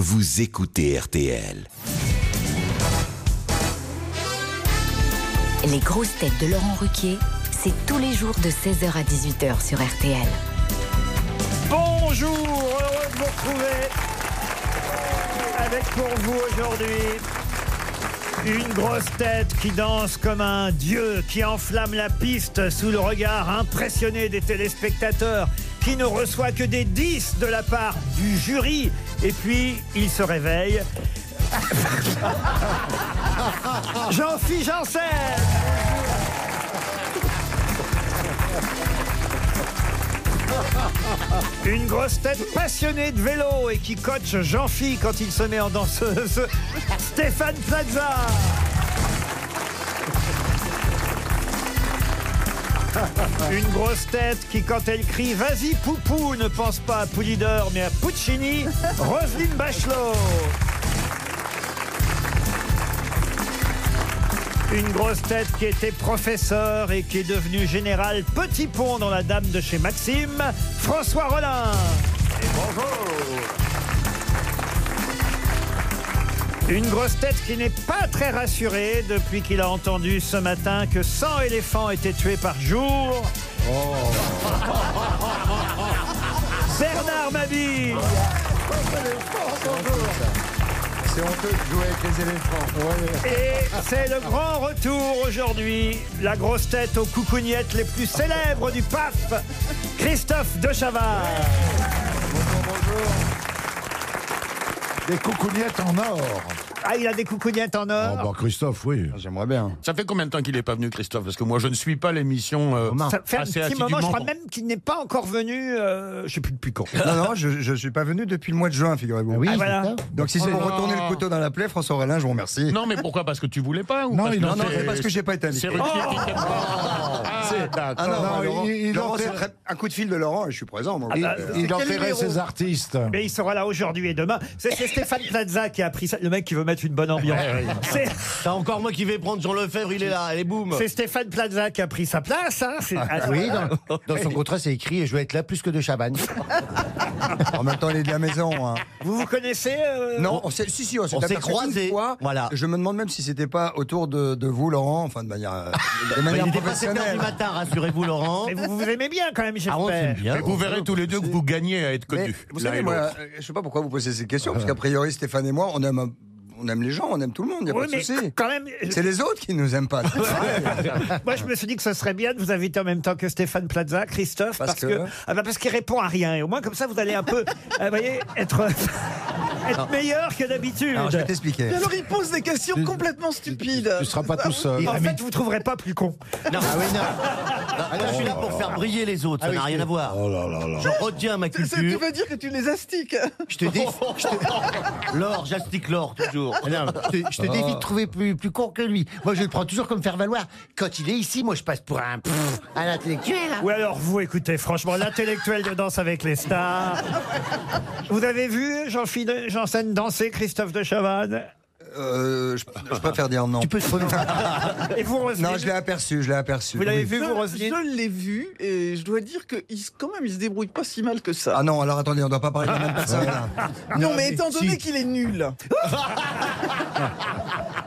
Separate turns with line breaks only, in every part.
Vous écoutez RTL.
Les grosses têtes de Laurent Ruquier, c'est tous les jours de 16h à 18h sur RTL.
Bonjour, heureux de vous retrouver avec pour vous aujourd'hui une grosse tête qui danse comme un dieu, qui enflamme la piste sous le regard impressionné des téléspectateurs, qui ne reçoit que des 10 de la part du jury, et puis il se réveille. Jean-Philippe Janssen Une grosse tête passionnée de vélo et qui coach Jean-Phi quand il se met en danseuse, Stéphane Plaza. Une grosse tête qui, quand elle crie Vas-y, Poupou, ne pense pas à Poulidor mais à Puccini, Roselyne Bachelot. Une grosse tête qui était professeur et qui est devenue général Petit Pont dans la Dame de chez Maxime, François Rollin. Et bonjour. Une grosse tête qui n'est pas très rassurée depuis qu'il a entendu ce matin que 100 éléphants étaient tués par jour.
Oh.
Bernard Mabille.
C'est honteux de jouer avec les éléphants.
Et c'est le grand retour aujourd'hui, la grosse tête aux coucougnettes les plus célèbres du PAF, Christophe de Chavard.
Des coucougnettes en or. Oh, bah,
Ah, il a des coucougnettes en or.
Christophe, oui.
Ah,
J'aimerais bien.
Ça fait combien de temps qu'il n'est pas venu, Christophe Parce que moi, je ne suis pas l'émission euh,
Ça fait un
assez
petit moment, je
assidûment.
crois même qu'il n'est pas encore venu, euh, je sais plus depuis quand.
Non, non, je ne suis pas venu depuis le mois de juin, figurez-vous.
Ah, voilà.
Donc si c'est
Oh
pour
là
retourner
là.
le couteau dans la plaie, François Rollin, je vous remercie.
Non, mais pourquoi Parce que tu voulais pas ou
Non,
parce
il
que
en
Non, non,
c'est-
c'est parce que j'ai pas été
C'est
invité.
Ruquier
Ah,
qui t'aime
Oh.
pas. Ah,
Ah non,
d'accord.
Non,
Laurent,
il- il
Laurent,
en fait-
c'est très- un coup de fil de Laurent, et je suis présent. moi.
Ah,
bah,
Euh,
Il
quel
enterrait
numéro
ses artistes.
Mais il sera là aujourd'hui et demain. C'est c'est Stéphane Plaza qui a appris ça, le mec qui veut mettre une bonne ambiance. C'est-
C'est encore moi qui vais prendre Jean Lefebvre, il est là, allez boum
C'est Stéphane Plaza qui a pris sa place. hein, c'est-
Ah, Oui, dans, dans son contrat c'est écrit et je vais être là plus que de Chabagne.
En même temps, Ah, il est de la maison. hein.
Vous vous connaissez euh,
Non, on s'est- si, si, on s'est
on s'est
aperçu
croisés,
une fois.
voilà.
Je me demande même si c'était pas autour de, de vous, Laurent, enfin de manière, euh, de
Il
manière
était pas 7 heures du
professionnelle.
matin, rassurez-vous Laurent.
Mais vous vous aimez bien quand même,
Ah, on s'aime
j'espère.
bien.
Et vous verrez tous les deux que vous gagnez à être
Mais
connus.
vous
l'un
savez,
et
moi,
l'autre. Ah.
euh, je sais pas pourquoi vous posez cette question, parce qu'a priori, Stéphane et moi, on aime, un- on aime les gens, on aime tout le monde, il n'y a
Oui,
pas de
mais
souci.
quand même,
C'est les autres qui nous aiment pas. c'est vrai.
Moi, je me suis dit que ce serait bien de vous inviter en même temps que Stéphane Plaza, Christophe, parce,
Parce
que,
que-
ah bah parce qu'il répond à rien. Et au moins, comme ça, vous allez un peu, euh, voyez, être, être meilleur que d'habitude.
Alors, je vais t'expliquer.
Alors il pose des questions complètement stupides. Ah
Tu seras pas tout seul.
En fait, vous trouverez pas plus con.
Non, ah oui, non. Ah, moi, je suis là pour faire briller les
Ah
autres, ça n'a rien à voir.
Oh là là là.
Je retiens ma
C'est- Tu
culture.
veux dire que tu les astiques
Je te dis. je te- L'or, j'astique l'or toujours. Ah Oh. Non, je te, je te défie de trouver plus, plus con que lui. Moi, je le prends toujours comme faire valoir. Quand il est ici, moi, je passe pour un, pff, un intellectuel. hein.
Ou alors, vous, écoutez, franchement, l'intellectuel de danse avec les stars. Vous avez vu Jean-Philippe Janssen danser Christophe de Chavannes
Euh, je, je préfère dire non.
Tu peux te prononcer.
Et vous, Roselyne
Non, je l'ai aperçu, je l'ai aperçu.
Vous l'avez vu,
Je,
vous, Roselyne
je l'ai vu et je dois dire que il- quand même il se débrouille pas si mal que ça.
Ah non, alors attendez, on doit pas parler de la même personne. là.
non, mais, étant donné qu'il est nul.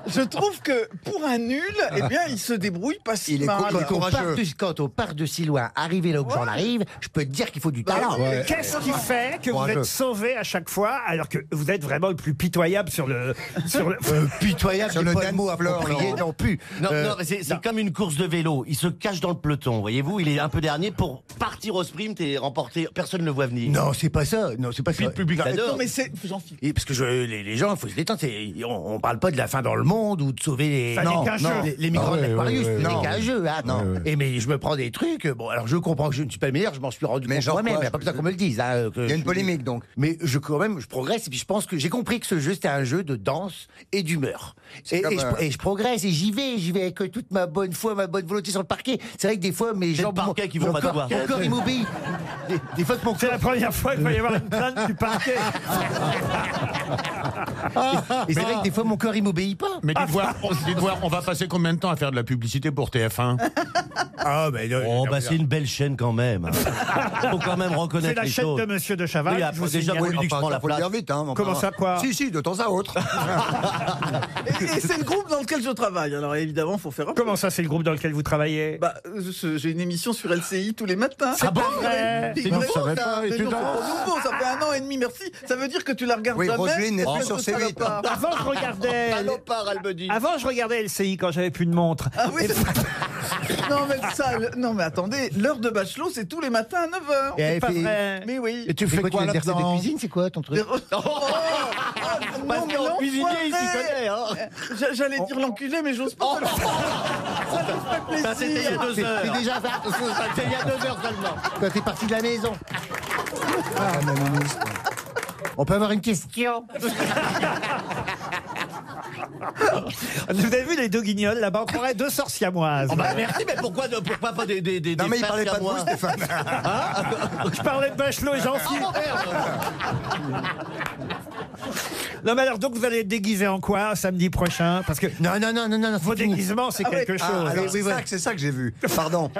je trouve que pour un nul, eh bien il se débrouille pas si
Il est
mal.
con- il est
Quand on, part
courageux.
de, quand on part de si loin, arriver là où que j'en arrive, je peux te dire qu'il faut du talent.
Bah Qu'est-ce qui fait que vous
Courageux.
êtes sauvé à chaque fois alors que vous êtes vraiment le plus pitoyable sur le. Sur le...
Euh, pitoyable,
Sur
j'ai
le
pas de
Danube,
mot approprié
Laurent.
non plus. Non,
Euh,
non, mais c'est c'est comme une course de vélo. Il se cache dans le peloton, voyez-vous. Il est un peu dernier pour partir au sprint et remporter. Personne ne le voit venir.
Non, c'est pas ça. Non, c'est pas ça.
Le public
Non
l'adore.
mais c'est Jean-Philippe.
Et parce que je- les, les gens, il faut se détendre. c'est- On, on parle pas de la fin dans le monde ou de sauver les,
Ça n'est qu'un jeu.
les, les migrants
Ah ouais,
de l'Aquarius.
ouais, ouais,
ce n'est
ouais.
qu'un jeu. hein.
Non. Ouais, ouais.
Et mais je me prends des trucs. Bon, alors je comprends que je ne suis pas le meilleur. Je m'en suis rendu
Mais
compte
genre
moi-même.
quoi,
Il n'y a pas
je-
besoin qu'on me le dise. hein, que
Il y a
je
une
suis-
polémique donc.
Mais je quand même, je progresse et puis je pense que j'ai compris que ce jeu c'était un jeu de danse et d'humeur. Et,
comme,
et je,
euh,
et je progresse et j'y vais, j'y vais avec euh, toute ma bonne foi, ma bonne volonté sur le parquet. C'est vrai que des fois mes jambes, parquet mon- qui vont mon pas te corps- voir. Mon corps il m'obéit. Des, des fois que mon
C'est la
corps.
première fois qu'il va y avoir une plainte du parquet.
Et c'est vrai que des fois mon corps il m'obéit pas.
Ah,
Mais dites-moi, dites-moi, on va passer combien de temps à faire de la publicité pour TF1
Ah, ben, euh,
Oh, bah c'est une belle chaîne quand même.
hein.
Faut quand même
c'est
reconnaître
la
les
chaîne
choses.
de Monsieur de Chaval.
Oui,
je vous
après, déjà,
signale.
moi, je dis que je prends
ça,
la
faut le
place.
dire vite. Hein, enfin.
Comment ça, quoi
Si, si, de temps à autre.
Et, et c'est le groupe dans lequel je travaille. Alors évidemment, faut faire. un peu.
Comment ça, c'est le groupe dans lequel vous travaillez
Bah, euh, ce- j'ai une émission sur LCI tous les matins.
C'est Ah bon pas vrai
C'est
Non,
nouveau,
je savais
ça.
pas, et
C'est
tu
nouveau,
danses
nouveau, ça fait un an et demi, merci. Ça veut dire que tu la regardes
Oui,
jamais.
Roselyne n'est
parce
plus sur
que ça
C8.
va pas.
Avant, je regardais.
Salopard, elle me dit.
Avant, je regardais LCI quand j'avais plus de montre.
Ah oui, c'est- non mais ça, le- non mais attendez, l'heure de bachelot c'est tous les matins à 9h.
Et
Pas
puis-
vrai.
Mais oui.
Et tu
Mais
fais
quoi, tu
quoi
veux dire, c'est de
là-dedans
cuisine, c'est quoi ton truc
Oh, ah, non,
Parce
mais
qu'en
l'enfoiré Euh,
cuisinier, il s'y connaît, hein.
J'a- J'allais dire l'enculé, mais j'ose pas. Ça me fait
Ça, c'était il y a
plaisir.
deux heures. T'es déjà parti. C'était il y a deux heures seulement. Quand t'es parti de la maison. Ah, On peut avoir une question
Vous avez vu les deux guignols là-bas On pourrait deux sorts siamoises.
Ah
Oh,
bah,
Merci, mais pourquoi, de- pourquoi pas des. des, des
Non, mais il
femmes
parlait pas de vous,
siamois
Stéphane.
Hein
Je parlais de Bachelot et j'en suis.
Ah
Ah,
Non mais alors donc vous allez être déguisé en quoi samedi prochain Parce que
Non, non, non, non, non, non,
vos
faut
déguisements c'est quelque
Ah,
chose.
alors, c'est ça que- c'est ça que j'ai vu. Pardon.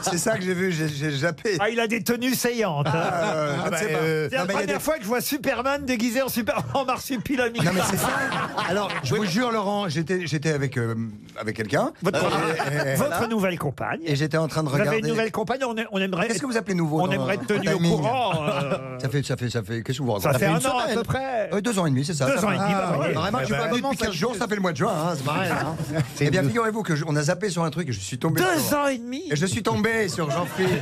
c'est ça que j'ai vu, j'ai- j'ai zappé.
Ah il a des tenues saillantes. hein.
Euh, je ne sais pas. Non,
C'est la
mais il y a
première
des-
fois que je vois Superman déguisé en super en marsupilami.
Non mais c'est ça. Alors, je vous jure, Laurent, j'étais j'étais avec euh, avec quelqu'un Euh,
Votre, votre nouvelle compagne.
et j'étais en train de
Vous avez
regarder.
une nouvelle compagne, on, a- on aimerait.
Qu'est-ce que vous appelez nouveau
On
dans-
aimerait être tenu
dans
au
le timing
courant. euh,
Ça fait ça fait ça fait qu'est-ce que vous
ça
racontez
fait un an
une
à
semaine.
peu près.
Euh, deux ans et demi, c'est ça.
Deux
Ça
ans et
fait-
demi,
Ah,
bah,
ouais.
ouais.
Vraiment, je suis
Eh
pas
ben,
venu depuis 15 jours, ça fait le mois de juin, hein, c'est pareil. hein. Eh bien, figurez-vous qu'on a zappé sur un truc et je suis tombé. sur-
Deux ans et demi.
Et je suis tombé sur Jean-Philippe.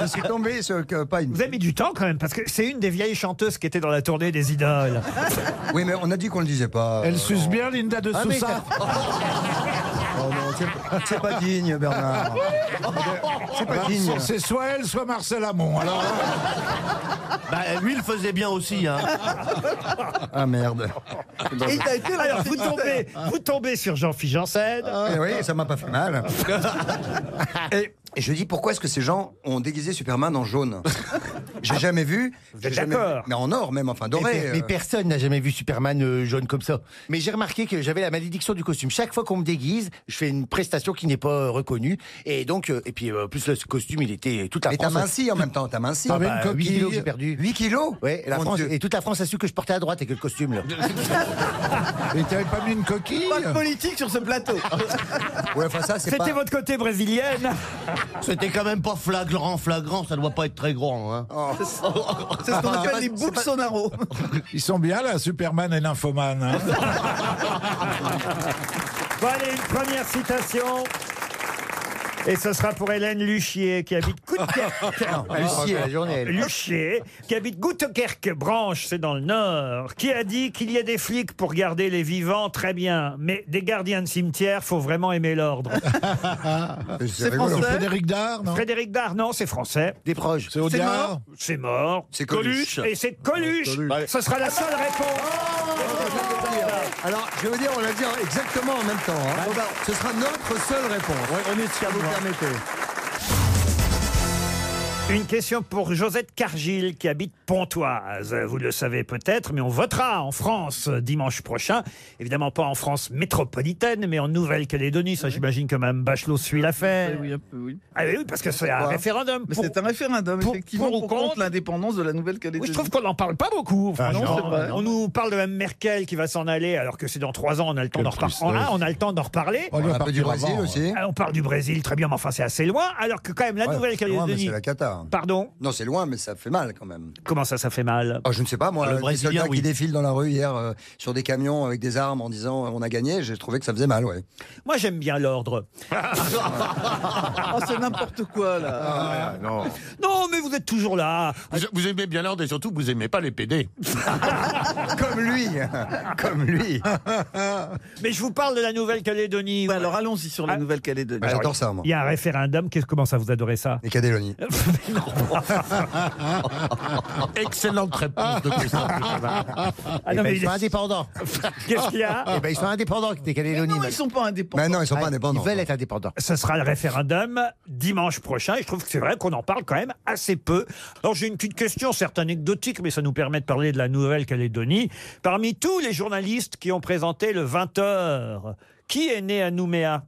je suis tombé sur que- pas une.
Vous avez mis du temps quand même, parce que c'est une des vieilles chanteuses qui était dans la tournée des idoles.
Oui, mais on a dit qu'on le disait pas.
Elle
euh,
suce bien Linda
Ah,
de
mais
Sousa.
Oh non, c'est- c'est pas digne, Bernard. C'est pas digne.
Alors, C'est soit elle, soit Marcel Amont. Alors, hein.
Bah, lui, il faisait bien aussi. Hein.
Ah merde.
Et t'as été là.
Alors vous tombez, vous tombez sur Jean-Philippe Janssen.
Eh oui, ça m'a pas fait mal. Et, et je dis pourquoi est-ce que ces gens ont déguisé Superman en jaune J'ai jamais vu. J'ai
Ah. êtes
jamais
d'accord. Eh
Mais en or même, enfin doré.
Mais,
euh.
mais personne n'a jamais vu Superman euh, jaune comme ça. Mais j'ai remarqué que j'avais la malédiction du costume. Chaque fois qu'on me déguise, je fais une prestation qui n'est pas euh, reconnue. Et donc, euh, et puis euh, plus le costume, il était toute la
Mais t'as
France.
minci en même temps, t'as minci.
Ah bah, 8 kilos que j'ai perdu.
8 kilos
Ouais, et la
Mon
France
Dieu.
et toute la France a su que je portais à droite et que le costume là.
et t'avais pas mis une coquille
Pas de politique sur ce plateau.
Ouais, enfin ça, c'est
C'était
pas...
votre côté brésilienne.
C'était quand même pas flagrant, flagrant, ça doit pas être très grand. Hein.
C'est ce qu'on appelle les
Oh. Ah, c'est pas-
Bolsonaro.
Ils sont bien là, Superman et Nymphoman. hein.
Bon, allez, une première citation. Et ce sera pour Hélène Luchier, qui habite Goutekerque.
Lucie, la journée. elle.
Luchier, qui habite Goutekerque, branche, c'est dans le nord, qui a dit qu'il y a des flics pour garder les vivants, très bien, mais des gardiens de cimetière, faut vraiment aimer l'ordre.
C'est
français.
rigolo.
Frédéric Dard, non
Frédéric Dard, non, c'est français.
Des proches.
C'est Audiard
C'est mort.
C'est Coluche.
Et c'est Coluche. Ce sera la seule réponse.
Alors, je vais vous dire, on va le dire exactement en même temps. hein.
Bah,
Ce sera notre seule réponse. on est si vous permettez.
Une question pour Josette Cargil qui habite Pontoise. Vous le savez peut-être, mais on votera en France euh, dimanche prochain. Évidemment pas en France métropolitaine, mais en Nouvelle-Calédonie. Ça, j'imagine que Mme Bachelot suit l'affaire.
Oui, un peu, Eh. oui.
Ah oui, parce que c'est un
Pourquoi
référendum.
Mais
Pour-
c'est un référendum,
pour-
effectivement,
pour ou
pour, contre
contre
l'indépendance de la
Oui,
Nouvelle-Calédonie.
je trouve qu'on n'en parle pas beaucoup.
Ah,
franchement.
non, c'est vrai.
on nous parle de Mme Merkel qui va s'en aller, alors que c'est dans trois ans, on a le temps d'en reparler. Ah, on a le temps d'en reparler.
On
On doit
a un peu du Brésil
partir avant, ouais.
aussi.
Ah, On parle du Brésil, très bien, mais enfin c'est assez loin, alors que quand même la
Ouais, c'est loin, mais
Nouvelle-Calédonie...
c'est la cata.
Pardon
Non, c'est loin, mais ça fait mal quand même.
Comment ça, ça fait mal
Ah, je ne sais pas, moi,
Ah, le
les
Brésilien,
soldats
oui.
qui défilent dans la rue hier euh, sur des camions avec des armes en disant euh, on a gagné, j'ai trouvé que ça faisait mal, ouais.
Moi j'aime bien l'ordre.
Oh,
Ah,
c'est n'importe quoi, là.
Ah, non.
Non, mais vous êtes toujours là.
Vous, vous aimez bien l'ordre et surtout, vous aimez pas les PD.
Comme lui Comme lui
Mais je vous parle de la Nouvelle-Calédonie.
Bah, alors allons-y sur la
Ah.
Nouvelle-Calédonie.
Bah, J'adore ça, moi.
Il y a un référendum. Qu'est-ce comment ça vous adorez ça
Et Cadelonie.
Excellente réponse de Christophe.
Ah
Eh ben,
non, mais
ils
il
sont
est-
indépendants.
qu'est-ce qu'il y a
Eh ben, ils sont indépendants, des Calédoniens.
Non, ils sont pas indépendants. Ah,
Mais non, ils sont pas indépendants.
Ils veulent être indépendants. Ah,
Ce sera le référendum dimanche prochain. Et je trouve que c'est vrai qu'on en parle quand même assez peu. Alors j'ai une petite question, certes anecdotique, mais ça nous permet de parler de la Nouvelle-Calédonie. Parmi tous les journalistes qui ont présenté le 20h, qui est né à Nouméa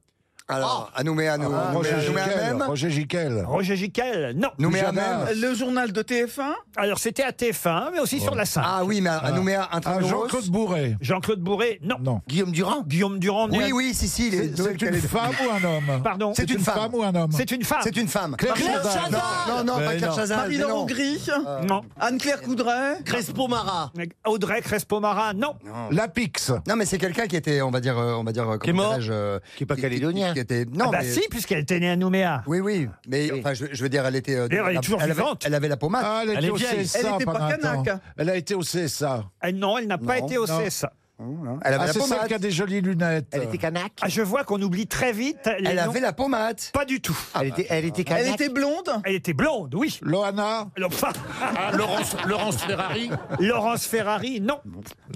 Alors, à Nouméa, nous,
Ah, Roger
Nouméa, Nouméa
Giquel.
même
Roger Giquel.
Roger Giquel, non.
Nouméa
Jamais.
même
Le journal de TF1
Alors c'était à TF1, mais aussi sur la 5.
Ah oui, mais à à Nouméa, un
Ah,
train de
Jean-Claude Bourré.
Jean-Claude Bourré, non.
Non.
Guillaume Durand
Guillaume Durand,
Oui,
non.
oui, si, si. les-
C'est
ceux
c'est
qu'elle
une
est-
femme ou un homme
Pardon.
C'est une femme.
ou un homme
C'est une femme.
C'est une femme.
Claire Chazal.
Non, non, pas
Mais
Claire
non.
Chazal. mais
Marie-Laure
non. Euh,
Augry
Non.
Anne-Claire Coudray
Crespo Mara
Audrey Crespo-Marin, non. Ah
La Pix.
Non, mais c'est quelqu'un qui était, on va dire, euh, on va dire, euh,
Qui est
comment
mort.
dirais-je, euh,
Qui est pas calédonien.
Qui était, non,
Ah bah
mais-
si, puisqu'elle était née à Nouméa.
Oui, oui, mais enfin, je, je veux dire, elle était. euh,
D'ailleurs, elle est toujours
avait,
vivante.
elle avait la pommade.
Ah, elle,
Elle
était
est
au
vieille.
CSA
Elle était pas
pendant un temps.
canaque.
Elle a été au CSA.
Elle- non, elle n'a pas
Non,
été au
non.
CSA. hein.
elle avait
Ah,
la
c'est celle
pommade.
qui a des jolies lunettes.
Elle était canaque.
Ah, je vois qu'on oublie très vite. les
Elle
noms.
avait la pommade.
Pas du tout.
Elle était, elle était
Elle
canaque.
était blonde
Elle était blonde, oui.
Loana
Alors, enfin,
Ah, Laurence, Laurence Ferrari
Laurence Ferrari, non.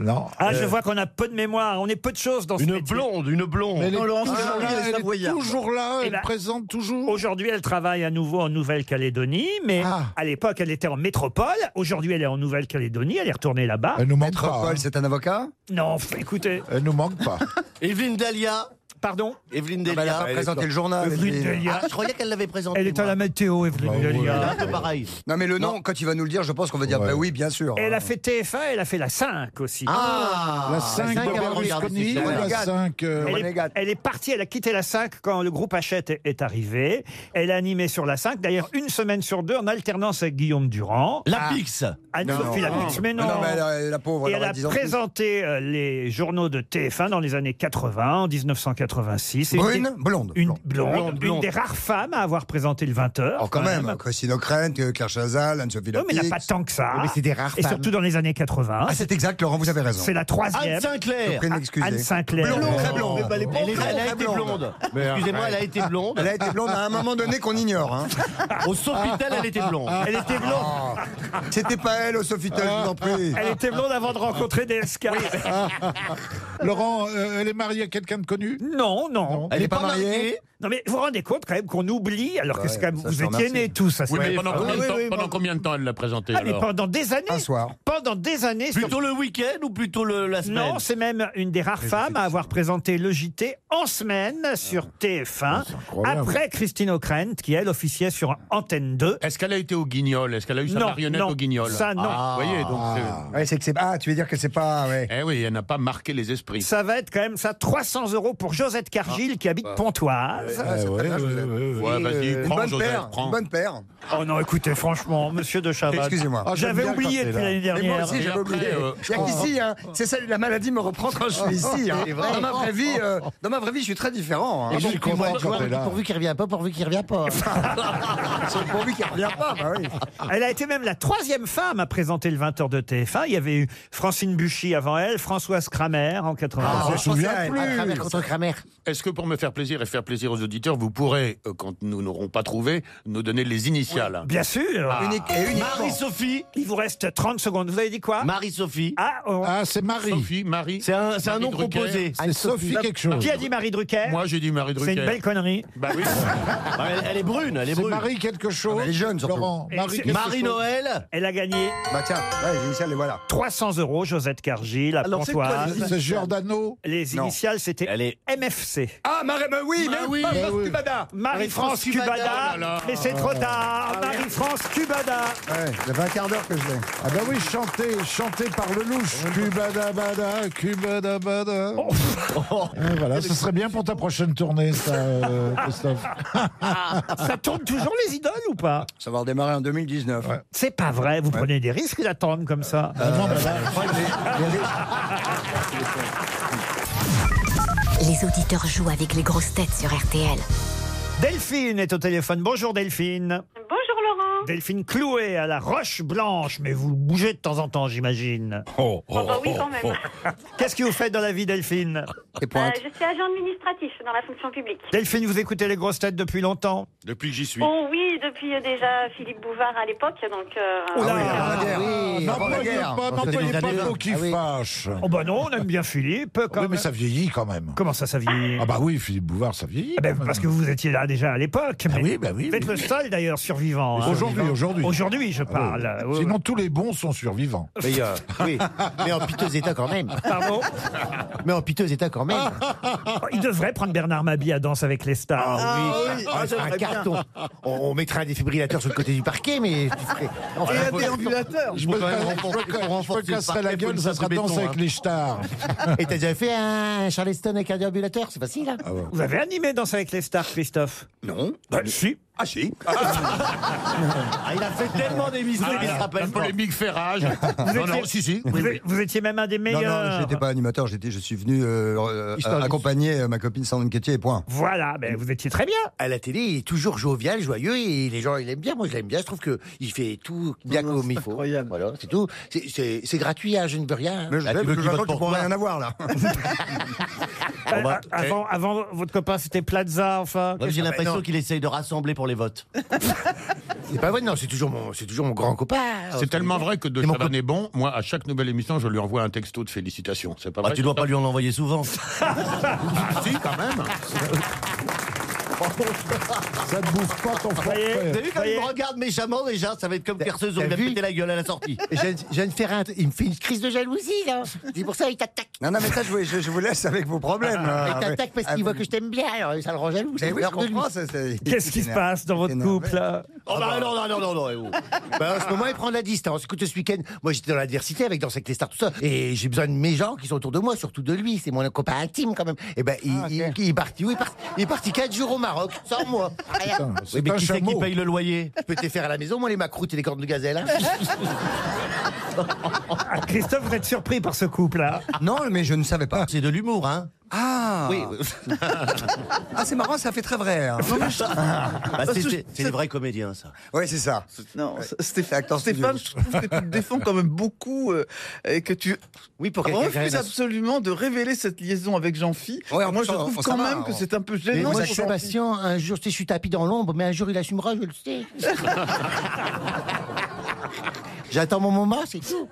Non.
Ah, je vois qu'on a peu de mémoire. On est peu de choses dans ce
Une
métier.
blonde, une
Mais
blonde.
elle est
Non, Laurence
toujours
Ferrari,
là,
elle est
elle est
savoyarde.
toujours là,
Et
elle
là-
présente toujours.
Eh ben, Aujourd'hui, elle travaille à nouveau en Nouvelle-Calédonie, mais
Ah.
à l'époque, elle était en métropole. Aujourd'hui, elle est en Nouvelle-Calédonie. Elle est retournée là-bas.
Elle nous manque pas.
Métropole,
hein.
c'est un avocat.
Non, f- écoutez,
Elle nous manque pas.
Evelyne Dalia
pardon.
Evelyne
Elle a
Dalia
pas présenté le journal.
Evelyne
et puis-
Delia.
Ah, je croyais qu'elle l'avait présentée.
Elle est à la
moi.
météo, Evelyne
Bah, ouais.
Delia.
Un peu pareil.
Non, mais le nom, quand il va nous le dire, je pense qu'on va dire,
Ouais.
bah oui, bien sûr.
Elle a fait TF1, elle a fait la 5 aussi.
Ah
la 5
cinq,
de
elle regarde,
Berlusconi,
c'est ça.
la
Renegade.
5...
Elle est,
Renegade.
elle est partie, elle a quitté la 5 quand le groupe Hachette est- est arrivé. Elle a animé sur la 5, d'ailleurs une semaine sur deux en alternance avec Guillaume Durand.
La Pix
Anne-Sophie
non.
Lapix, mais non.
Non, mais elle a- la pauvre,
Et
elle
elle
aura
a
10 ans. de plus.
présenté euh, les journaux de TF1 dans les années 80, en 1986. Et une
Brune,
des-
blonde.
Une
blonde.
blonde, une
blonde.
des rares femmes à avoir présenté le 20h.
Alors quand même, Christine O'Krent, euh, Claire Chazal, Anne-Sophie
Non, mais il n'y a
Lapix.
pas tant que ça.
Mais c'est des rares
Ah, Et
femmes.
surtout dans les années 80.
Ah, c'est exact, Laurent, vous avez raison.
c'est la troisième.
Anne Sinclair
Prenez
Ah, Anne
excusez.
Sinclair.
Blonde, très blonde.
Mais pas
Elle,
les
est-
blondes.
elle a été blonde. Excusez-moi, elle a été blonde.
Elle a été blonde à un moment donné qu'on ignore. hein. Ah.
Au Sofitel, elle était blonde.
Elle était blonde.
C'était pas elle au Sofitel, je vous en prie.
Elle était blonde avant de rencontrer DSK.
Laurent, euh, elle est mariée à quelqu'un de connu
Non, non.
Elle est pas mariée
Non, mais vous vous rendez compte quand même qu'on oublie, alors que c'est quand même-
ça, je
Ah, vous
te
étiez
remercie.
nés tous à
Ah, Oui,
cette
mais
époque.
pendant, combien, de
oui,
temps,
oui,
pendant
moi-
combien de temps elle l'a présentée
Ah, mais
alors
pendant des années.
Un soir.
Pendant des années. sur-
Plutôt le week-end ou plutôt le- la semaine
Non, c'est même une des rares femmes à avoir présenté le JT en semaine sur
Ah.
TF1,
incroyable.
après Christine O'Krent, qui elle officiait sur Antenne 2.
Est-ce qu'elle a été au Guignol Est-ce qu'elle a eu sa
Non,
marionnette
non,
au Guignol
ça, non.
Ah, vous voyez, donc c'est-
Ouais, c'est que c'est. Ah, tu veux dire que c'est pas. Ouais.
Eh oui, elle n'a pas marqué les esprits.
Ça va être quand même ça, 300 euros pour Josette
Ah.
Cargil qui habite Pontoise.
Eh ouais, ouais, ouais, ouais.
Ouais, vas-y,
Une
prends,
Bah. euh, bonne
Joseph,
paire.
prends.
Une bonne paire.
Oh non, écoutez, franchement, monsieur de Chavannes.
Excusez-moi.
Ah, j'aime
J'avais
bien
oublié
quand t'es
depuis
là.
l'année
Et moi
dernière.
aussi,
Et
j'avais
après,
oublié.
euh,
Il y a qu'ici, hein, c'est ça, la maladie me reprend quand je suis ici. hein. Dans, ma vraie vie, euh, dans ma vraie vie, je suis très différent. Hein.
Je suis content
Tu vois,
quand t'es là.
pourvu qu'il revient pas, pourvu qu'il revient pas.
C'est pourvu qu'il revient pas, bah oui.
Ah. Elle a été même la troisième femme à présenter le 20h de TF1. Il y avait eu Francine Buchy avant elle, Françoise Kramer en 91.
Je me souviens
Ah,
plus.
Kramer contre Kramer.
Est-ce que pour me faire plaisir et faire plaisir aux auditeurs, vous pourrez, euh, quand nous n'aurons pas trouvé, nous donner les initiales
Bien sûr.
Ah.
Unique et uniquement.
Marie-Sophie
Il vous reste 30 secondes. Vous avez dit quoi
Marie-Sophie
Ah, oh.
Ah, c'est Marie.
Sophie, Marie
C'est un, c'est un
Marie
nom
Drucker.
composé.
C'est Sophie quelque chose.
Qui a dit Marie Drucker
Moi, j'ai dit Marie
C'est
Drucker.
une belle connerie.
Bah oui.
Ah, Elle, elle est brune, elle est
C'est
brune.
Marie quelque chose.
Ah, Elle est jeune, surtout.
Laurent.
Et
Marie
c'est-
quelque chose.
Marie-Noël
Elle a gagné
Bah tiens, ouais, les initiales, les voilà.
300 euros, Josette Cargil, à
Alors, c'est quoi
Pontoise.
les-
C'est Giordano.
Les
Non.
initiales, c'était
Elle est-
MFC.
Ah, Marie, bah oui, mais oui,
bah oui.
Cubada.
Marie-France
Marie-France Cubada.
Cubada,
oh là là.
Mais c'est trop tard. Marie-France Cubada.
Ouais, ça fait un quart d'heure que je l'ai.
Ah bah oui, chanté, chanté par le louche. Cubada bada, cubada bada.
Oh.
Ah, voilà, ce serait bien pour ta prochaine tournée, ça, euh, Christophe.
Ah. Ça tourne toujours les idoles ou pas
Ça va redémarrer en 2019.
C'est pas vrai. Vous prenez des risques d'attendre comme ça.
Ah non, mais là,
Les auditeurs jouent avec les grosses têtes sur RTL.
Delphine est au téléphone. Bonjour Delphine.
Bonjour Laurent.
Delphine clouée à la Roche Blanche, mais vous bougez de temps en temps, j'imagine.
Oh, bah oui, quand même.
Qu'est-ce que vous faites dans la vie, Delphine
Et
Euh,
pointe.
je suis agent administratif dans la fonction publique.
Delphine, vous écoutez les grosses têtes depuis longtemps
Depuis que j'y suis.
Oh oui, depuis euh, déjà Philippe Bouvard à l'époque, donc. euh,
Oh
Ah
là
oui,
là.
avant la guerre.
oui.
Avant la
Ah, N'employez
guerre.
pas, n'employez pas le mot
Ah
qui fâche. Ah
Oh bah non, on aime bien Philippe.
Oui,
comme-
mais ça vieillit quand même.
Comment ça, ça vieillit
Ah bah oui,
Ah
Philippe Bouvard, ça vieillit.
bah, Eh ben, Parce que vous étiez là déjà à l'époque. mais
oui, bah oui,
Vous êtes
oui.
le seul d'ailleurs survivant. hein.
Aujourd'hui, Aujourd'hui, aujourd'hui.
Aujourd'hui, je
Ah oui.
parle. Oui,
Sinon, tous les bons sont survivants.
Mais, euh, oui. Mais en piteux état quand même.
Pardon
Mais en piteux état quand même.
Oh, Il devrait prendre Bernard Mabie à Danse avec les stars.
Ah
oui,
ça
ah,
serait
j'aimerais
un
bien.
carton. On, on mettra un défibrillateur sur le côté du parquet, mais tu ferais-
Et
Enfin,
un déambulateur.
Je
faut
me,
quand même
je me-
renforcer-
je me
renforcer le
casserai la
parquet, faut
gueule,
une
ça
salle
sera
de béton,
danse avec
hein.
les stars.
Et t'as déjà fait un Charleston avec un déambulateur C'est facile. Hein
Vous avez animé Danse avec les stars, Christophe
Non.
Bah, si.
Ah si.
Ah, il a fait tellement d'émissions, il
Ah,
se
La
rappelle pas.
polémique fait rage.
Vous
non,
étiez-
non, si, si.
Vous, êtes- vous étiez même un des
Non, non,
meilleurs.
j'étais pas animateur, j'étais, je suis venu euh, euh,
Historique.
accompagner euh, ma copine Sandrine Quétier et point.
Voilà, ben, vous étiez très bien.
À la télé, il est toujours jovial, joyeux, et les gens, ils l'aiment bien. Moi, je l'aime bien. Je trouve que il fait tout bien
Non, non,
comme il
c'est
faut.
incroyable.
Voilà, c'est tout. C'est- C'est c'est gratuit, hein, je ne veux rien. hein.
Mais je
Ah,
sais,
tu
parce
veux
que
qu'il
j'attends
vote
que tu
pour Ah,
pourras
toi
rien avoir là.
Euh, a- avant, avant, votre copain, c'était Plaza, enfin.
Eh. Ouais, J'ai
Ah, bah, non.
l'impression qu'il essaye de rassembler pour les votes.
C'est pas vrai, non, c'est toujours mon, c'est toujours mon grand
Ah,
copain. hein,
C'est tellement vrai que de
Et mon
Chavannes est bon. Moi, à chaque nouvelle émission, je lui envoie un texto de félicitations. C'est pas
Bah,
vrai
tu dois pas lui en envoyer souvent.
Ah, si, quand même.
Ça ne bouffe pas ton
voyez,
forfait.
T'as vu quand
Ça y
il
est.
me regarde méchamment déjà, ça va être comme Kerseuse, on
t'as
va
vu
péter la gueule à la sortie.
Je viens de faire un, il me fait une crise de jalousie, là. C'est pour ça, il t'attaque.
Non, non, mais ça, je hein, vous, je- je vous laisse avec vos
Ah.
problèmes. là. Ah,
Il t'attaque parce qu'il voit que je t'aime bien, alors ça le rend jaloux.
Mais
ça
oui,
fait
je
peur de lui.
comprends. ça, c'est-
Qu'est-ce qui se passe dans votre
Énervé.
couple là
Oh bah non, non, non, non, non. eh oh.
Bah, en ce moment, il prend de la distance. Écoute, ce week-end, moi, j'étais dans l'adversité avec Danse avec les stars, tout ça. Et j'ai besoin de mes gens qui sont autour de moi, surtout de lui. C'est mon copain intime, quand même. Et ben, il,
Ah,
il, il est parti, oui, il est parti- il est parti 4 jours au Maroc, sans moi.
Putain,
Je
C'est
Mais
un
qui c'est qui
chameau.
paye le loyer
peux te les faire à la maison, moi, les macroutes et les cornes de gazelle. hein.
Ah, Christophe, vous êtes surpris par ce couple là
Non, mais je ne savais pas.
C'est de l'humour, hein
Ah
Oui, oui.
Ah, c'est marrant, ça fait très vrai. hein.
Bah, c'est- c'est c'est des vrais comédiens, ça.
Oui, c'est ça.
Non,
Ouais.
Stéphane,
Acteur
Stéphane, je trouve que tu te défends quand même beaucoup euh, et que tu
Oui, pour quelqu'un qui a
refuses
rien à-
absolument de révéler cette liaison avec Jean-Phi.
Ouais, en
Moi,
plus,
je
on-
trouve
on
quand
s'en va,
même que
on-
c'est un peu
hein. Mais
gênant.
moi, je
pour
suis patient. Un jour, tu sais, je suis tapis dans l'ombre, mais un jour, il assumera, je le sais. J'attends mon moment, c'est tout.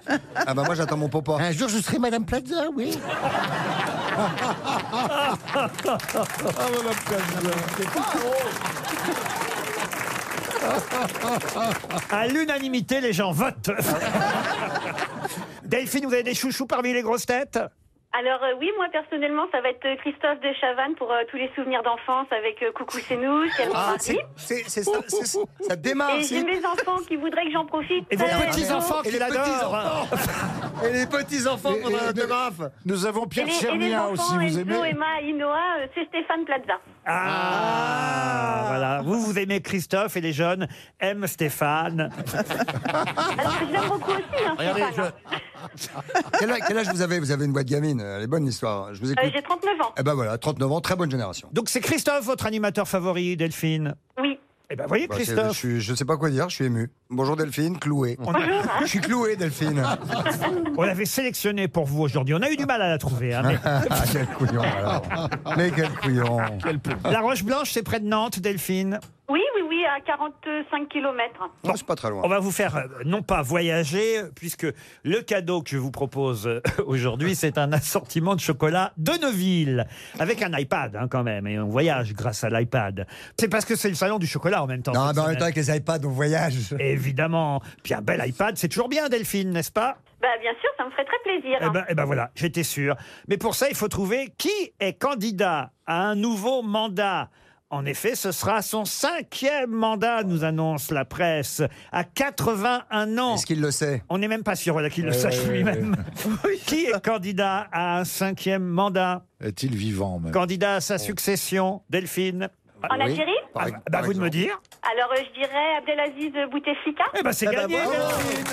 Ah bah moi, j'attends mon papa.
Un jour, je serai Madame Plaza, oui.
À l'unanimité, les gens votent. Delphine, vous avez des chouchous parmi les grosses têtes
Ah.
Alors euh, oui, moi personnellement, ça va être euh, Christophe de Chavannes pour euh, tous les souvenirs d'enfance avec euh, Coucou c'est nous, Ciel
Ah,
Marie.
c'est c'est- c'est ça, c'est ça, ça démarre.
Et j'ai
c'est-
mes enfants qui voudraient que j'en profite.
Et vos
Euh,
petits-enfants
Et
qui
les
l'adorent
petits-enfants Et les petits-enfants
Et-
qu'on
et-
a autographe
Nous avons
et
Pierre
les, et les
Chernia aussi,
enfants
vous
Enzo,
aimez
Emma, Inoa, euh, c'est Stéphane Plaza.
Ah, voilà. Vous, vous aimez Christophe et les jeunes aiment Stéphane.
Alors que je l'aime beaucoup aussi, hein, Stéphane. hein.
quel, âge- quel âge vous avez Vous avez une voix de gamine, elle est bonne l'histoire. Je vous
Euh,
écoute.
j'ai 39 ans.
Eh ben voilà, 39 ans, très bonne génération.
Donc c'est Christophe, votre animateur favori, Delphine.
Oui.
Eh ben, voyez,
Bah, c'est- je,
Christophe.
suis- je sais pas quoi dire, je suis ému. Bonjour Delphine, cloué. Je suis cloué Delphine.
On l'avait sélectionné pour vous aujourd'hui. On a eu du mal à la trouver. hein, mais-
Ah, quel couillon alors. Mais quel couillon.
La Roche Blanche, c'est près de Nantes, Delphine.
Oui, oui, oui, à 45 km.
Non, c'est pas très loin.
On va vous faire euh, non pas voyager, euh, puisque le cadeau que je vous propose euh, aujourd'hui, c'est un assortiment de chocolat de Neuville, avec un iPad hein, quand même, et on voyage grâce à l'iPad. C'est parce que c'est le salon du chocolat en même temps.
Non,
cette
mais en même
semaine.
temps, avec les iPads, on voyage.
Évidemment. Puis un bel iPad, c'est toujours bien, Delphine, n'est-ce pas
Bah bien sûr, ça me ferait très plaisir.
Eh
hein.
ben, eh ben voilà, j'étais sûr. Mais pour ça, il faut trouver qui est candidat à un nouveau mandat. En effet, ce sera son cinquième mandat, nous annonce la presse, à 81 ans.
Est-ce qu'il le sait
On n'est même pas sûr voilà, qu'il
Euh,
le sache lui-même. Qui est candidat à un cinquième mandat
Est-il vivant même Oh.
Candidat à sa succession, Delphine
En Algérie
Par-
Ah, bah,
par
Vous de me
exemple.
dire
Alors euh, je dirais Abdelaziz Bouteflika.
Eh ben c'est
Eh ben,
gagné
bravo.
Delphine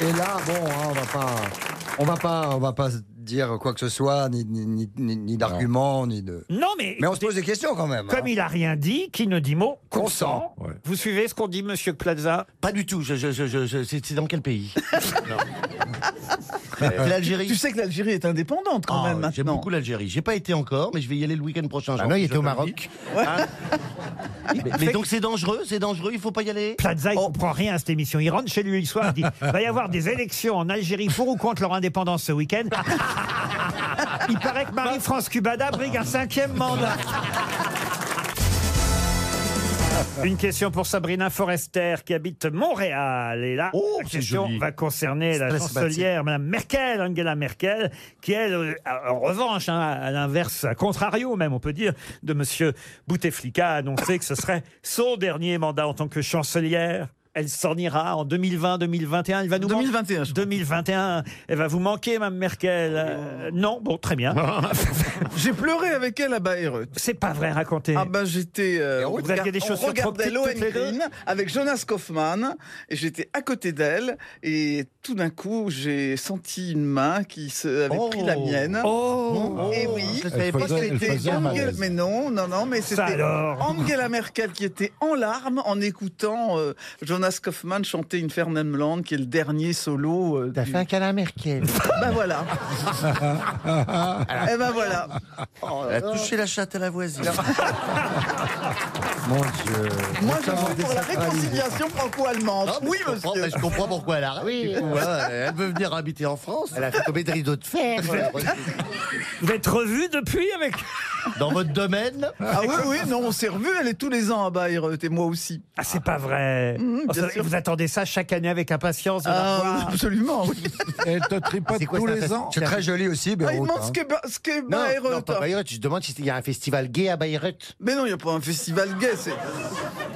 Et là, bon, hein, on va pas, on va pas, on va pas dire quoi que ce soit, ni, ni, ni, ni- ni d'arguments, ni de.
Non mais,
Mais on se pose des questions quand même.
comme
hein.
il a rien dit, qui ne dit mot, consent.
Ouais.
Vous suivez ce qu'on dit, monsieur Plaza
Pas du tout. Je, je, je, je- je- c'est c'est dans quel pays Non. Euh,
Algérie.
L'Algérie.
Tu sais que l'Algérie est indépendante quand
Ah,
même
J'aime
maintenant.
beaucoup l'Algérie. J'ai pas été encore, mais je vais y aller le week-end prochain.
Ah
Jean-
non, il
je
était au
te le
Maroc.
dis. Hein Ah. mais, mais donc c'est dangereux, c'est dangereux. Il faut pas y aller.
Plaza, il comprend rien à cette émission. Il rentre chez lui le soir, il dit va y avoir des élections en Algérie pour ou contre leur indépendance ce week-end. Il paraît que Marie-France Cubada brigue un cinquième mandat. Une question pour Sabrina Forester qui habite Montréal. Et là, Ah, la question
Oh, joli.
va concerner la
Très
chancelière, Madame Merkel, Angela Merkel, qui elle, euh, en revanche, hein, à l'inverse, à contrario même, on peut dire, de Monsieur Bouteflika, a annoncé que ce serait son dernier mandat en tant que chancelière. Elle s'en ira en 2020, 2021. Elle va nous 2021. 2021. Elle va vous manquer, Madame Merkel. Euh, non, bon, très bien.
J'ai pleuré avec elle à Bayreuth.
C'est pas vrai, racontez.
Ah bah j'étais. euh, on
Vous aviez
regard-
des chaussures
On
trop
regardait
petites toutes
Lohengrin
les deux
avec Jonas Kaufmann et j'étais à côté d'elle et tout d'un coup j'ai senti une main qui se, avait pris la mienne.
Oh.
Et oui.
Elle savait pas faisait- qu'elle elle
C'était
faisait un
Angela-
malaise.
Mais non, non, non, mais
Ça
c'était
alors.
Angela Merkel qui était en larmes en écoutant euh, Jonas Kaufmann chanter Infernenland qui est le dernier solo. T'as fait un câlin Merkel. bah voilà.
Ah.
Eh ben voilà.
Elle a touché
la chatte à la voisine.
Mon Dieu.
Moi, je suis pour la réconciliation franco-allemande.
Ah, mais
oui,
je comprends,
monsieur.
mais je comprends pourquoi elle arrive.
Oui.
du coup, hein. elle veut venir habiter en France. Elle a fait tomber des rideaux de fer.
Vous êtes revu depuis avec.
Dans votre domaine
Ah oui, oui, non, on s'est revus, elle est tous les ans à Bayreuth, et moi aussi.
Ah, c'est pas vrai. Oh, ça- vous attendez ça chaque année avec impatience. de la
Ah,
voir.
absolument, oui.
Elle te tripote
quoi, tous c'est un les festival ans.
C'est très joli aussi,
Ah, il
Beyrouth.
demande
hein.
ce qu'est Ba- ce euh, qu'est
Non,
Bayreuth. hein.
non, pas Bayreuth. Je demande s'il y a un festival gay à Bayreuth.
Mais non, il n'y a pas un festival gay, c'est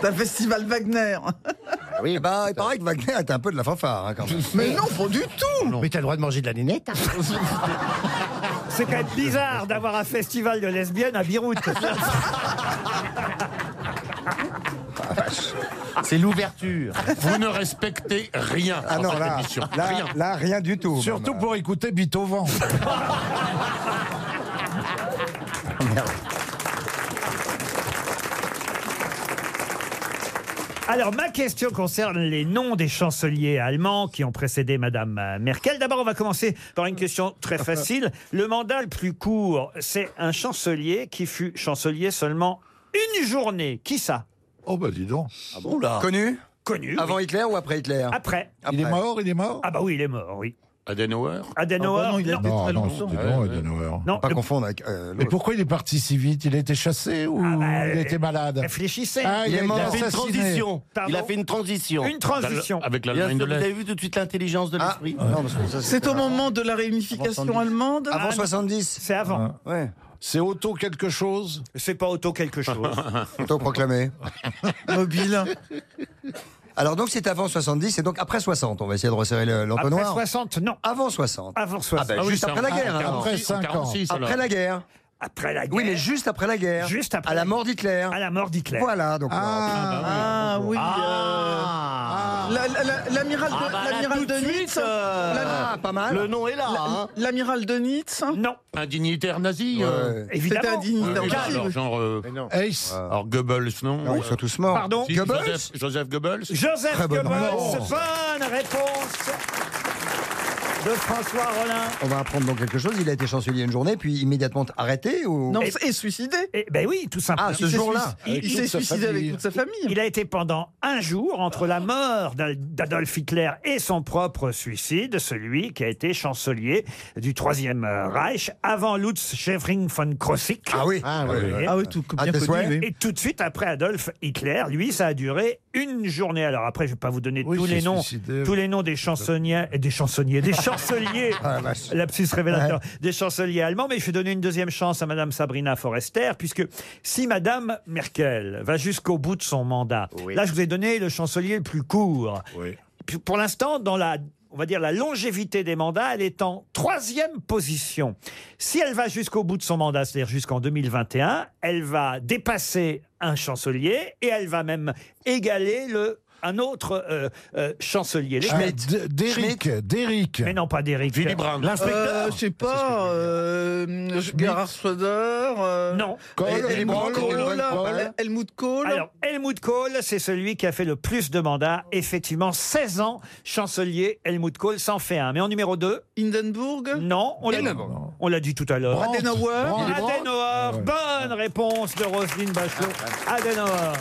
c'est un festival Wagner.
Ah Oui,
Bah, il paraît que Wagner est un peu de la fanfare, hein, quand même.
Mais non, pas du tout
Mais t'as le droit de manger de la nénette.
C'est quand même bizarre d'avoir un festival de lesbiennes à Beyrouth.
C'est l'ouverture.
Vous ne respectez rien
Ah
dans
non,
cette
là,
émission.
là,
rien.
là, rien du tout.
Surtout
même.
pour écouter Beethoven.
Alors, ma question concerne les noms des chanceliers allemands qui ont précédé Madame euh, Merkel. D'abord, on va commencer par une question très facile. Le mandat le plus court, c'est un chancelier qui fut chancelier seulement une journée. Qui ça
Oh bah dis donc.
Connu
Connu.
Ah Avant
oui.
Hitler ou après Hitler
Après.
Il est
Après.
mort, il est mort
Ah bah oui, il est mort, oui.
Adenauer
Adenauer,
Ah bah non, il a
non.
été
Oh, Non,
très
non,
longtemps.
c'était
Ouais,
bon,
ouais.
Adenauer.
Non,
Pas
le-
confondre avec euh,
Mais
l'autre.
pourquoi il est parti si vite Il était chassé ou
Ah bah,
il était malade
réfléchissez.
Ah,
il est mort. Il
été
a
fait une
assassiné.
transition. Il a
Pardon
fait une transition.
Une transition.
Avec
Bien
l'Allemagne
sûr,
de
vous
l'Est.
avez vu tout de suite l'intelligence de
Ah,
l'esprit.
non, parce que ça,
C'est
c'était
au
avant-
moment de la
Avant
réunification
70.
allemande
Avant
Ah, non.
70,
C'est avant.
ouais.
C'est auto quelque chose
C'est pas auto quelque chose.
autoproclamé.
mobile.
Alors donc c'est avant 70 et donc après 60, on va essayer de resserrer le-
Après
l'entonnoir.
60, non.
Avant 60.
Avant Ah 60.
ben, juste
c'est
après
en-
la guerre,
en
hein.
46,
Après cinq
en 46, alors.
Après la guerre.
Après la guerre.
Oui, mais juste après la guerre.
Juste après
À
la
la mort d'Hitler.
à la mort d'Hitler. bah
Voilà, donc.
Ah oui.
Ah.
euh, la- la- la- L'amiral de,
Ah bah là,
l'amiral
tout de
de
suite,
Nietzsche.
euh,
l'ami-
Ah, pas mal.
Le nom est là. hein.
L'amiral de Nietzsche.
Non,
Un dignitaire nazi euh.
Ouais.
C'était
évidemment.
indigne.
Oui,
c'était
alors,
horrible.
genre, euh,
Ace
alors Goebbels, non
Non, ils sont tous morts.
Pardon
Si,
Goebbels
Joseph, Joseph Goebbels
Joseph
Très bonne
Goebbels,
réponse.
bonne réponse de François Rollin.
On va apprendre donc quelque chose. Il a été chancelier une journée, puis immédiatement arrêté ou
Non, et suicidé.
Eh ben oui, tout simplement.
Ah, ce
Il s'est
jour-là.
suicidé-
Avec
Il s'est
toute sa
suicidé
famille.
avec toute sa famille.
Il a été pendant un jour entre la mort d'Al- d'Adolf Hitler et son propre suicide, celui qui a été chancelier du Troisième euh, Reich, avant Lutz Schevring von Krosigk.
Ah oui.
Vous voyez.
Ah oui, tout
Ah,
bien
t'es souhait
connu. oui.
Et tout de suite après Adolf Hitler, lui, ça a duré une journée. Alors après, je ne vais pas vous donner
Oui,
tous
il
les
s'est
noms,
suicidé.
tous les noms des chansonniers, des chansonniers, des chanceliers. Lapsus révélateur des chanceliers allemands, mais je vais donner une deuxième chance à Madame Sabrina Forester, puisque si Madame Merkel va jusqu'au bout de son mandat, là je vous ai donné le chancelier le plus court. Puis, Pour l'instant, dans la on va dire la longévité des mandats, elle est en troisième position. Si elle va jusqu'au bout de son mandat, c'est-à-dire jusqu'en 2021, elle va dépasser un chancelier et elle va même égaler le un autre euh, euh, chancelier. Les-
Ah, D- Derrick, Derrick.
Mais non, pas d'Éric.
Willy Brandt.
Euh, je sais pas,
Ah,
euh, Gerhard Schröder, euh,
Non.
Kohl,
El- El- Kohl,
Kohl, Kohl.
Helmut Kohl.
Alors, Helmut Kohl, c'est celui qui a fait le plus de mandats. Effectivement, 16 ans, chancelier Helmut Kohl s'en fait un. Mais en numéro 2,
Hindenburg,
non, on l'a dit, on l'a dit tout à l'heure.
Brandt,
Adenauer,
Brandt.
Adenauer, bonne
Ah,
réponse de Roselyne Bachelot. Adenauer.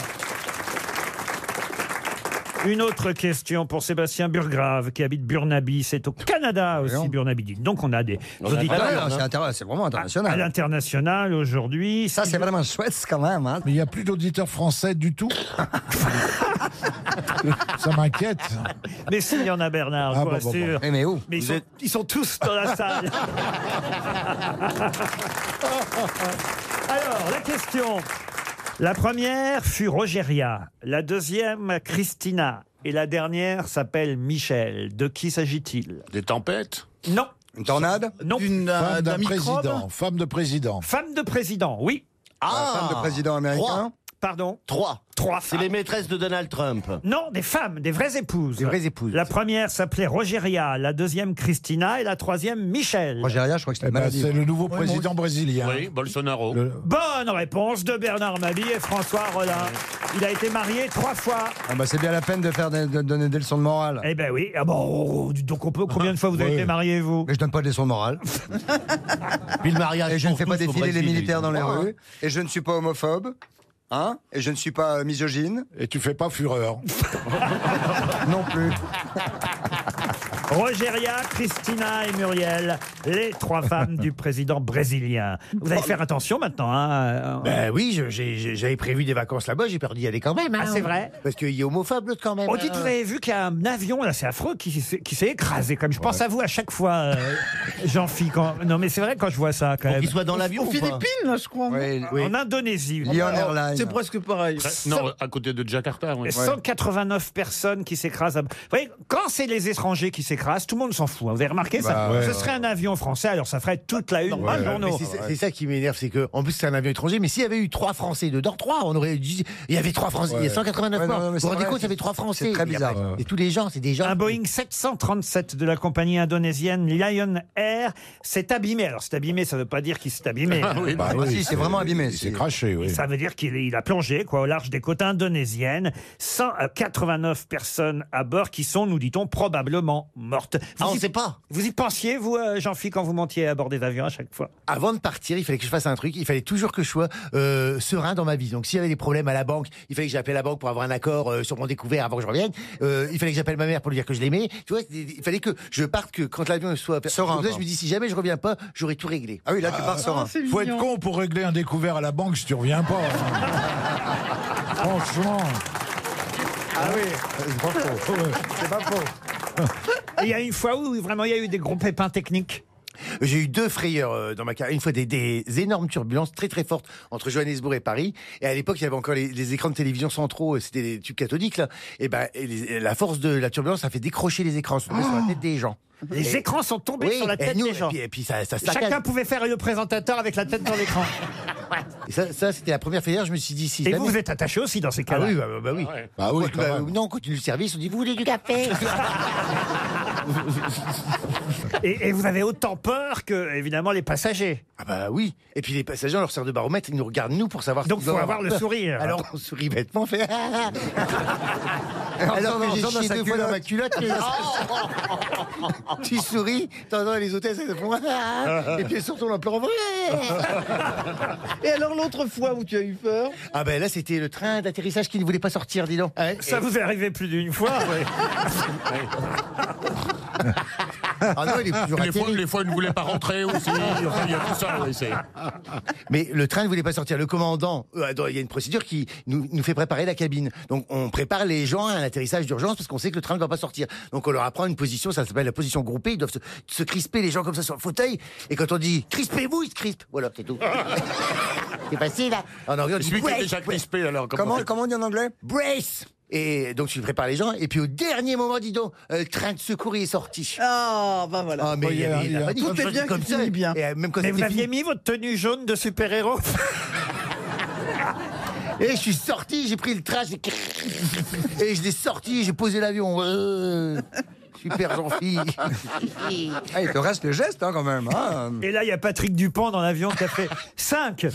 Une autre question pour Sébastien Burgrave qui habite Burnaby. C'est au Canada aussi, Burnaby. Dites Donc on a hein.
Ah
des
ouais, non, c'est
auditeurs
inter- c'est vraiment
à
international.
l'international aujourd'hui.
Ça, c'est vraiment chouette quand même. hein.
Mais il n'y a plus d'auditeurs français du tout. Ça m'inquiète.
Mais s'il y en a, Bernard,
Ah,
je vous
bon, bon,
rassure.
bon.
Eh, mais où
Mais ils sont, ils sont tous dans la salle. Alors, la question. La première fut Rogeria, la deuxième Christina et la dernière s'appelle Michel. De qui s'agit-il
Des tempêtes
Non,
Une tornade
non.
D'une, euh,
Femme d'un
d'un microbe
président. Femme de président.
Femme de président, oui.
La Ah, femme de président américain
Pardon
Trois.
Trois
C'est
femmes.
les maîtresses de Donald Trump.
Non, des femmes, des vraies épouses.
Des vraies épouses.
La première s'appelait Rogeria, la deuxième Christina et la troisième Michel.
Rogeria, je crois que c'était
Eh
la
ben,
maladie.
c'est le nouveau président brésilien.
Oui, Bolsonaro.
Le-
Bonne réponse de Bernard Mabie et François Rollin. Il a été marié trois fois.
Ah bah, c'est bien la peine de, faire des- de donner des leçons de morale.
Eh ben oui. Ah bon, oh, dites donc on peut combien de fois vous avez
Ouais.
été marié vous
Mais je donne pas de leçons de morale.
Puis le mariage.
Et je ne fais pas défiler les militaires dans les
rue.
rues. Et je ne suis pas homophobe. Hein Et je ne suis pas euh, misogyne
Et tu fais pas fureur.
non plus.
Rogeria, Christina et Muriel, les trois femmes du président brésilien. Vous allez faire attention maintenant. Hein. euh,
Ben oui, je- j'ai- j'ai- j'avais prévu des vacances là-bas, j'ai peur d'y aller quand même. hein.
Ah, c'est vrai
Parce qu'il est homophobe, l'autre quand même.
Oh,
hein.
dites, vous avez vu qu'il y a un avion, là, c'est affreux, qui, s'est- qui s'est écrasé. Comme je pense à vous à chaque fois, euh, Jean-Philippe. Quand... Non, mais c'est vrai quand je vois ça, quand même.
Qu'ils soient dans l'avion.
Aux
ou pas
Philippines, là, je crois.
Oui,
Oui.
En Indonésie.
Lion Airlines.
C'est presque pareil.
Non, à côté de Jakarta. oui.
189 personnes qui s'écrasent. à- Vous voyez, quand c'est les étrangers qui s'écrasent, tout le monde s'en fout. hein. Vous avez remarqué ça
Bah, ouais,
Ce
ouais,
serait un avion français, alors ça ferait toute la une dans le
Mais
journaux.
c'est- C'est ça qui m'énerve, c'est que en plus c'est un avion étranger, mais s'il y avait eu trois Français dedans, trois, on aurait dit il y avait trois Français, il y
Ouais.
a 189
Ouais, non,
morts.
non, mais
Vous
c'est
vous rendez
vrai,
compte, il y avait trois Français.
c'est très
Il y a
bizarre.
pas- Et tous les gens, c'est des gens.
Un Boeing 737 de la compagnie indonésienne Lion Air s'est abîmé. Alors, c'est abîmé, ça ne veut pas dire qu'il s'est abîmé. hein.
Oui,
Bah
Ah, si, c'est vraiment abîmé,
il s'est
si.
craché, oui.
Ça veut dire qu'il il a plongé quoi, au large des côtes indonésiennes. 189 personnes à bord qui sont, nous dit-on, probablement mortes. Vous,
Ah, on
y,
sait pas.
vous y pensiez, vous, euh, Jean-Philippe, quand vous montiez à bord des avions à chaque fois
Avant de partir, il fallait que je fasse un truc. Il fallait toujours que je sois euh, serein dans ma vie. Donc, s'il y avait des problèmes à la banque, il fallait que j'appelle la banque pour avoir un accord euh, sur mon découvert avant que je revienne. Euh, il fallait que j'appelle ma mère pour lui dire que je l'aimais. Tu vois, c'est- il fallait que je parte que quand l'avion soit
Serein,
Comme ça,
quoi.
je me dis si jamais je reviens pas, j'aurai tout réglé.
Ah oui, là, tu pars serein.
Ah, c'est
Faut être
mignon.
con pour régler un découvert à la banque si tu reviens pas. Franchement.
Ah oui, c'est pas faux. C'est pas faux.
Ah.
Et Il y a une fois où vraiment il y a eu des gros pépins techniques.
J'ai eu deux frayeurs euh, dans ma carrière. Une fois, des, des énormes turbulences très très fortes entre Johannesburg et Paris. Et à l'époque, il y avait encore les, les écrans de télévision centraux, euh, c'était des tubes cathodiques là. Et ben, et les- et la force de la turbulence a fait décrocher les écrans, sur sur la tête des gens.
Ah, Les écrans sont tombés
Oui,
sur la
et
tête
nous,
des gens.
Et puis, et puis Eh, ça, ça saccade.
Chacun pouvait faire le présentateur avec la tête dans l'écran.
Et ça, ça, c'était la première frayeur. Je me suis dit si.
Et
jamais-
vous vous êtes attaché aussi dans ces
ah
cas-là.
oui, bah, bah, bah oui.
Bah oui, quand
Bah,
même.
non, on continue le service. On dit vous voulez du café
et, et vous avez autant peur que évidemment les passagers.
Ah bah oui. Et puis les passagers, on leur sert de baromètre. Ils nous regardent nous pour savoir.
Donc,
s'ils
faut
doivent
avoir le
peur.
sourire.
Alors on sourit bêtement. On fait. ah, ah, ah. Alors
en
que j'ai
faisant dans
chié
sa
deux fois
culotte.
dans ma culotte. mais- ah, tu souris. T'entends les hôtesses elles font. ah, ah. Et puis surtout on en pleure.
Et alors l'autre fois où tu as eu peur
Ah ben là c'était le train d'atterrissage qui ne voulait pas sortir. Dis donc.
Ça vous est arrivé plus d'une fois.
Ah non, il est toujours
Les fois,
atterri.
les fois, ils ne voulaient pas rentrer aussi. Enfin, il y a tout ça. oui, c'est-
Mais le train ne voulait pas sortir. Le commandant, euh, attends, il y a une procédure qui nous, nous fait préparer la cabine. Donc on prépare les gens à un atterrissage d'urgence parce qu'on sait que le train ne va pas sortir. Donc on leur apprend une position, ça s'appelle la position groupée. Ils doivent se, se crisper les gens comme ça sur le fauteuil. Et quand on dit crispez-vous, ils se crispent. Voilà, c'est tout. c'est facile. Hein en anglais, on
Et
dit
Celui qui est
brace,
déjà crispé, alors. comment
Comment, comment on dit en anglais
brace. Et donc tu prépares les gens. Et puis au dernier moment, dis donc, euh, le train de secours est sorti.
Ah, bah voilà.
Ah mais il y
Oh,
avait-
il y
il y
a-
avait
tout
comme
est
ça,
bien
comme
qui
ça.
finit bien.
Et, euh, même quand
Mais vous
c'était
aviez
fini,
mis votre tenue jaune de super-héros.
Et je suis sorti, j'ai pris le train, j'ai... et je l'ai sorti, j'ai posé l'avion. Euh, super gentil.
Ah, il te reste le geste, hein, quand même. hein.
Et là il y a Patrick Dupont dans l'avion qui a fait 5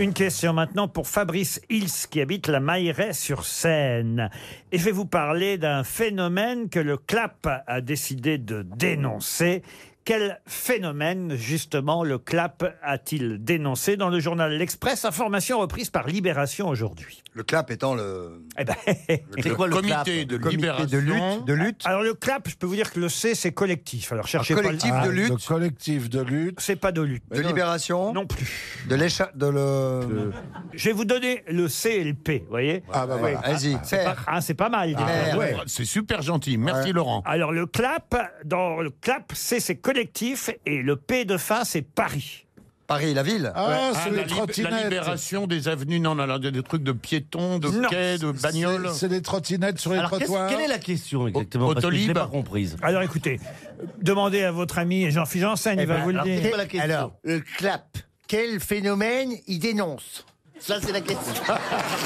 Une question maintenant pour Fabrice Hils qui habite la Mailleraie sur Seine. Et je vais vous parler d'un phénomène que le CLAP a décidé de dénoncer Quel phénomène, justement, le clap a-t-il dénoncé dans le journal L'Express Information reprise par Libération aujourd'hui.
Le clap étant le.
Eh ben,
C'est quoi le comité clap de
comité
libération Ah,
lutte, Alors le clap, je peux vous dire que le C, c'est collectif. Alors cherchez
collectif
pas
de lutte.
Le collectif de lutte. C'est pas de lutte.
De libération
Non plus.
De l'écha... De le...
Je vais vous donner le C et le P, vous voyez
Ah, bah, voilà. Vas-y,
c'est pas,
faire.
ah, c'est pas mal.
Ah,
déjà.
ouais. C'est super gentil. Merci,
Ouais.
Laurent.
Alors le clap, dans le clap, c'est c'est collectif et le P de fin, c'est Paris.
Paris, la ville
Ah,
Ah,
la, lib- la libération des avenues, non, non, non, des des trucs de piétons, de quais, de bagnoles.
C'est des trottinettes sur les
Alors, qu'est-ce-
trottoirs.
quelle est la
question
exactement, parce que je l'ai Autolib. pas comprise.
Alors écoutez, demandez à votre ami Jean-Philippe Janssen,
Eh
il va
ben,
vous le dire.
Eh ben, Alors, le Euh, clap, quel phénomène il dénonce Ça, c'est la question.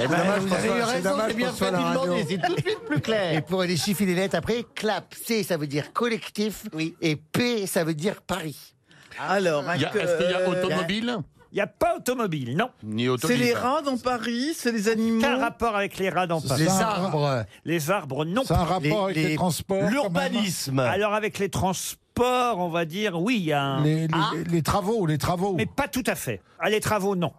Eh ben, dommage
vous
qu'on
avez
soit-
eu
c'est
raison,
dommage
c'est bien
qu'on soit
fait de
à la radio.
demander, c'est tout de suite plus clair. Et pour aller chiffrer les lettres après, clap, C, ça veut dire collectif, oui. et P, ça veut dire Paris.
Alors,
Il y a- est-ce qu'il y a automobile
Il n'y a pas automobile, non.
Ni
C'est
automobile.
les rats dans Paris, c'est les animaux.
Quel rapport avec les rats dans Paris
Les arbres.
Les arbres, non.
C'est un rapport Les- avec les les- transports, quand hein. l'urbanisme. même.
Alors avec les transports, on va dire, oui, il y a un...
Les, les-
Ah,
les- les travaux, les travaux.
Mais pas tout à fait. Ah, les travaux, non.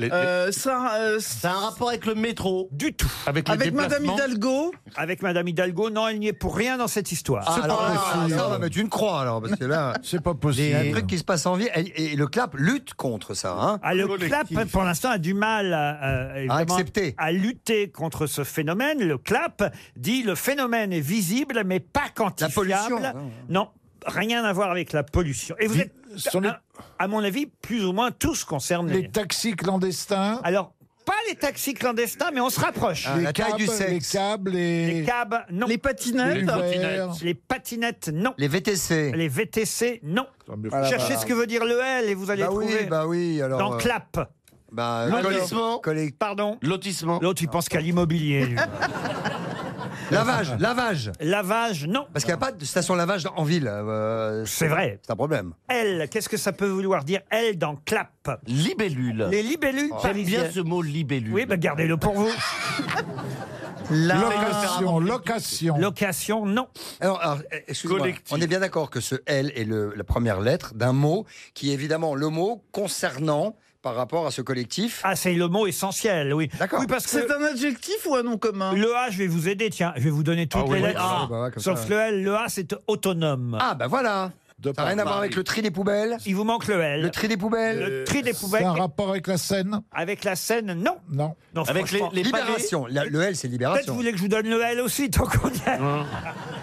Euh, ça, euh, c'est
un rapport avec le métro.
Du tout.
Avec,
les Avec Madame déplacements Hidalgo
Avec Madame Hidalgo, non, elle n'y est pour rien dans cette histoire.
Ah, alors, là, ça, on va mettre une croix alors, parce que là,
c'est pas
il y
possible.
a un truc qui se passe en ville. Et, et le clap lutte contre ça. Hein.
Ah, le clap, pour l'instant, a du mal à, euh, évidemment,
accepter.
à lutter contre ce phénomène. Le clap dit le phénomène est visible, mais pas quantifiable.
pollution, hein, non.
Non, rien à voir avec la pollution. Et vous êtes,
sur les-
à, à mon avis, plus ou moins tous concernés.
Les taxis clandestins.
Alors, pas les taxis clandestins, mais on se rapproche.
Ah,
les
la taille
câbles,
du
Les
sexe.
câbles, les,
Les cabs, non.
Les
Les,
patinettes
Les patinettes.
verres.
patinettes, non.
Les VTC.
Les VTC, non.
Voilà,
Cherchez
voilà.
ce que veut dire le L et vous allez
Bah
trouver
oui, bah oui. Alors,
dans
euh,
clap.
bah,
Lotissement.
collect-
Pardon.
Lotissement.
L'autre, il pense qu'à l'immobilier. lui.
Lavage, lavage.
Lavage, non.
Parce qu'il n'y a pas de station lavage en ville. euh,
C'est vrai.
C'est un problème.
Elle, qu'est-ce que ça peut vouloir dire elle dans clap
Libellule.
Les libellules
J'aime
parisiennes.
bien ce mot libellule.
Oui, bah gardez-le pour vous.
location, location.
Location, non.
Alors, alors, euh, excusez-moi,
Collectif.
on est bien d'accord que ce L est le- la première lettre d'un mot qui est évidemment le mot concernant par rapport à ce collectif.
Ah, c'est le mot essentiel, oui.
D'accord.
Oui, parce que
C'est un adjectif ou un nom commun
le A, je vais vous aider, tiens, je vais vous donner toutes
Ah oui,
les
oui,
lettres.
ah,
bah ouais, comme
sauf
ça.
le L, le A, c'est autonome.
Ah, bah voilà
De
Ça n'a rien à voir avec le tri des poubelles
Il vous manque le L.
Le tri des poubelles
Le tri des
C'est
poubelles.
un rapport avec la Seine
Avec la scène, non.
Non.
Non,
Avec les,
franchement.
les pavés.
Libération. La- le L, c'est
Peut-être
libération.
vous voulez que je vous donne le L aussi, tant qu'on y est.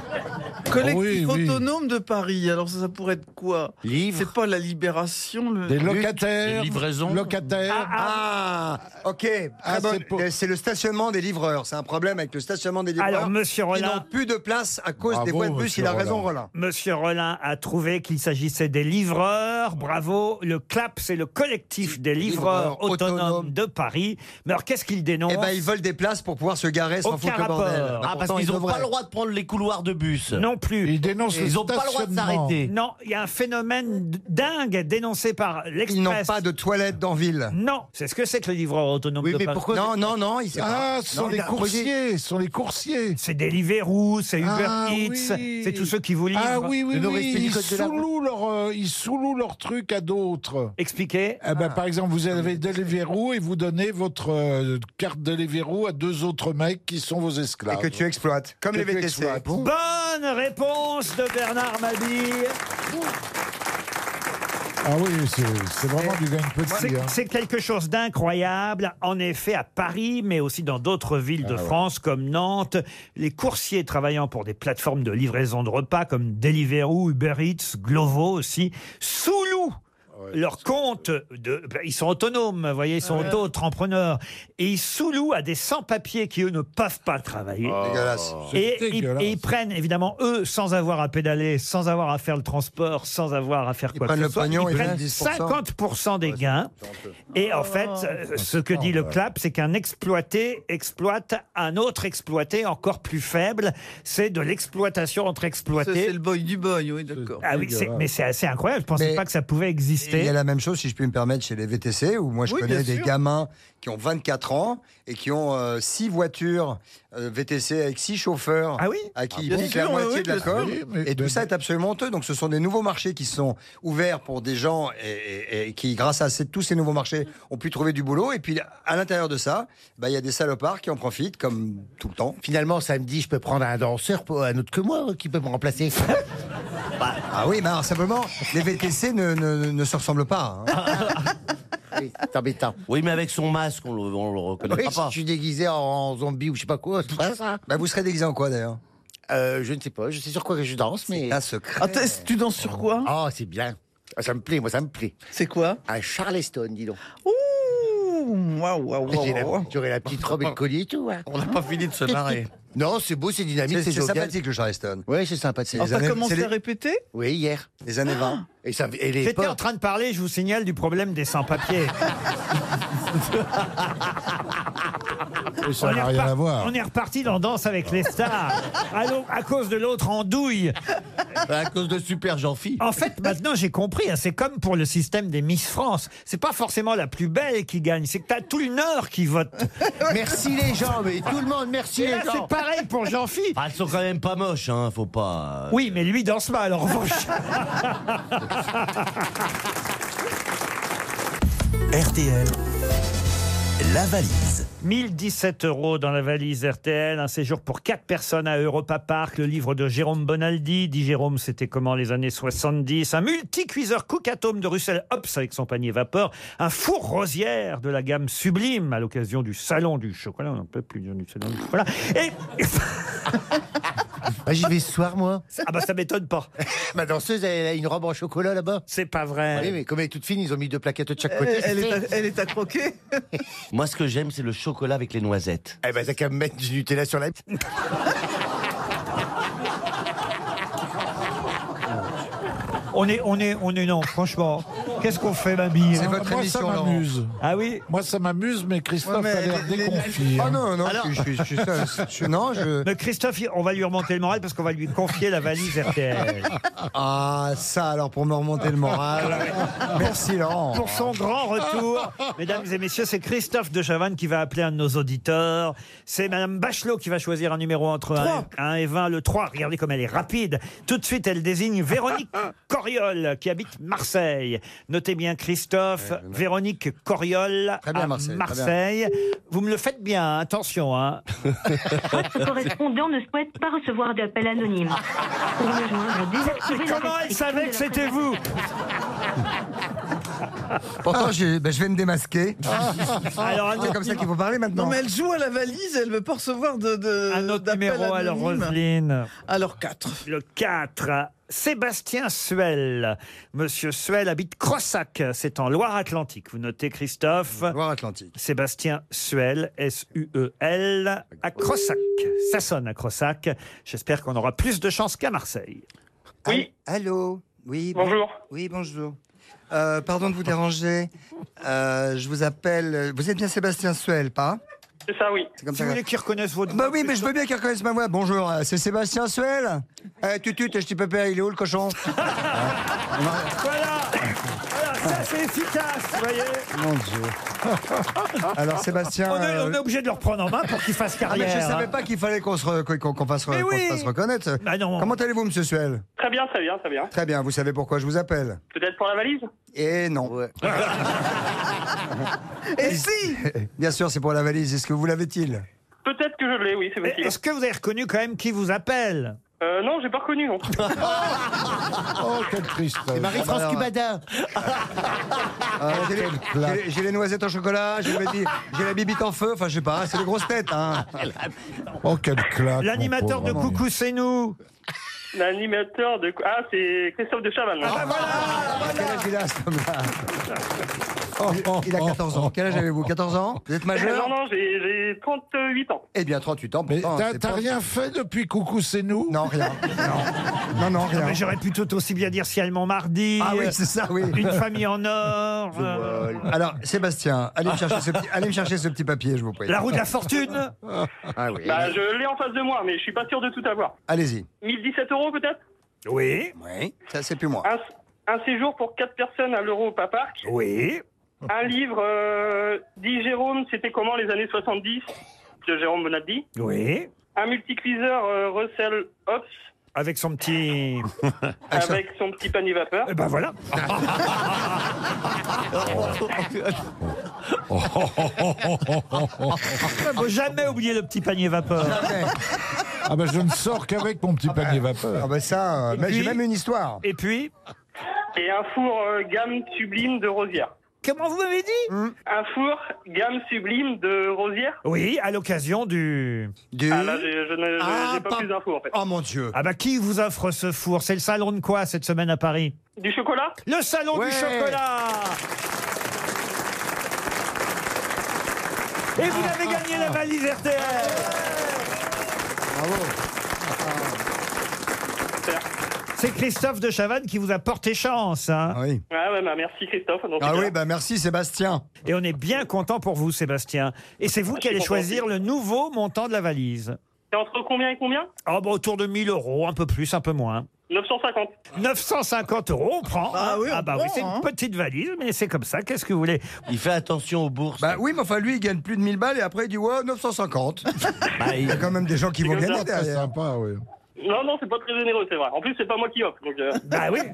Collectif
oui, oui.
autonome de Paris. Alors ça, ça pourrait être quoi C'est pas la libération. Le...
Des locataires.
Des livraisons.
Locataires.
Ah, ok. Très
Ah,
bonne-
c'est pour-
Euh, C'est le stationnement des livreurs. C'est un problème avec le stationnement des livreurs.
Alors, monsieur
Ils
Rollin-
n'ont plus de place à cause des
Bravo,
voies de bus.
monsieur
Il a raison,
Rollin.
Roland.
Monsieur Rollin a trouvé qu'il s'agissait des livreurs. Bravo. Le CLAP, c'est le collectif des livreurs,
Livreurs
autonomes
autonomes.
de Paris. Mais alors, qu'est-ce qu'il dénonce
Eh ben, ils veulent des places pour pouvoir se garer sans
Aucun
foutre le
rapport.
bordel. Bah,
Ah,
Ah, parce
Pourtant,
qu'ils
ils
n'ont pas
devraient.
le droit de prendre les couloirs de bus.
Non plus.
Ils dénoncent le
Ils n'ont pas le droit de
stationnement.
s'arrêter.
Non, il y a un phénomène d- dingue dénoncé par l'Express.
Ils n'ont pas de toilettes dans ville.
Non, c'est ce que c'est que le livreur autonome
Oui,
de
mais
Paris.
pourquoi
Non, non, non. Ils...
Ah, ce sont
Non,
les
non,
coursiers. Ce sont les coursiers.
C'est Deliveroo, c'est Uber
Ah,
Eats,
oui.
c'est tous ceux qui vous livrent.
Ah oui, oui,
De ne
oui.
respecter le
Ils
code de la route.
sous-louent leur, euh, ils sous-louent leur truc à d'autres.
Expliquez.
Eh ben, Par exemple, vous avez Deliveroo et vous donnez votre euh, carte Deliveroo à deux autres mecs qui sont vos
Et
esclaves.
que tu exploites. Comme
Que
les
tu
VTC.
exploites.
Bonne réponse de Bernard Mabille.
Ah oui, c'est c'est vraiment du gain de petit.
C'est-
hein.
C'est quelque chose d'incroyable, en effet, à Paris, mais aussi dans d'autres villes
Ah
de France, comme Nantes. Les coursiers travaillant pour des plateformes de livraison de repas, comme Deliveroo, Uber Eats, Glovo aussi, sous-louent leur compte de, bah, ils sont autonomes, vous voyez, ils sont d'autres entrepreneurs, et ils sous-louent à des sans-papiers qui eux ne peuvent pas travailler.
Dégueulasse.
Et
Oh. C'est
ils,
dégueulasse.
et ils prennent évidemment eux sans avoir à pédaler, sans avoir à faire le transport, sans avoir à faire quoi que
prennent
ce
le
soit.
pognon
Ils
et
prennent
ils disent 10%.
50% des gains. Et en fait, euh, ce que dit le clap, c'est qu'un exploité exploite un autre exploité encore plus faible. C'est de l'exploitation entre
Ça, C'est
exploités.
le boy du boy, oui, d'accord.
Ah
Ah oui, c'est- mais c'est assez incroyable. Je pensais
Mais-
pas que ça pouvait exister.
Il y a la même chose, si je puis me permettre, chez les VTC, où moi je
Oui,
connais
bien
des
sûr.
gamins qui ont 24 ans et qui ont 6 voitures euh, VTC avec 6 chauffeurs à qui ils
Ah Bien
piquent
sûr,
la
oui,
moitié
oui,
de la
bien sûr.
com.
Oui, mais-
Et tout ça est absolument honteux. Donc ce sont des nouveaux marchés qui sont ouverts pour des gens et, et- et qui, grâce à ces- tous ces nouveaux marchés, ont pu trouver du boulot. Et puis à l'intérieur de ça, bah, il y a des salopards qui en profitent, comme tout le temps.
Finalement, samedi, je peux prendre un danseur, pour- un autre que moi, euh, qui peut me remplacer.
Ah oui, mais alors, simplement, les VTC ne, ne- ne se ressemblent pas. hein.
C'est embêtant.
Oui, mais avec son masque, on le, on le reconnaîtra
Oui, si
pas.
je suis déguisé en, en zombie ou je sais pas quoi, c'est pas ça.
Bah, vous serez déguisé en quoi d'ailleurs
Euh, Je ne sais pas, je sais sur quoi que je danse, mais.
Un secret.
tu danses sur quoi Oh, c'est bien. Ah, Ça me plaît, moi ça me plaît.
C'est quoi
Un Charleston, dis donc.
Ouh, waouh, waouh,
J'ai la- J'aurais la petite robe et le collier et tout. hein.
On n'a pas fini de se marrer.
Non, c'est beau, c'est dynamique,
C'est-
c'est
c'est
jovial.
sympathique, le Charleston.
Oui, c'est sympathique.
On t'a commencé à répéter
Oui, hier.
Les années 20.
Et, ça, et les
Ah. J'étais
portes-
en train de parler, je vous signale, du problème des sans-papiers.
Ça n'a rien
repart-
à voir.
on est reparti dans Danse avec les stars. à, l'au- à cause de l'autre andouille.
Bah,
À cause de Super Jean-Phi.
En fait, maintenant, j'ai compris. hein, c'est comme pour le système des Miss France. C'est pas forcément la plus belle qui gagne. C'est que t'as tout le Nord qui vote.
Merci les gens, mais tout le monde, merci
Et
les
là,
gens.
c'est pareil pour Jean-Phi.
Ah, elles sont quand même pas moches, hein, faut pas.
Oui, mais lui danse mal, en revanche.
RTL, la valise.
1017 euros dans la valise RTL, un séjour pour quatre personnes à Europa Park, le livre de Jérôme Bonaldi. Dit Jérôme, c'était comment les années 70 Un multicuiseur cookatome de Russell Hobbs avec son panier vapeur. Un four rosière de la gamme sublime à l'occasion du salon du chocolat. On n'en peut plus dire du salon du chocolat. Et.
Ah, J'y vais ce soir, moi.
Ah bah ça m'étonne pas.
Ma danseuse, elle a une robe en chocolat là-bas.
C'est pas vrai.
Oui, mais comme elle est toute fine, ils ont mis deux plaquettes de chaque côté.
Elle, elle est à, elle est à croquer.
Moi, ce que j'aime, c'est le chocolat avec les noisettes.
Eh ben, t'as qu'à me mettre du Nutella sur la.
On est, on est, on est, non, franchement. Qu'est-ce qu'on fait, mamie
C'est
hein
votre
Moi, ça
émission, Laurent.
m'amuse.
Ah oui
Moi, ça m'amuse, mais
Ouais,
Christophe
mais
a l'air
les- les-
déconfit.
Oh
hein.
non, non, je, suis- je suis seul. Je- non, je.
Mais Christophe, on va lui remonter le moral parce qu'on va lui confier la valise RTL.
Ah, ça alors pour me remonter le moral. Merci Laurent.
Pour son grand retour, mesdames et messieurs, c'est Christophe de Chavannes qui va appeler un de nos auditeurs. C'est madame Bachelot qui va choisir un numéro entre 1, et 20, le 3. Regardez comme elle est rapide. Tout de suite, elle désigne Véronique Coriol qui habite Marseille. Notez bien Christophe, Véronique Coriol
Très bien,
à
Marseille, très bien.
Marseille. Vous me le faites bien, hein, attention. hein.
Votre correspondant ne souhaite pas recevoir d'appel anonyme. Pour le joindre, désactivez la
Comment elle
restriction
savait
de
que
la
c'était vous
Ah.
Pourtant, j'ai- ben, je vais me démasquer.
Alors, un
C'est
autre
comme ça qu'il faut parler maintenant.
Non, mais elle joue à la valise, elle veut pas recevoir de. de
Un autre
d'appel
numéro, alors
anonyme.
Roselyne.
Alors 4.
Le 4. Sébastien Suel. Monsieur Suel habite Crossac. C'est en Loire-Atlantique. Vous notez, Christophe
Loire-Atlantique.
Sébastien Suel, S-U-E-L, à Crossac. Ça sonne à Crossac. J'espère qu'on aura plus de chance qu'à Marseille.
Oui. Allô. Oui. bon-
Bonjour.
Oui, bonjour. Euh, pardon de vous déranger. Euh, je vous appelle. Vous êtes bien Sébastien Suel, pas
C'est ça, oui.
C'est comme
Si vous voulez qu'ils reconnaissent votre
Bah oui, mais je veux bien qu'ils reconnaissent ma voix. Bonjour, euh, c'est Sébastien Suel. Euh, tutut, je t'y peux pas, il est où le cochon
Voilà Voilà, ça c'est efficace, vous voyez
Mon Dieu. Alors Sébastien.
on est,
euh,
on est obligé de le reprendre en main pour qu'il fasse
Ah, mais
carrière.
je savais
hein.
pas qu'il fallait qu'on se, re- qu'on, qu'on fasse, re-
Mais
qu'on
oui.
se fasse reconnaître.
Bah non.
Comment allez-vous, monsieur Suel
Très bien, très bien, très bien.
Très bien, vous savez pourquoi je vous appelle
Peut-être pour la valise
Et Eh non. Eh
Et si
Bien sûr, c'est pour la valise. Est-ce que vous l'avez-il
Peut-être que je l'ai, oui, c'est
Eh,
possible.
Est-ce que vous avez reconnu quand même qui vous appelle
Euh, non, j'ai pas reconnu, non.
Oh, quelle tristesse.
Marie-France Cubada.
Euh, j'ai, les, j'ai les- j'ai les noisettes au chocolat, j'ai, le béti- j'ai la bibite en feu, enfin je sais pas, c'est des grosses têtes. Hein.
Oh, quelle claque. mon
L'animateur
pauvre,
de
non.
Coucou, c'est nous
L'animateur de. Ah, c'est Christophe de Chavannes.
Ah,
Ah,
À Ah, quel âge il a, cet homme-là Il a 14 ans. Quel âge avez-vous 14 ans Vous êtes majeur
non, non, j'ai j'ai 38 ans.
Eh bien, 38 ans.
Mais
pourtant,
t'as,
c'est
t'as
pas-
rien fait depuis Coucou, c'est nous
Non, rien. Non, non, non,
Non,
rien.
mais j'aurais pu tout aussi bien dire Ciellement Mardi.
Ah oui, c'est ça, oui.
Une famille en or. euh,
Alors, Sébastien, allez me chercher ce petit, allez me chercher ce petit papier, je vous prie.
la roue de la fortune.
Ah oui.
Bah, je l'ai en face de moi, mais je suis pas sûr de tout avoir.
Allez-y.
1017 euros, peut-être
Oui.
Oui. Ça, c'est plus moi.
un, un séjour pour quatre personnes à l'Europa Park.
Oui.
Un livre, euh, dit Jérôme, c'était comment les années 70 de Jérôme Bonaldi.
Oui.
Un multicuiseur euh, Russell Hobbs
Avec son petit.
Ah,
avec son petit panier vapeur.
Eh ben voilà. Ah, faut jamais oublier le petit panier vapeur.
Ah ben je ne sors qu'avec mon petit panier vapeur. Ah ben ça,
mais j'ai même
une histoire.
Et puis
Et un four euh, gamme sublime de Rosière.
Comment vous m'avez dit
Un four gamme sublime de Rosière
Oui, à l'occasion du.
Ah là, j'ai- je ne- je-
Ah,
j'ai pas plus d'infos en fait.
Oh,
mon Dieu. Ah bah qui vous offre ce four C'est le salon de quoi cette semaine à Paris
Du chocolat
Le salon du chocolat Et vous avez gagné la valise RTL Bravo C'est Christophe de Chavannes qui vous a porté chance. hein.
Ah ouais, bah, merci Christophe.
Ah
en tout cas.
bah merci Sébastien. Et on est bien content pour vous Sébastien. Et c'est vous
Ah, je
qui
suis
allez
content
choisir le nouveau montant de la valise.
C'est entre combien et combien
Ah bah, autour de 1000 euros, un peu plus, un peu moins.
950.
950 euros, on prend.
Ah oui, on
bah
prend,
oui, c'est
hein.
une petite valise, mais c'est comme ça. Qu'est-ce que vous voulez Il fait attention aux bourses.
Bah oui, mais enfin lui, il gagne plus de 1000 balles et après il dit ouais, 950.
Bah,
il y a quand même des gens Oh, qui
C'est
vont
comme
gagner
ça.
derrière.
C'est
sympa, oui.
Non, non, c'est pas très généreux, c'est vrai. En plus, c'est pas moi qui offre. Donc, euh,
Bah oui. Mais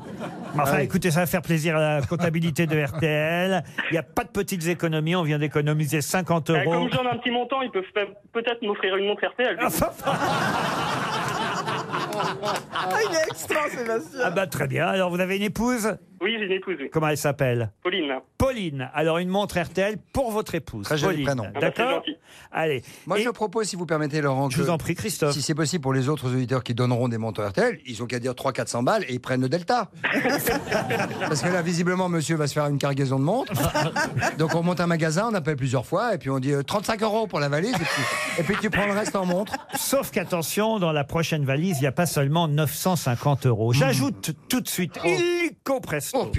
Ah
Enfin, écoutez, ça va faire plaisir à la comptabilité de RTL. Il n'y a pas de petites économies. On vient d'économiser 50
euh,
euros.
comme j'en ai un petit montant, ils peuvent pe- peut-être m'offrir une montre RTL.
Ah, il est extra, Sébastien.
Ah bah très bien. Alors, vous avez une épouse
Oui, j'ai une épouse, oui.
Comment elle s'appelle
Pauline.
Pauline. Alors, une montre RTL pour votre épouse.
Très joli
Pauline.
prénom. Ah bah, c'est
D'accord
gentil.
Allez.
Moi, je propose, si vous permettez, Laurent,
Je vous en prie, Christophe.
Si c'est possible pour les autres auditeurs qui donneront des montants RTL, ils ont qu'à dire 300-400 balles et ils prennent le Delta. Parce que là, visiblement, monsieur va se faire une cargaison de montres. Donc, on monte un magasin, on appelle plusieurs fois et puis on dit euh, 35 euros pour la valise et puis, et puis tu prends le reste en montre.
Sauf qu'attention, dans la prochaine valise, il n'y a pas seulement 950
Oh.
euros. J'ajoute tout de suite, illico presto,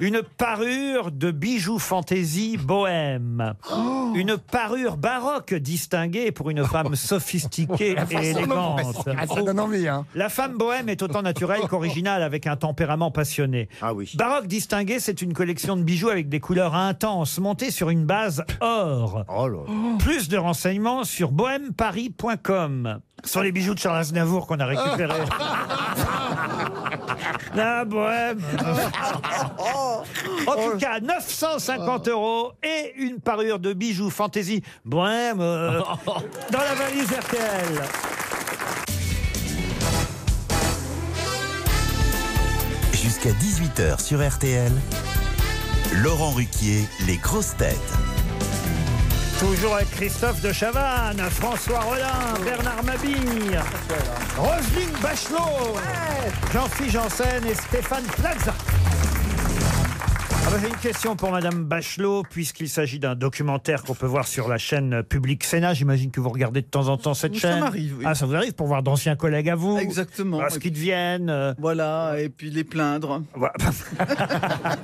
une parure de bijoux fantaisie bohème.
Oh.
Une parure baroque distinguée pour une femme sophistiquée
La façon
et
dont on fait
élégante. Oh.
ça. Ah, ça donne envie, hein.
La femme bohème est autant naturelle qu'originale avec un tempérament passionné. Baroque distingué, c'est une collection de bijoux avec des couleurs intenses montées sur une base or. Plus de renseignements sur bohèmeparis.com. Ce sont les bijoux de Charles Aznavour qu'on a récupérés. La bohème. En tout cas, 950 euros et une parure de bijoux fantaisie bohème euh, dans la valise RTL.
Jusqu'à 18h sur RTL, Laurent Ruquier, les grosses têtes.
Toujours avec Christophe de Chavannes, François Rollin, Bernard Mabille, Roselyne Bachelot, Jean-Philippe Janssen et Stéphane Plaza. Ah bah, J'ai une question pour Madame Bachelot, puisqu'il s'agit d'un documentaire qu'on peut voir sur la chaîne Public Sénat. J'imagine que vous regardez de temps en temps cette
Ça
chaîne.
m'arrive, oui.
Ah, ça vous arrive pour voir d'anciens collègues à vous
Exactement.
Voir ce qu'ils deviennent. euh,
Voilà, et puis les plaindre.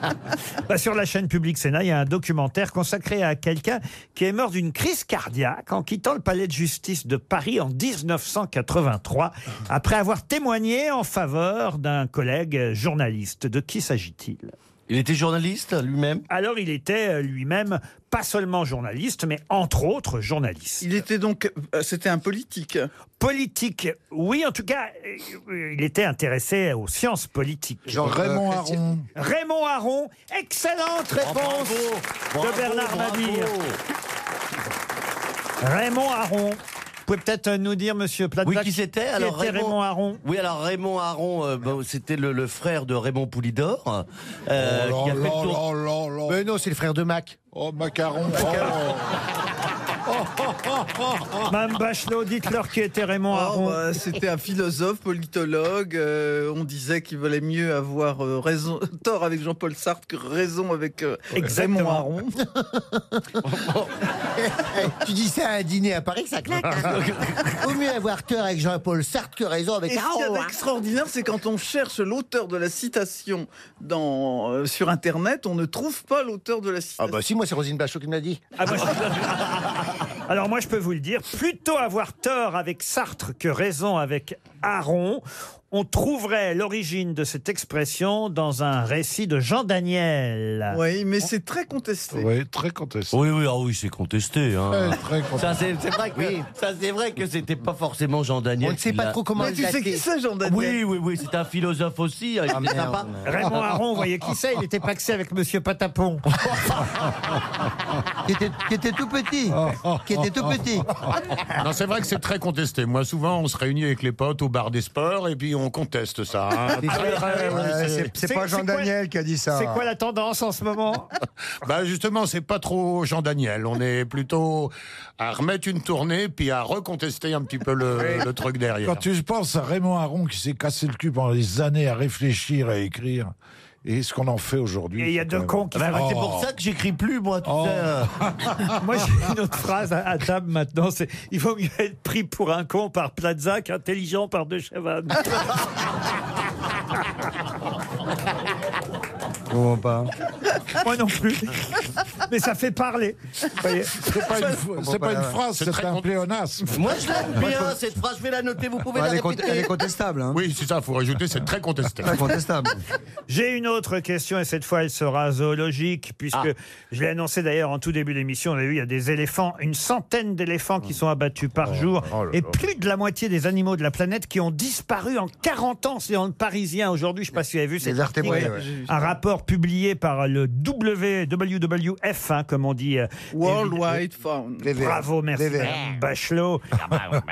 Bah, sur la chaîne publique Sénat, il y a un documentaire consacré à quelqu'un qui est mort d'une crise cardiaque en quittant le palais de justice de Paris en 1983, après avoir témoigné en faveur d'un collègue journaliste. De qui s'agit-il il était journaliste lui-même Alors il était euh, lui-même pas seulement journaliste, mais entre autres journaliste.
Il était donc. euh, C'était un politique.
Politique, oui, en tout cas, euh, euh, il était intéressé aux sciences politiques.
Genre, Raymond euh, Aron.
Raymond Aron, excellente réponse de Bernard Mabille. Raymond Aron. Vous pouvez peut-être euh, nous dire, monsieur Platon.
Oui, qui c'était alors
était Raymond, Aron
Oui, alors Raymond Aron, euh, bon, c'était le, le frère de Raymond Poulidor. euh, qui a fait le tour-
Mais non, c'est le frère de Mac.
Oh, macaron. Oh.
Mme Bachelot, dites-leur qui était Raymond
Aron. Oh, bah, C'était un philosophe, politologue. euh, on disait qu'il valait mieux avoir euh, raison, tort avec Jean-Paul Sartre que raison avec euh, Raymond
Exactement.
Aron.
Eh, tu dis ça à un dîner à Paris, ça claque. hein. Vaut mieux avoir tort avec Jean-Paul Sartre que raison
Et
avec
ce qu'il y a
Aron. hein.
d'extraordinaire, c'est quand on cherche l'auteur de la citation dans, euh, sur Internet, on ne trouve pas l'auteur de la citation. Ah bah,
Ah bah si, moi c'est Rosine Bachot qui me l'a dit.
Alors moi, je peux vous le dire, plutôt avoir tort avec Sartre que raison avec Aron. On trouverait l'origine de cette expression dans un récit de Jean Daniel.
Oui, mais c'est très contesté.
Oui, très contesté.
Oui, oui, ah oui, c'est contesté. hein.
Très, très contesté.
Ça, c'est c'est vrai que ça, c'est vrai que c'était pas forcément Jean Daniel.
On ne sait
qui
pas
l'a-
trop comment Mais le tu sais dater. qui c'est, Jean Daniel
Oui, oui, oui, c'est un philosophe aussi. il
Ah,
était
merde.
sympa.
Raymond Aron, vous
Ah,
voyez qui c'est Il était paxé avec Monsieur Patapon.
qui, était, qui était tout petit. qui était tout petit.
Non, c'est vrai que c'est très contesté. Moi, souvent, on se réunit avec les potes au bar des sports et puis on conteste ça.
Ah,
hein.
C'est
Très,
vrai,
très,
ouais,
oui,
c'est- c'est pas Jean
quoi-
Daniel qui a dit ça.
C'est quoi la tendance en ce moment
Bah justement, c'est pas trop Jean Daniel. On est plutôt à remettre une tournée puis à recontester un petit peu le, le truc derrière.
Quand tu penses à Raymond Aron qui s'est cassé le cul pendant des années à réfléchir, à écrire, et ce qu'on en fait aujourd'hui.
Et il y a
c'est
deux
quand même-
cons qui
Bah,
Ah,
Oh.
C'est pour ça que j'écris plus, moi, tout
Oh.
ça.
Moi, j'ai une autre phrase à, à table maintenant. C'est il vaut mieux être pris pour un con par Plaza qu'intelligent par De Chavannes.
Comment pas
Moi non plus. Mais ça fait parler. Vous voyez
C'est pas une, fou- c'est pas une phrase, c'est un pléonasme.
Moi, je l'aime bien, cette phrase. Je vais la noter. Vous pouvez
Bah,
la
elle, est con- elle est
répéter.
contestable. Hein.
Oui, c'est ça. Faut rajouter, c'est très contesté.
Très contestable.
J'ai une autre question et cette fois elle sera zoologique puisque je l'ai annoncé d'ailleurs en tout début d'émission. On a vu il y a des éléphants, une centaine d'éléphants qui sont abattus par jour et plus de la moitié des animaux de la planète qui ont disparu en 40 ans. C'est dans le Parisien aujourd'hui. Je ne sais pas si vous avez vu cet article.
vertébrés, ouais.
un rapport publié par le WWF, hein, comme on dit. euh,
World
évi-
Wide Found.
Bravo, merci
VVF.
Madame Bachelot.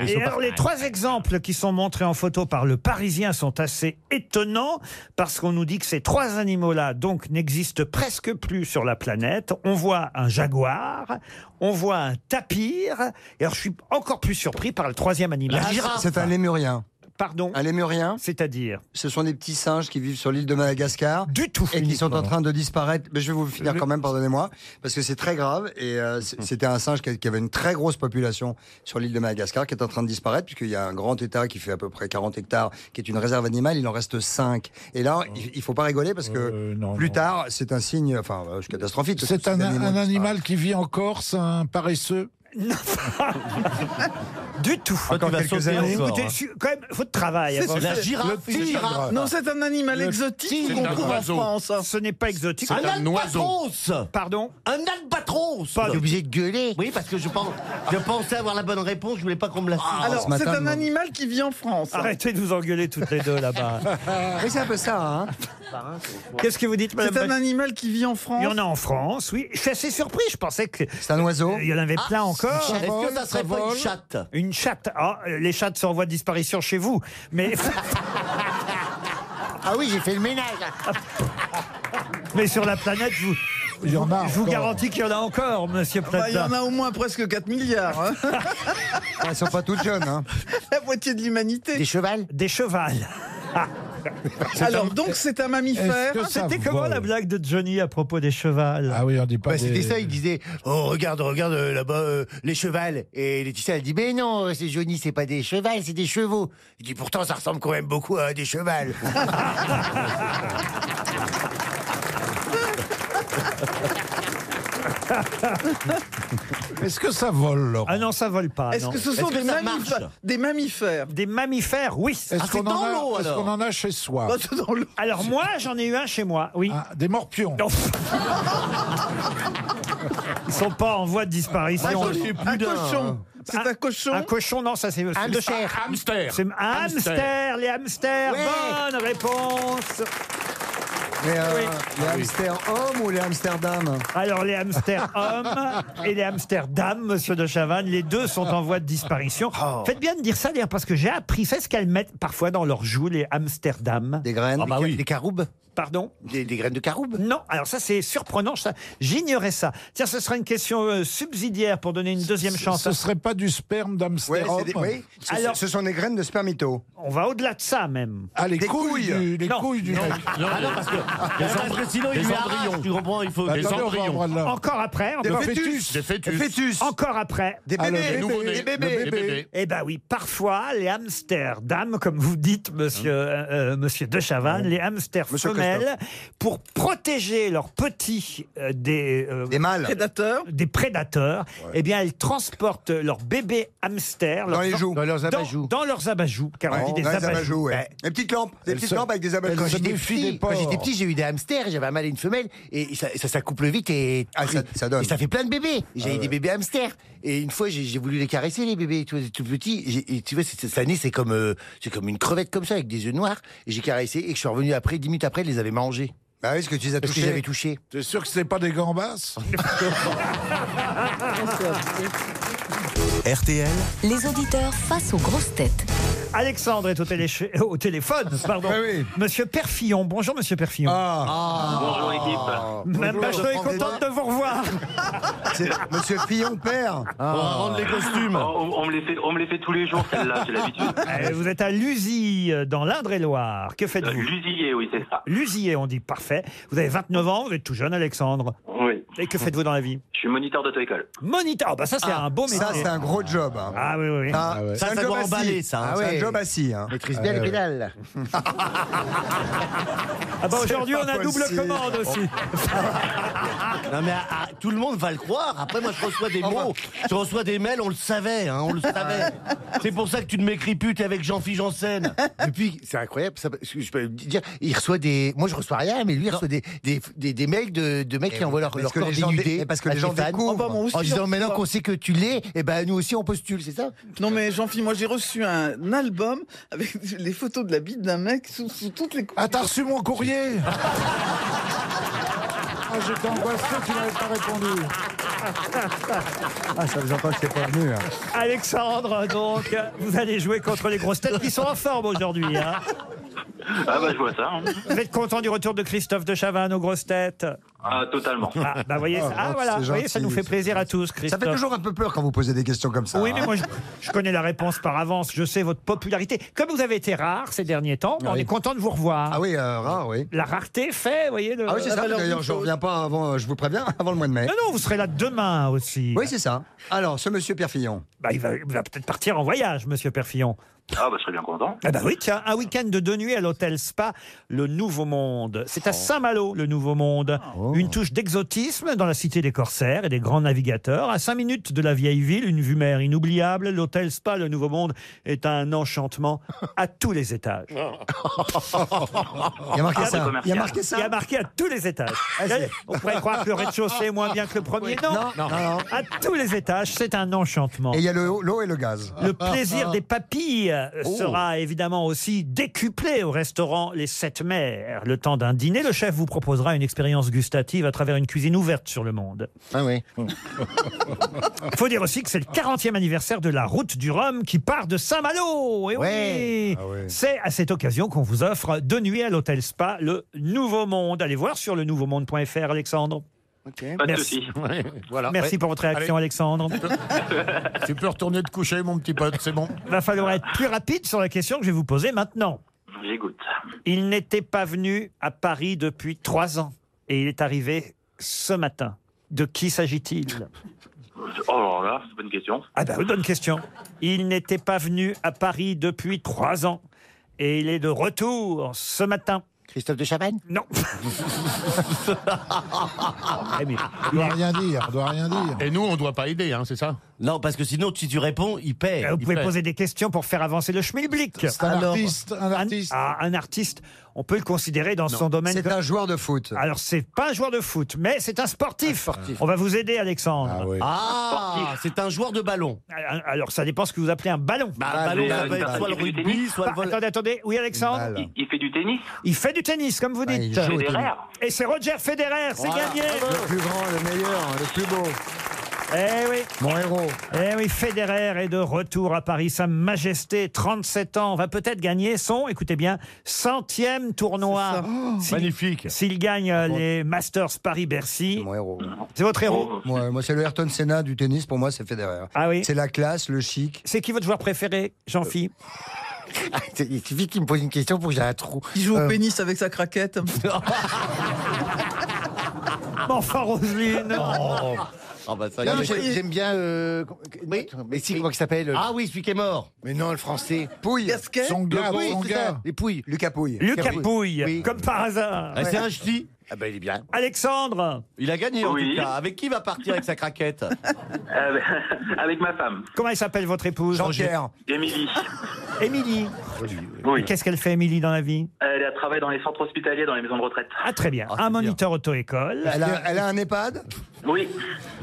Et alors, les trois exemples qui sont montrés en photo par le Parisien sont assez étonnants parce qu'on nous dit que ces trois animaux-là, donc, n'existent presque plus sur la planète. On voit un jaguar, on voit un tapir, et alors je suis encore plus surpris par le troisième animal.
C'est un lémurien.
Pardon,
Un lémurien,
c'est-à-dire
ce sont des petits singes qui vivent sur l'île de Madagascar.
du tout.
et qui sont en
uniquement.
train de disparaître. Mais je vais vous finir quand même, pardonnez-moi, parce que c'est très grave. Et euh, c- c'était un singe qui a- qui avait une très grosse population sur l'île de Madagascar qui est en train de disparaître, puisqu'il y a un grand État qui fait à peu près 40 hectares, qui est une réserve animale. Il en reste 5. Et là, il- il faut pas rigoler parce que
Euh, non,
plus
non.
tard, c'est un signe, enfin, euh, catastrophique. parce que
C'est un,
ces animaux
un
disparaissent.
animal qui vit en Corse, un paresseux.
Du tout.
Toi, tu
Encore
vas
quelques
sauter
années.
encore,
Écoutez,
hein.
je suis- quand même, faut de travail. avant
La girafe.
Le tigre.
Non, c'est un animal exotique
tigre.
qu'on
C'est un
trouve en
oiseau.
France.
ça. Ce n'est pas exotique.
C'est un
Un
oiseau.
albatros
Pardon
Un albatros
Pas
T'es obligé de gueuler.
Oui, parce que je, pense, je pensais avoir la bonne réponse, je voulais pas qu'on me la
Ah,
fasse.
Alors,
ce matin,
c'est un
moi.
animal qui vit en France. hein.
Arrêtez de vous engueuler toutes les deux là-bas.
Oui, c'est un peu ça, hein.
Qu'est-ce que vous dites, Madame
C'est un
Bachelot
animal qui vit en France.
Il y en a en France, oui. Je suis assez surpris, je pensais qu'il
C'est un oiseau.
y en avait plein
Ah,
encore.
Est-ce que ça serait pas une chatte
Une chatte. Ah, euh, les chattes sont en voie de disparition chez vous. Mais,
Ah oui, j'ai fait le ménage.
mais sur la planète, vous,
Il y en a.
je vous
encore.
garantis qu'il y en a encore, monsieur
Bah, il y
Plaza.
en a au moins presque 4 milliards. hein.
Ah,
Elles sont pas toutes jeunes, hein.
La moitié de
Des
l'humanité.
chevals
Des chevals.
Alors, donc, c'est un
Est-ce
mammifère.
que ça
C'était comment
vole
la blague de Johnny à propos des chevals
Ah oui, on dit pas.
bah, C'était
des-
ça, il disait Oh, regarde, regarde euh, là-bas euh, les chevals. Et Laetitia, elle dit Mais non, c'est Johnny, c'est pas des chevals, c'est des chevaux. Il dit Pourtant, ça ressemble quand même beaucoup à des chevals.
Est-ce que ça vole, Laurent
Ah non, ça vole pas.
Est-ce
non.
que ce sont
Est-ce que
des,
ça
mammifères,
marche
des mammifères
Des mammifères, oui.
Est-ce
Ah, c'est
qu'on
dans
en,
l'eau,
a- est-ce
alors.
qu'on en a chez soi
Pas tout Bah, dans l'eau.
Alors moi, j'en ai eu un chez moi, oui.
Ah, Des morpions.
Non. Ils sont pas en voie de disparition.
Moi, j'en ai eu plus
Un
d'un,
cochon. C'est un cochon.
Un cochon, non, ça c'est. c'est-
Hamster.
C'est un hamster, les hamsters.
Ouais.
Bonne réponse.
Mais euh,
Oui.
les hamsters hommes ou les Amsterdam
Alors les hamsters hommes et les hamsters dames, Monsieur de Chavannes, les deux sont en voie de disparition. Faites bien de dire ça d'ailleurs parce que j'ai appris. C'est ce qu'elles mettent parfois dans leurs joues les hamsters dames.
Des graines.
Ah bah oui.
Des caroubes
Pardon
des, des graines de caroube
Non. Alors ça c'est surprenant. Ça, j'ignorais ça. Tiens, ce sera une question euh, subsidiaire pour donner une deuxième chance.
Ce serait pas du sperme
Ouais,
d'hamster
c'est des- oui. Ce-
Alors-
ce sont des graines de spermito.
On va au-delà de ça même.
Ah, les
Des
couilles,
couilles.
du, les
Non.
couilles du mec.
Ah non, parce que, parce que sinon,
des
il lui
embryons.
arrache, tu comprends, il faut...
Attendez,
Des
on va
embryons.
en prendre là.
Encore après. on
Des
peut-
fœtus.
Des fœtus.
fœtus.
Encore après.
Des
Ah, le
bébés.
bébé.
Nouveau-né.
Des bébés.
Le bébé.
Eh ben oui, parfois les hamsters dames, comme vous dites, monsieur, euh, euh, monsieur de Chavannes, les hamsters
Monsieur
femelles pour protéger leurs petits euh, des, des
mâles.
prédateurs. Des prédateurs. Eh bien, elles transportent leurs bébés hamsters leurs- dans
les joues. Dans leurs
abajoues. Dans, leurs abajoues, car on dit des abajoues.
Des petites lampes, des
Elles
petites
se-
lampes avec des abats
elles se méfient des
porcs.
Quand j'étais petit, j'ai eu des hamsters, j'avais un mâle et une femelle, et ça, ça, ça couple vite et,
Ah, ça- ça donne.
et ça fait plein de bébés. J'ai
Ah
eu
ouais.
des bébés hamsters, et une fois j'ai j'ai voulu les caresser les bébés, tu vois, tout petits. J'ai- et tu vois, c'est- c'est- ça naît, c'est comme euh, c'est comme une crevette comme ça avec des yeux noirs. Et j'ai caressé et que je suis revenu après, dix minutes après, ils les avaient mangés.
Bah oui, ce que tu les as
Parce que
touchés.
j'avais touché.
T'es sûr que c'est pas des gambasses
Eh,
RTL,
Les auditeurs face aux grosses têtes.
Alexandre est au, télé- au téléphone, pardon. Monsieur Perfillon. Bonjour, monsieur Perfillon.
Ah. Bonjour, équipe.
Madame
Bonjour,
Bachelot est
Franck
contente de vous revoir. Ah.
Monsieur Fillon père.
bah.
Oh, on, on me les fait, on me les fait tous les jours, celle-là, j'ai l'habitude.
Euh, Vous êtes à Luzy, euh, dans l'Indre-et-Loire. Que
Euh,
faites-vous
L'usilier, oui, c'est ça.
Lusier, on dit parfait. Vous avez 29 ans, vous êtes tout jeune, Alexandre.
Oui.
Et que faites-vous dans la vie
Je suis moniteur d'auto-école.
Moniteur, Ah, bah ça c'est
Ah,
un beau métier.
ça, c'est un
gros job.
Ah oui, oui.
Ah, Ah ouais. ça,
C'est un
ça
job
doit
assis.
emballer, ça, hein. Ah C'est un ouais. job assis, hein.
Maîtrise
Ah
bien les
ouais.
pédales.
Ah bah aujourd'hui on a double
possible.
commande aussi.
Non mais ah, ah, tout le monde va le croire. Après moi je reçois des mots, je reçois des mails, on le savait, hein, on le savait. C'est pour ça que tu ne m'écris plus, t'es avec Jean-Philippe Janssen.
Et puis, c'est incroyable, ça, parce que je peux dire, il reçoit des. Moi, je reçois rien, mais lui, il reçoit des, des, des, des mails de, de mecs
Et
qui envoient leur,
Eh parce
leur
que
corps
les gens dé-
dénudé.
et parce que
à
les gens
Stéphane,
Oh,
découvrent.
en-
Ah bah, moi aussi,
en disant,
hein.
j'en
mais
fais
non,
pas.
qu'on sait que tu l'es, et ben nous aussi, on postule, c'est ça
Non mais Jean-Philippe, moi j'ai reçu un album avec les photos de la bite d'un mec sous, sous toutes les
Ah, t'as reçu mon courrier Ah, j'étais angoissé, tu n'avais pas répondu.
Ah, ça faisait pas que c'est pas venu.
Alexandre, donc, vous allez jouer contre les grosses têtes qui sont en forme aujourd'hui. hein.
Ah bah je vois ça. hein.
Vous êtes content du retour de Christophe de Chavannes aux grosses têtes
Ah totalement.
Ah bah voyez, ça- ah, voilà,
c'est
voyez, ça
gentil,
nous fait
c'est
plaisir à tous,
Ça
Christophe.
fait toujours un peu peur quand vous posez des questions comme ça.
Oui, mais
hein.
moi, je, je connais la réponse par avance. Je sais votre popularité. Comme vous avez été rare ces derniers temps, on
Oui.
est content de vous revoir.
Ah oui, euh, rare, oui.
La rareté fait, vous voyez. Le,
Ah oui, c'est
la
ça.
valeur
D'ailleurs,
d'une
je
chose.
reviens pas avant, euh, je vous préviens, avant le mois de mai.
Non, non, vous serez là demain aussi.
Oui, c'est ça. Alors, ce monsieur Pierre Fillon.
Bah, il va, il va peut-être partir en voyage, monsieur Perfillon.
Ah bah je serais bien content.
Ah bah oui, tiens, un week-end de deux nuits à l'hôtel Spa, le Nouveau Monde. C'est à
Oh.
Saint-Malo, le Nouveau Monde. Une touche d'exotisme dans la cité des corsaires et des grands navigateurs. À cinq minutes de la vieille ville, une vue mer inoubliable. L'hôtel Spa, le Nouveau Monde, est un enchantement à tous les étages.
Il y a marqué
Ah,
ça.
c'est
Il y a marqué ça.
Il y a marqué à tous les étages. On pourrait croire que le rez-de-chaussée est moins bien que le premier. Non,
Non, non, non.
à tous les étages, c'est un enchantement.
Et il y a le- l'eau et le gaz.
Le plaisir des papilles euh,
Oh.
sera évidemment aussi décuplé au restaurant Les Sept Mers. Le temps d'un dîner, le chef vous proposera une expérience gustative à travers une cuisine ouverte sur le monde.
Ah oui.
Il faut dire aussi que c'est le 40e anniversaire de la route du Rhum qui part de Saint-Malo. Et oui
Ouais.
C'est à cette occasion qu'on vous offre deux nuits à l'hôtel Spa, le Nouveau Monde. Allez voir sur le nouveau-monde.fr, Alexandre.
Pas de
Merci.
soucis.
Ouais, voilà.
Merci
Ouais.
pour votre réaction, Alexandre.
Allez, tu peux retourner te coucher, mon petit pote, c'est bon.
Va falloir être plus rapide sur la question que je vais vous poser maintenant.
J'écoute.
Il n'était pas venu à Paris depuis trois ans et il est arrivé ce matin. De qui s'agit-il
Oh alors là, c'est une bonne question.
Ah ben oui, bonne question. Il n'était pas venu à Paris depuis trois ans et il est de retour ce matin.
Christophe de Chavannes
Non. Eh bien,
On doit rien dire, on doit rien dire.
Ah. Et nous, on doit pas aider, hein, c'est ça
Non parce que sinon si tu réponds, il paie.
Eh, vous
il
pouvez
paie.
poser des questions pour faire avancer le schmilblick.
C'est un artiste, un artiste.
Ah, un artiste, on peut le considérer dans son domaine.
C'est
comme-
un joueur de foot.
Alors, c'est pas un joueur de foot, mais c'est un sportif. On va vous aider, Alexandre.
Ah oui.
Ah, c'est un joueur de ballon.
Alors, ça dépend ce que vous appelez un ballon.
Bah, ballon,
mais,
ça
euh,
va être
il
soit le
fait du
rugby,
tennis.
soit le
Bah,
vol.
attendez, attendez. Oui, Alexandre
Il, il fait du tennis
Il fait du tennis, comme vous
Ah, il
dites.
joue au tennis.
Federer
Et c'est Roger Federer, c'est
Voilà.
gagné.
Le plus grand, le meilleur, le plus beau.
Eh oui.
Mon héros.
Eh oui, Federer est de retour à Paris. Sa Majesté, 37 ans, va peut-être gagner son, écoutez bien, centième tournoi.
Oh.
S'il-
Magnifique.
S'il gagne euh, les Masters Paris-Bercy.
Mon héros.
C'est votre héros.
Moi, moi, c'est le Ayrton Senna du tennis. Pour moi, c'est Federer.
Ah oui.
C'est la classe, le chic.
C'est qui votre joueur préféré, Jean-Philippe
Euh, Ah, c'est- Il suffit qu'il me pose une question pour que j'ai un trou.
Il joue
Euh,
au pénis avec sa craquette.
Enfin, Roselyne.
Ah bah ça,
Non,
y
mais
est.
j'ai- J'aime bien. euh, oui. Mais si, comment il s'appelle euh,
Ah oui, celui qui est mort.
Mais non, le français.
Pouille.
Son gars,
Oui,
son
c'est
gars.
ça.
Les Pouilles.
Lucas Pouille.
Lucas Pouille, comme par hasard.
Ah, c'est
Ouais.
un ch'ti.
Ah ben il est bien.
Alexandre
Il a gagné en
Oui.
tout cas. Avec qui va partir avec sa craquette
Euh, avec ma femme,
Comment elle s'appelle votre épouse Jean-Pierre.
Émilie.
Émilie.
Oui.
Et Qu'est-ce qu'elle fait, Émilie, dans la vie
Elle travaille dans les centres hospitaliers, dans les maisons de retraite.
Ah, très bien. un moniteur auto-école.
Elle a, elle a un EHPAD
Oui.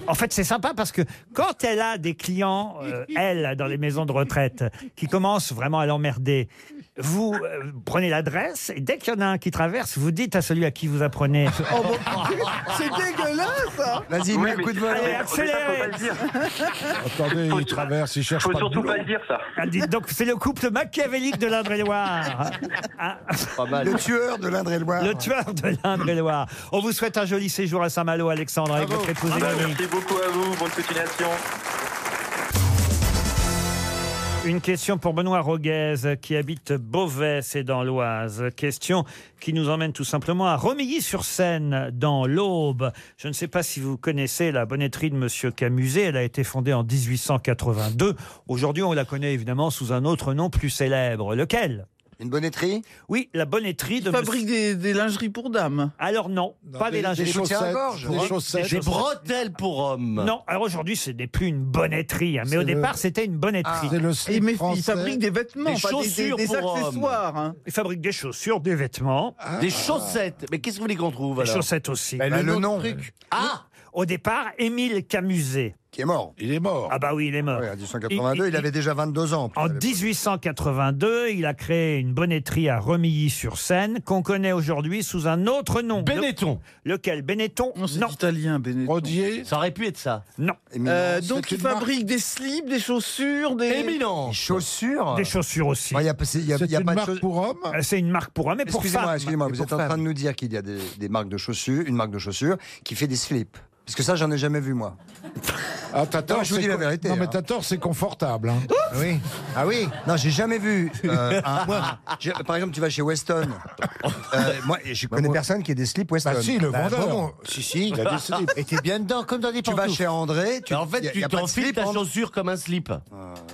En fait, c'est sympa parce que quand elle a des clients, euh, elle, dans les maisons de retraite, qui commencent vraiment à l'emmerder, vous euh, prenez l'adresse et dès qu'il y en a un qui traverse, vous dites à celui à qui vous apprenez.
Oh, mon Dieu, c'est dégueulasse hein.
Vas-y, mets un coup de volant.
Allez,
Faut pas
accélérez
le dire.
Attendez, il traverse, il cherche
Faut
pas de
surtout
boulot.
pas le dire, ça.
Ah, dites donc, c'est le couple machiavélique de l'Indre-et-Loire. Ah,
Pas mal.
Le tueur de l'Indre-et-Loire.
le tueur de l'Indre-et-Loire. On vous souhaite un joli séjour à Saint-Malo, Alexandre, avec votre épouse
Bah,
Émilie.
merci beaucoup à vous. Bonne continuation.
Une question pour Benoît Roguez qui habite Beauvais, c'est dans l'Oise. Question qui nous emmène tout simplement à Romilly-sur-Seine, dans l'Aube. Je ne sais pas si vous connaissez la bonnetterie de Monsieur Camuset. Elle a été fondée en 1882. Aujourd'hui, on la connaît évidemment sous un autre nom plus célèbre. Lequel
Une bonnetterie
Oui, la bonnetterie de
Il fabrique des,
monsieur-
des lingeries pour dames.
Alors non, pas des lingeries.
des chaussettes,
chaussettes,
des
des chaussettes.
Des bretelles pour hommes.
Non, alors aujourd'hui, ce n'est plus une bonnetterie. hein, mais
C'est
au
le-
départ, c'était une bonnetterie.
C'est le slip
Et mais il
français.
fabrique des vêtements,
Des
pas des,
chaussures
des- des
pour hommes.
accessoires. hein.
Il fabrique des chaussures, des vêtements,
Ah. Des chaussettes. Mais qu'est-ce que vous voulez qu'on trouve
des
alors
chaussettes aussi.
Bah,
Ah. Bah, le
nom de
nom.
truc.
Ah
Au départ, Émile Camuset.
qui est mort.
Il est mort.
Ah bah oui, il est mort.
Ouais, en 1882,
Il-
il,
il-
avait déjà 22 ans.
En 1882, il a créé une bonnetterie à Remilly-sur-Seine qu'on connaît aujourd'hui sous un autre nom.
Benetton.
Le- lequel Benetton
Non, c'est
Non.
italien, Benetton.
Rodier.
Ça aurait pu être ça.
Non.
Euh,
Éminence.
donc
c'est
il
une marque.
fabrique des slips, des chaussures, des...
Éminence.
Chaussures
Des chaussures aussi.
Ouais, Il n'y a, pas- il y a-
C'est
il y a
une
pas de
marque
chaussures.
pour homme.
Euh, C'est une marque pour hommes mais pour
Excusez-moi,
femmes.
excusez-moi,
Et
vous
pour
êtes en train
femmes.
de nous dire qu'il y a des, des marques de chaussures, une marque de chaussures qui fait des slips. Parce que ça, j'en ai jamais vu, moi.
Ah, t'as tort.
je vous
c'est
dis la
con-
vérité,
Non, mais
hein.
t'as tort, c'est confortable. hein.
Oui. Ah oui Non, j'ai jamais vu. euh, un- j'ai- par exemple, tu vas chez Weston. Euh, moi, je
Bah,
connais personne qui ait des slips Weston.
Bah si, le
Bah,
vendeur.
bon,
si, si, il a des slips.
Et t'es bien dedans, comme dans des
Tu vas
pantoufles.
chez André. Tu,
Mais Bah, en fait,
y a-
tu
y a pas de
t'enfiles
slip,
ta
André
chaussure comme un slip.
Euh,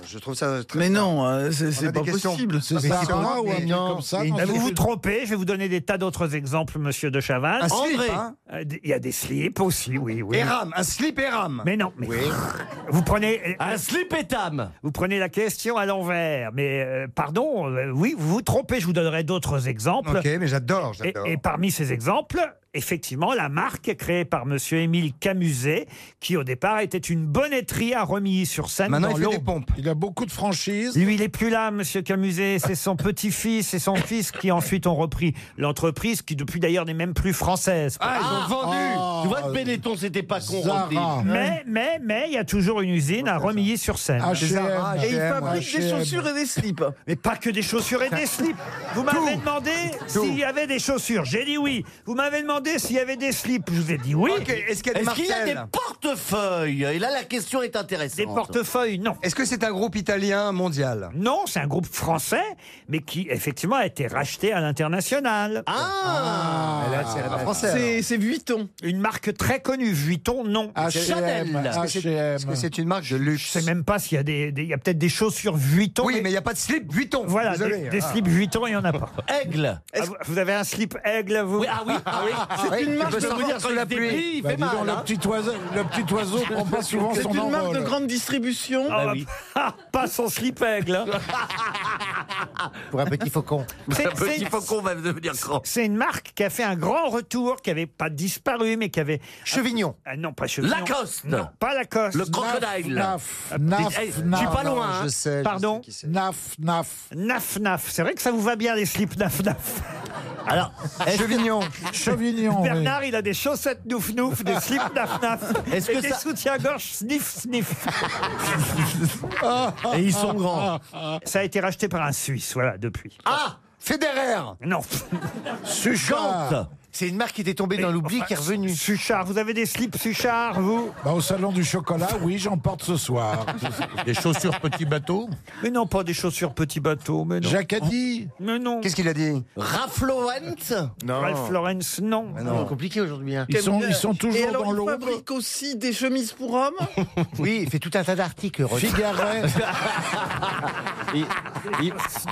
Je trouve ça très.
Mais non, euh, c'est
On
Ah,
a des
c'est pas
questions.
possible.
C'est
mais
ça,
c'est vrai,
ou un
mais-
truc comme ça. non,
Bah, vous
c'est-
vous trompez, je vais vous donner des tas d'autres exemples, monsieur de Chavannes.
Un slip,
André.
hein.
Euh, d- Il y a des slips aussi, oui, oui.
Et rame, un slip et rame.
Mais non, mais vous prenez euh,
Un slip étame.
Vous prenez la question à l'envers. Mais euh, pardon, euh, oui, vous vous trompez. Je vous donnerai d'autres exemples.
Ok, mais j'adore,
Et,
j'adore.
et parmi ces exemples, effectivement, la marque créée par Monsieur Émile Camuset, qui au départ était une bonnetterie à Remilly-sur-Seine.
Maintenant,
dans
il fait des
l'Aube.
pompes.
Il a beaucoup de franchises.
Lui, il est plus là, Monsieur Camuset. C'est son petit-fils et son fils qui ensuite ont repris l'entreprise, qui depuis d'ailleurs n'est même plus française.
Ah, ils ont vendu.
Ah.
tu vois que Benetton, c'était pas con.
Zara.
Rodney.
Mais, mais, mais, il y a toujours une usine à Remilly-sur-Seine.
Zara,
H&M.
Et il
H&M,
fabrique des
H&M.
chaussures et des slips.
Mais pas que des chaussures et des slips. Vous m'avez demandé s'il y avait des chaussures. J'ai dit oui. Vous m'avez demandé s'il y avait des slips. Je vous ai dit oui.
Ok, est-ce qu'il y a des
Est-ce qu'il y a des
martels
portefeuilles Et là, la question est intéressante.
Des portefeuilles, non.
Est-ce que c'est un groupe italien mondial
Non, c'est un groupe français, mais qui effectivement a été racheté à l'international.
Ah,
Là, c'est la marque française.
C'est c'est Vuitton.
Une marque très connue, Vuitton, non.
H&M.
Chanel. Est-ce
Est-ce que
H&M.
c'est une marque de
Je
luxe
sais même pas s'il y a des, des- il y a peut-être des chaussures Vuitton.
Oui, mais il n'y a pas de slip Vuitton.
voilà,
Désolé.
des, des
Ah.
slips Vuitton, il y en a pas.
Aigle.
Ah, vous- vous avez un slip aigle, vous
Oui, ah oui, ah oui.
Ah, oui,
une
tu
marque
peux
de
savoir
manière
sous
sur
la
les
pluie.
Débris, il
Bah,
fait
dis donc,
mal.
le
hein.
petit oiseau, le petit oiseau prend pas souvent
C'est
son
une marque de
envol.
grande distribution.
Ah,
Bah
bah,
oui.
ah, pas son slip aigle. hein.
Pour un petit faucon.
C'est-
Un petit
c'est-
faucon va devenir grand.
C'est une marque qui a fait un grand retour, qui avait pas disparu, mais qui avait.
Chevignon.
Ah non, pas Chevignon.
Lacoste.
Non, pas Lacoste.
Le crocodile.
Naf,
Eh,
naf,
je suis
naf.
pas loin, hein.
Je sais. je
Pardon
sais qui c'est.
Naf, naf.
Naf Naf. C'est vrai que ça vous va bien, les slips Naf Naf.
Alors, est-ce
Chevignon.
Chevignon. oui.
Bernard, il a des chaussettes Nouf Nouf, des slips Naf Naf.
Est-ce
et
que
des
ça-
soutiens-gorge Sniff Sniff.
Et ils sont grands.
Ça a été racheté par un Suisse, voilà, depuis.
Ah
Federer.
Non.
Suchard.
Gante.
C'est une marque qui était tombée dans l'oubli qui est revenue.
Suchard, vous avez des slips Suchard, vous
bah, Au salon du chocolat, oui, j'en porte ce soir.
Des chaussures petit bateau
Mais non, pas des chaussures petit bateau. Mais non.
Jacques a dit
Mais non.
Qu'est-ce qu'il a dit
Ralph Lauren
Non. Ralph Lawrence, non.
C'est compliqué aujourd'hui. hein.
Ils sont, ils sont
Ah, Et
toujours
alors,
dans
il
l'aube.
fabrique aussi des chemises pour hommes
Oui, il fait tout un tas d'articles. Roger.
Figaret,
Ah,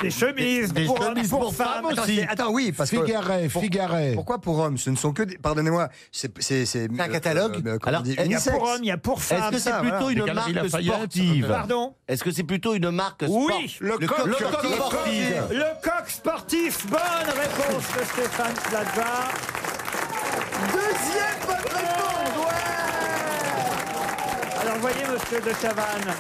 Des chemises
Des
pour,
chemises
pour
pour
femmes.
femmes
Attends,
aussi.
c'est- attends, oui, parce que.
Figaret,
pour-
Figaret.
Pourquoi pour hommes Ce ne sont que des. Pardonnez-moi, c'est. C'est c'est-
un catalogue
euh, euh, comment
Alors,
on dit,
est-ce qu'il
Il y a
unisexe.
pour hommes, il y a pour
Est-ce
femmes.
que c'est
ça,
plutôt
voilà.
Des
une
galeries
marque
Lafayette.
sportive
Pardon
Est-ce que c'est plutôt une marque
Oui,
sportive
le
coq,
coq sportif.
sportive.
Le coq sportif, bonne réponse de Stéphane Plaza.
Deuxième bonne réponse
Alors voyez, monsieur de Chavannes,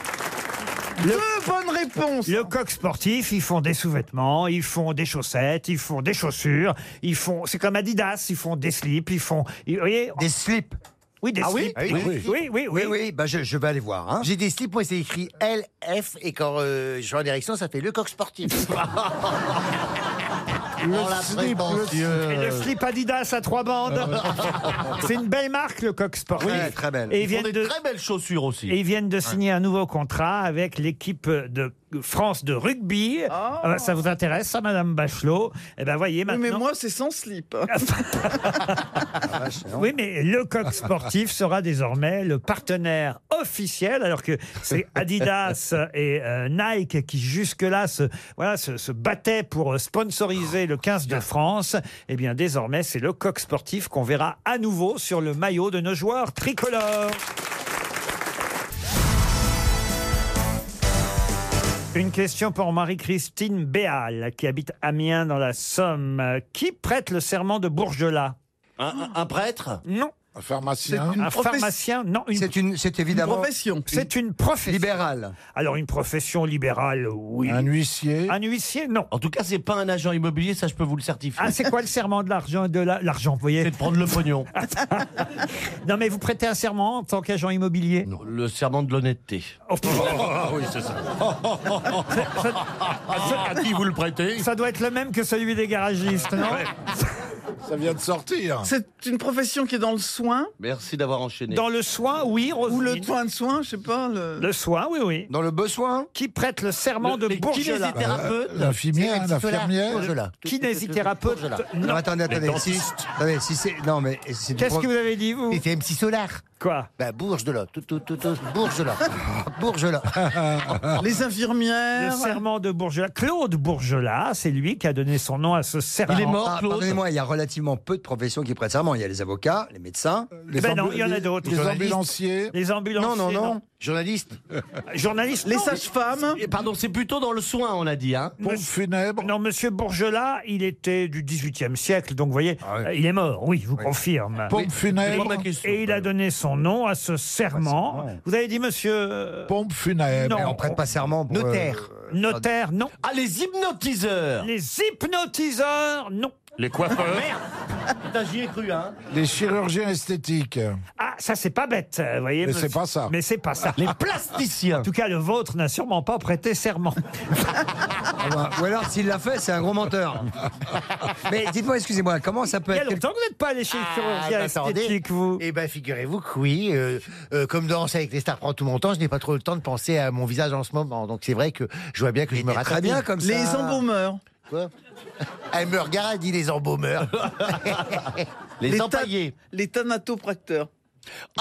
Deux bonnes réponses
le coq sportif, ils font des sous-vêtements, ils font des chaussettes, ils font des chaussures, ils font. C'est comme Adidas, ils font des slips, ils font. Vous voyez
Des slips.
Oui, des
Ah oui
slips.
Ah oui,
oui, oui, oui,
Oui, oui, bah je, je vais aller voir. Hein.
J'ai des slips, moi c'est écrit LF et quand euh, je suis en érection, ça fait le coq sportif.
Oh, la Euh,
slip,
prétentieuse.
Et le slip Adidas à trois bandes. C'est une belle marque, le coq sportif.
Très, très belle.
Et ils
Ils font des
viennent de,
très belles chaussures aussi.
Et ils viennent de signer un nouveau contrat avec l'équipe de France de rugby.
Ah.
Euh, ça vous intéresse, ça, Madame Bachelot Eh ben, voyez
Oui,
maintenant.
mais moi, c'est sans slip.
Oui, mais le coq sportif sera désormais le partenaire officiel, alors que c'est Adidas et euh, Nike qui jusque-là se, voilà, se, se battaient pour euh, sponsoriser le 15 de France. Eh bien, désormais, c'est le coq sportif qu'on verra à nouveau sur le maillot de nos joueurs tricolores. Une question pour Marie-Christine Béal, qui habite Amiens dans la Somme. Qui prête le serment de Bourgelat
Un, un- un prêtre
Non.
un pharmacien.
Une
Un
professe-
pharmacien, non, une-
C'est une, c'est
Une
évidemment
profession.
c'est une profession.
libérale.
Alors, une profession libérale, oui.
Un huissier.
Un huissier, non.
En tout cas, c'est pas un agent immobilier, ça je peux vous le certifier.
Ah, c'est quoi le serment de l'argent et de la- l'argent, vous
c'est
voyez
de prendre le pognon.
Non, mais vous prêtez un serment en tant qu'agent immobilier
Non, le serment de l'honnêteté.
Oh, pff,
Ah oui, c'est ça. À ça- à qui vous le prêtez
Ça doit être le même que celui des garagistes, non
Ça vient de sortir.
C'est une profession qui est dans le soin
Merci d'avoir enchaîné.
Dans le soin, oui,
ou le
Roselyne.
point de soin, je sais pas. Le...
Le soin, oui, oui.
Dans le besoin
Qui prête le serment de
Les
Bourgelat Euh,
kinésithérapeutes.
Euh,
L'infirmière, l'infirmière.
Kinésithérapeute,
Non,
non.
attendez, attendez. Si, attendez, si c'est. Non, mais. c'est une
Qu'est-ce
pro-
que vous avez dit, vous
Et c'est MC Solar.
Quoi
Bah, bourge de là, tout, tout, tout, tout, bourge de là, bourge de là.
Les
Le
infirmières.
serment de Bourgelat. Claude Bourgelat, c'est lui qui a donné son nom à ce serment.
Il est mort,
Ah,
Claude.
Pardonnez-moi, il y a relativement peu de professions qui prêtent serment. Il y a les avocats, les médecins.
Les
Ben non, il y en a
ambu-
d'autres.
Les
Les
ambulanciers.
Les ambulanciers. Euh,
Non, non, non.
Journaliste.
Journalistes,
Les
non.
sages-femmes.
Et pardon, c'est plutôt dans le soin, on a dit. Hein.
Pompes funèbres.
Non, monsieur Bourgelat, il était du 18e siècle, donc vous voyez,
Ah
euh, il est mort, oui, je vous confirme.
Pompes funèbres.
Moi, ma question.
Et il a donné son nom à ce
Ah,
serment.
Ouais, c'est vrai.
vous avez dit monsieur euh,
Pompes funèbres.
Non.
Mais on prête pas serment pour.
Notaire.
euh,
notaire, non.
Ah, les hypnotiseurs
Les hypnotiseurs, non.
Les
Ah,
coiffeurs
Putain, j'y ai cru, hein.
Les chirurgiens esthétiques.
Ah, ça c'est pas bête, euh, vous voyez.
Mais
monsieur-
c'est pas ça.
Mais c'est pas ça.
Les plasticiens.
En tout cas, le vôtre n'a sûrement pas prêté serment.
ah ouais. Ou alors, s'il l'a fait, c'est un gros menteur. mais dites-moi, excusez-moi, comment ça peut
Il y a
être.
longtemps que vous n'êtes pas allé chez le
Ah,
chirurgien
bah, attendez.
esthétique, vous.
Eh ben, figurez-vous que oui, euh, euh, comme danser avec les stars prend tout mon temps, je n'ai pas trop le temps de penser à mon visage en ce moment. Donc c'est vrai que je vois bien que je me
Mais
rattrape.
Très bien comme ça.
Les embaumeurs.
Quoi Elle me regarde, elle dit les embaumeurs.
Les,
ta-
empaillés.
Les thanatopracteurs.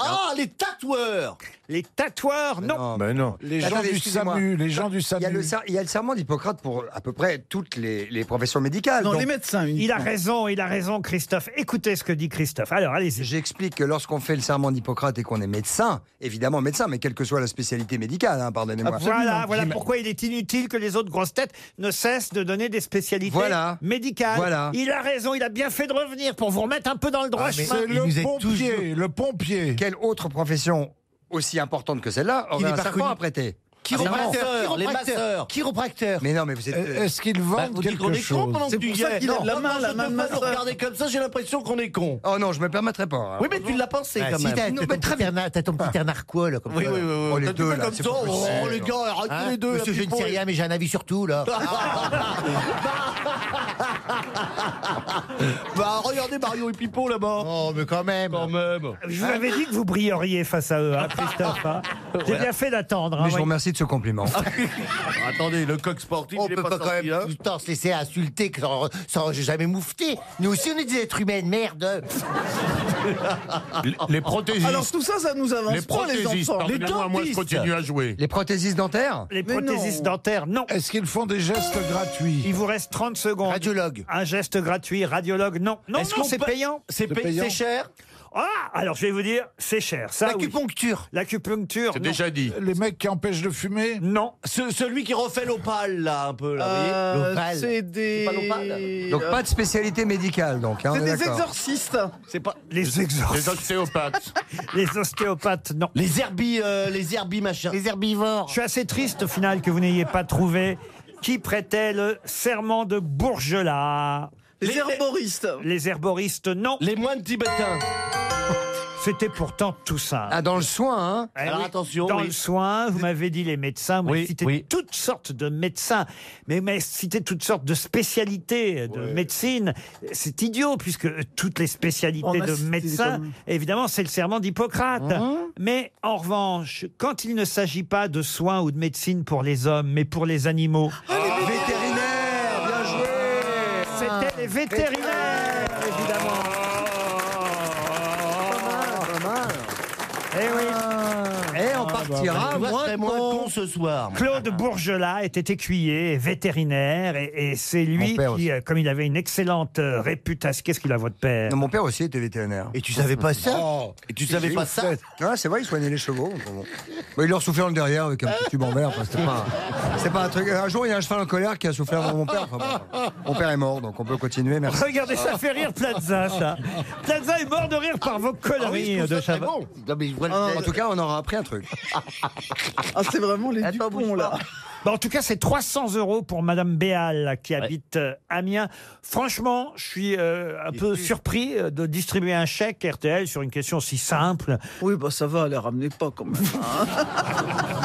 Ah, les tatoueurs.
Les tatoueurs, non.
Ah, bah
Ben non.
Les gens
Attendez,
du
excusez-moi.
SAMU. Les gens du
Il y, a le
SAMU.
ser- il y a le serment d'Hippocrate pour à peu près toutes les, les professions médicales.
Non,
Donc,
les médecins
Il a
uniquement.
raison, il a raison, Christophe. Écoutez ce que dit Christophe. Alors, allez-y.
J'explique que lorsqu'on fait le serment d'Hippocrate et qu'on est médecin, évidemment médecin, mais quelle que soit la spécialité médicale, hein, pardonnez-moi.
Voilà, voilà pourquoi il est inutile que les autres grosses têtes ne cessent de donner des spécialités
Voilà.
médicales.
Voilà.
Il a raison, il a bien fait de revenir pour vous remettre un peu dans le droit
Ah, mais
chemin.
C'est
Il
le
nous est
pompier.
toujours-
Le pompier.
Quelle autre profession aussi importante que celle-là
Qui
aurait
n'est
un
pas
serment
reconnue.
à prêter Ah,
Chiropracteur, les masseurs.
Chiropracteur.
Mais non, mais vous êtes.
Euh, est-ce qu'ils vendent
vous dites
quelque
qu'on est con
chose
pendant que tu y es. Non, quand je te vois nous regarder comme ça, j'ai l'impression qu'on est con.
Oh non, je me permettrai pas. hein.
Oui, mais tu l'as pensé
Ah,
quand
si,
même.
t'as-
Non,
t'as
mais
ton petit air na- T'as ton petit air narquois, là, comme
Ah. Oui,
ça,
oui,
là.
oui, oui. Oh, les T'as deux, dit pas là, comme c'est ça, pas oh, possible. les gars, arrêtez les deux, là,
Monsieur,
puis
je ne
bon,
sais rien, mais j'ai un avis sur tout, là.
Bah, regardez Mario et Pipo là-bas.
Oh, mais quand même.
Quand même.
Je vous avais dit que vous brilleriez face à eux, hein, Christophe. hein. J'ai
Ouais.
bien fait d'attendre. hein,
Mais je vous
moi.
remercie de ce compliment.
Attendez, le coq sportif,
On
il est
peut
pas
pas quand
sorti,
même
hein.
tout le temps se laisser insulter sans, sans jamais moufter. Nous aussi, on est des êtres humains, merde.
Les- Les prothésistes.
Alors tout ça, ça nous avance
les
pas, les
prothésistes,
enfants.
pardonnez-moi, moi je
dentistes.
continue à jouer.
Les prothésistes dentaires
Les
Mais
prothésistes
non.
dentaires, non.
Est-ce qu'ils font des gestes gratuits
Il vous reste 30 secondes.
Radiologue.
Un geste gratuit, radiologue, non. Non,
Est-ce
non,
qu'on
c'est
peut-
payant.
C'est payé,
payant.
c'est cher.
Ah, alors je vais vous dire, c'est cher. Ça, oui.
L'acupuncture.
L'acupuncture,
C'est
non.
déjà dit.
Les mecs qui empêchent de fumer
Non.
Ce- celui qui refait l'opale, là, un peu, là, vous voyez.
Euh,
l'opale.
C'est
C'est
des.
pas l'opale
Donc pas de spécialité médicale, donc. hein, on
C'est
est
des
d'accord.
exorcistes.
C'est pas.
Les
Les
exorcistes,
ostéopathes.
les ostéopathes, non.
Les herbies, euh, les herbies, machin.
Les herbivores.
Je suis assez triste au final que vous n'ayez pas trouvé qui prêtait le serment de Bourgelat.
Les herboristes.
Les herboristes, non.
Les moines tibétains.
C'était pourtant tout ça.
Ah, dans le soin, hein
Eh
Alors
oui,
attention,
Dans
oui.
le soin, vous m'avez dit les médecins, vous
Oui,
m'avez cité
oui.
toutes sortes de médecins, mais vous m'avez cité toutes sortes de spécialités de médecine. C'est idiot, puisque toutes les
On
bah,
spécialités
a
de
cité
médecins,
comme-
évidemment, c'est le serment d'Hippocrate.
Hein
Mais en revanche, quand il ne s'agit pas de soins ou de médecine pour les hommes, mais pour les animaux,
Vétérinaire, Ah, bien joué
c'était les vétérinaires, évidemment.
Ah, ah.
Eh oui.
Eh, on partira,
Tu vois, je
moi,
serais moins con ce soir.
Ah, bah.
Claude Bourgelat était écuyer, et vétérinaire, et, et c'est lui
Mon père
qui,
aussi.
euh, comme il avait une excellente euh, réputation, qu'est-ce qu'il a votre père
Non, mon père aussi était vétérinaire.
Et tu savais pas ça
Oh,
Et tu savais pas ça
Ouais, c'est vrai, il soignait les chevaux. Bon, bon. Mais il leur soufflait dans le derrière avec un petit tube en verre. enfin, c'était pas un- C'est pas un truc. Un jour, il y a un cheval en colère qui a soufflé à mon père. Enfin, bon, mon père est mort, donc on peut continuer. Merci.
Regardez, ça fait rire Plaza, ça. Plaza est mort de rire par
Ah
vos conneries de
C'est
Chavannes.
bon. Non, mais je vois le-
Ah, En tout cas, on aura appris un truc.
Ah, c'est vraiment les
Attends, bouge
Dupont,
pas.
là.
Bon, Bah, en tout cas, c'est 300 euros pour Madame Béal qui habite euh, Amiens. Franchement, je suis euh, un peu surpris euh, de distribuer un chèque RTL sur une question si simple.
Oui, bah ça va, les ramenez pas quand même. hein.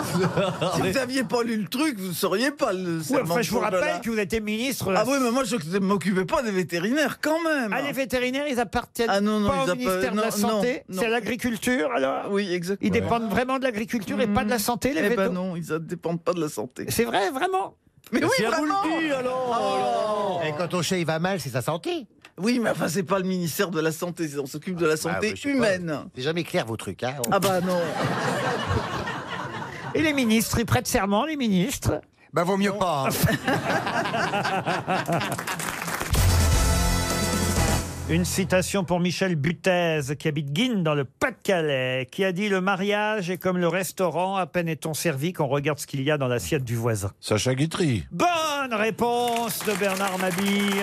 si vous n'aviez pas lu le truc, vous ne sauriez pas le.
Oui,
serment
enfin, je vous
de Bourgelat.
rappelle que vous étiez ministre.
Ah oui, mais moi je ne m'occupais pas des vétérinaires quand même.
Ah, les vétérinaires, ils appartiennent
Ah non, non,
pas
ils
au
appa-
ministère de la
non,
Santé.
non,
C'est à
non.
l'agriculture, alors
Oui, exactement.
Ils dépendent vraiment de l'agriculture et pas de la santé, les
Eh ben
vétos
non, ils ne dépendent pas de la santé.
C'est vrai, vraiment
Mais oui,
C'est à vous
vraiment. Ah,
le dire, alors.
Oh. Et quand ton chien il va mal, c'est sa santé.
Oui, mais enfin, c'est pas le ministère de la Santé, on s'occupe de la santé
ouais, bah, je sais
humaine.
C'est jamais clair vos trucs, hein.
Ah bah non.
Et les ministres, ils prêtent serment, les ministres
Bah, vaut mieux pas. hein.
Une citation pour Michel Butez, qui habite Guine dans le Pas-de-Calais, qui a dit Le mariage est comme le restaurant, à peine est-on servi qu'on regarde ce qu'il y a dans l'assiette du voisin.
Sacha Guitry.
Bonne réponse de Bernard Mabille.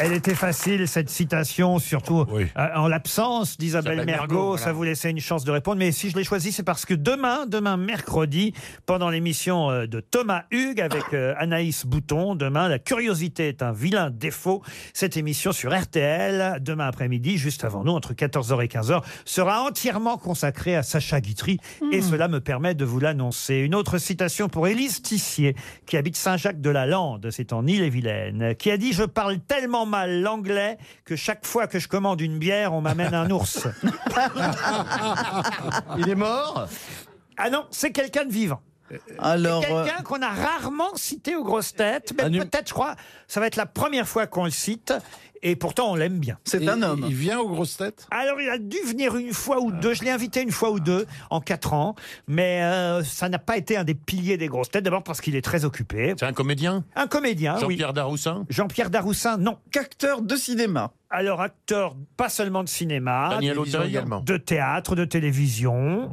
Elle était facile, cette citation, surtout
Oui.
euh, en l'absence d'Isabelle
Isabelle
Mergot.
Mergot, voilà.
Ça vous laissait une chance de répondre. Mais si je l'ai choisie, c'est parce que demain, demain mercredi, pendant l'émission euh, de Thomas Hugues avec euh, Anaïs Bouton, demain, la curiosité est un vilain défaut. Cette émission sur RTL, demain après-midi, juste avant nous, entre 14h et 15h, sera entièrement consacrée à Sacha Guitry. Et cela me permet de vous l'annoncer. Une autre citation pour Élise Tissier, qui habite Saint-Jacques-de-la-Lande, c'est en Ille-et-Vilaine, qui a dit « Je parle tellement mal l'anglais que chaque fois que je commande une bière, on m'amène un ours.
Il est mort. »
Ah non, c'est quelqu'un de vivant.
Alors, euh,
Quelqu'un qu'on a rarement cité aux grosses têtes, mais
Un hum-
peut-être, je crois, ça va être la première fois qu'on le cite, et pourtant on l'aime bien.
c'est un homme.
Il vient aux grosses têtes
Alors, il a dû venir une fois ou deux. Je l'ai invité une fois ou deux en quatre ans, mais euh, ça n'a pas été un des piliers des grosses têtes. D'abord parce qu'il est très occupé.
C'est un comédien
Un comédien, Ah oui.
Jean-Pierre Daroussin
Jean-Pierre Daroussin, non.
Qu'acteur de cinéma.
Alors, acteur, pas seulement de cinéma,
Ah, Daniel
de-
Auteuil également.
de théâtre, de télévision.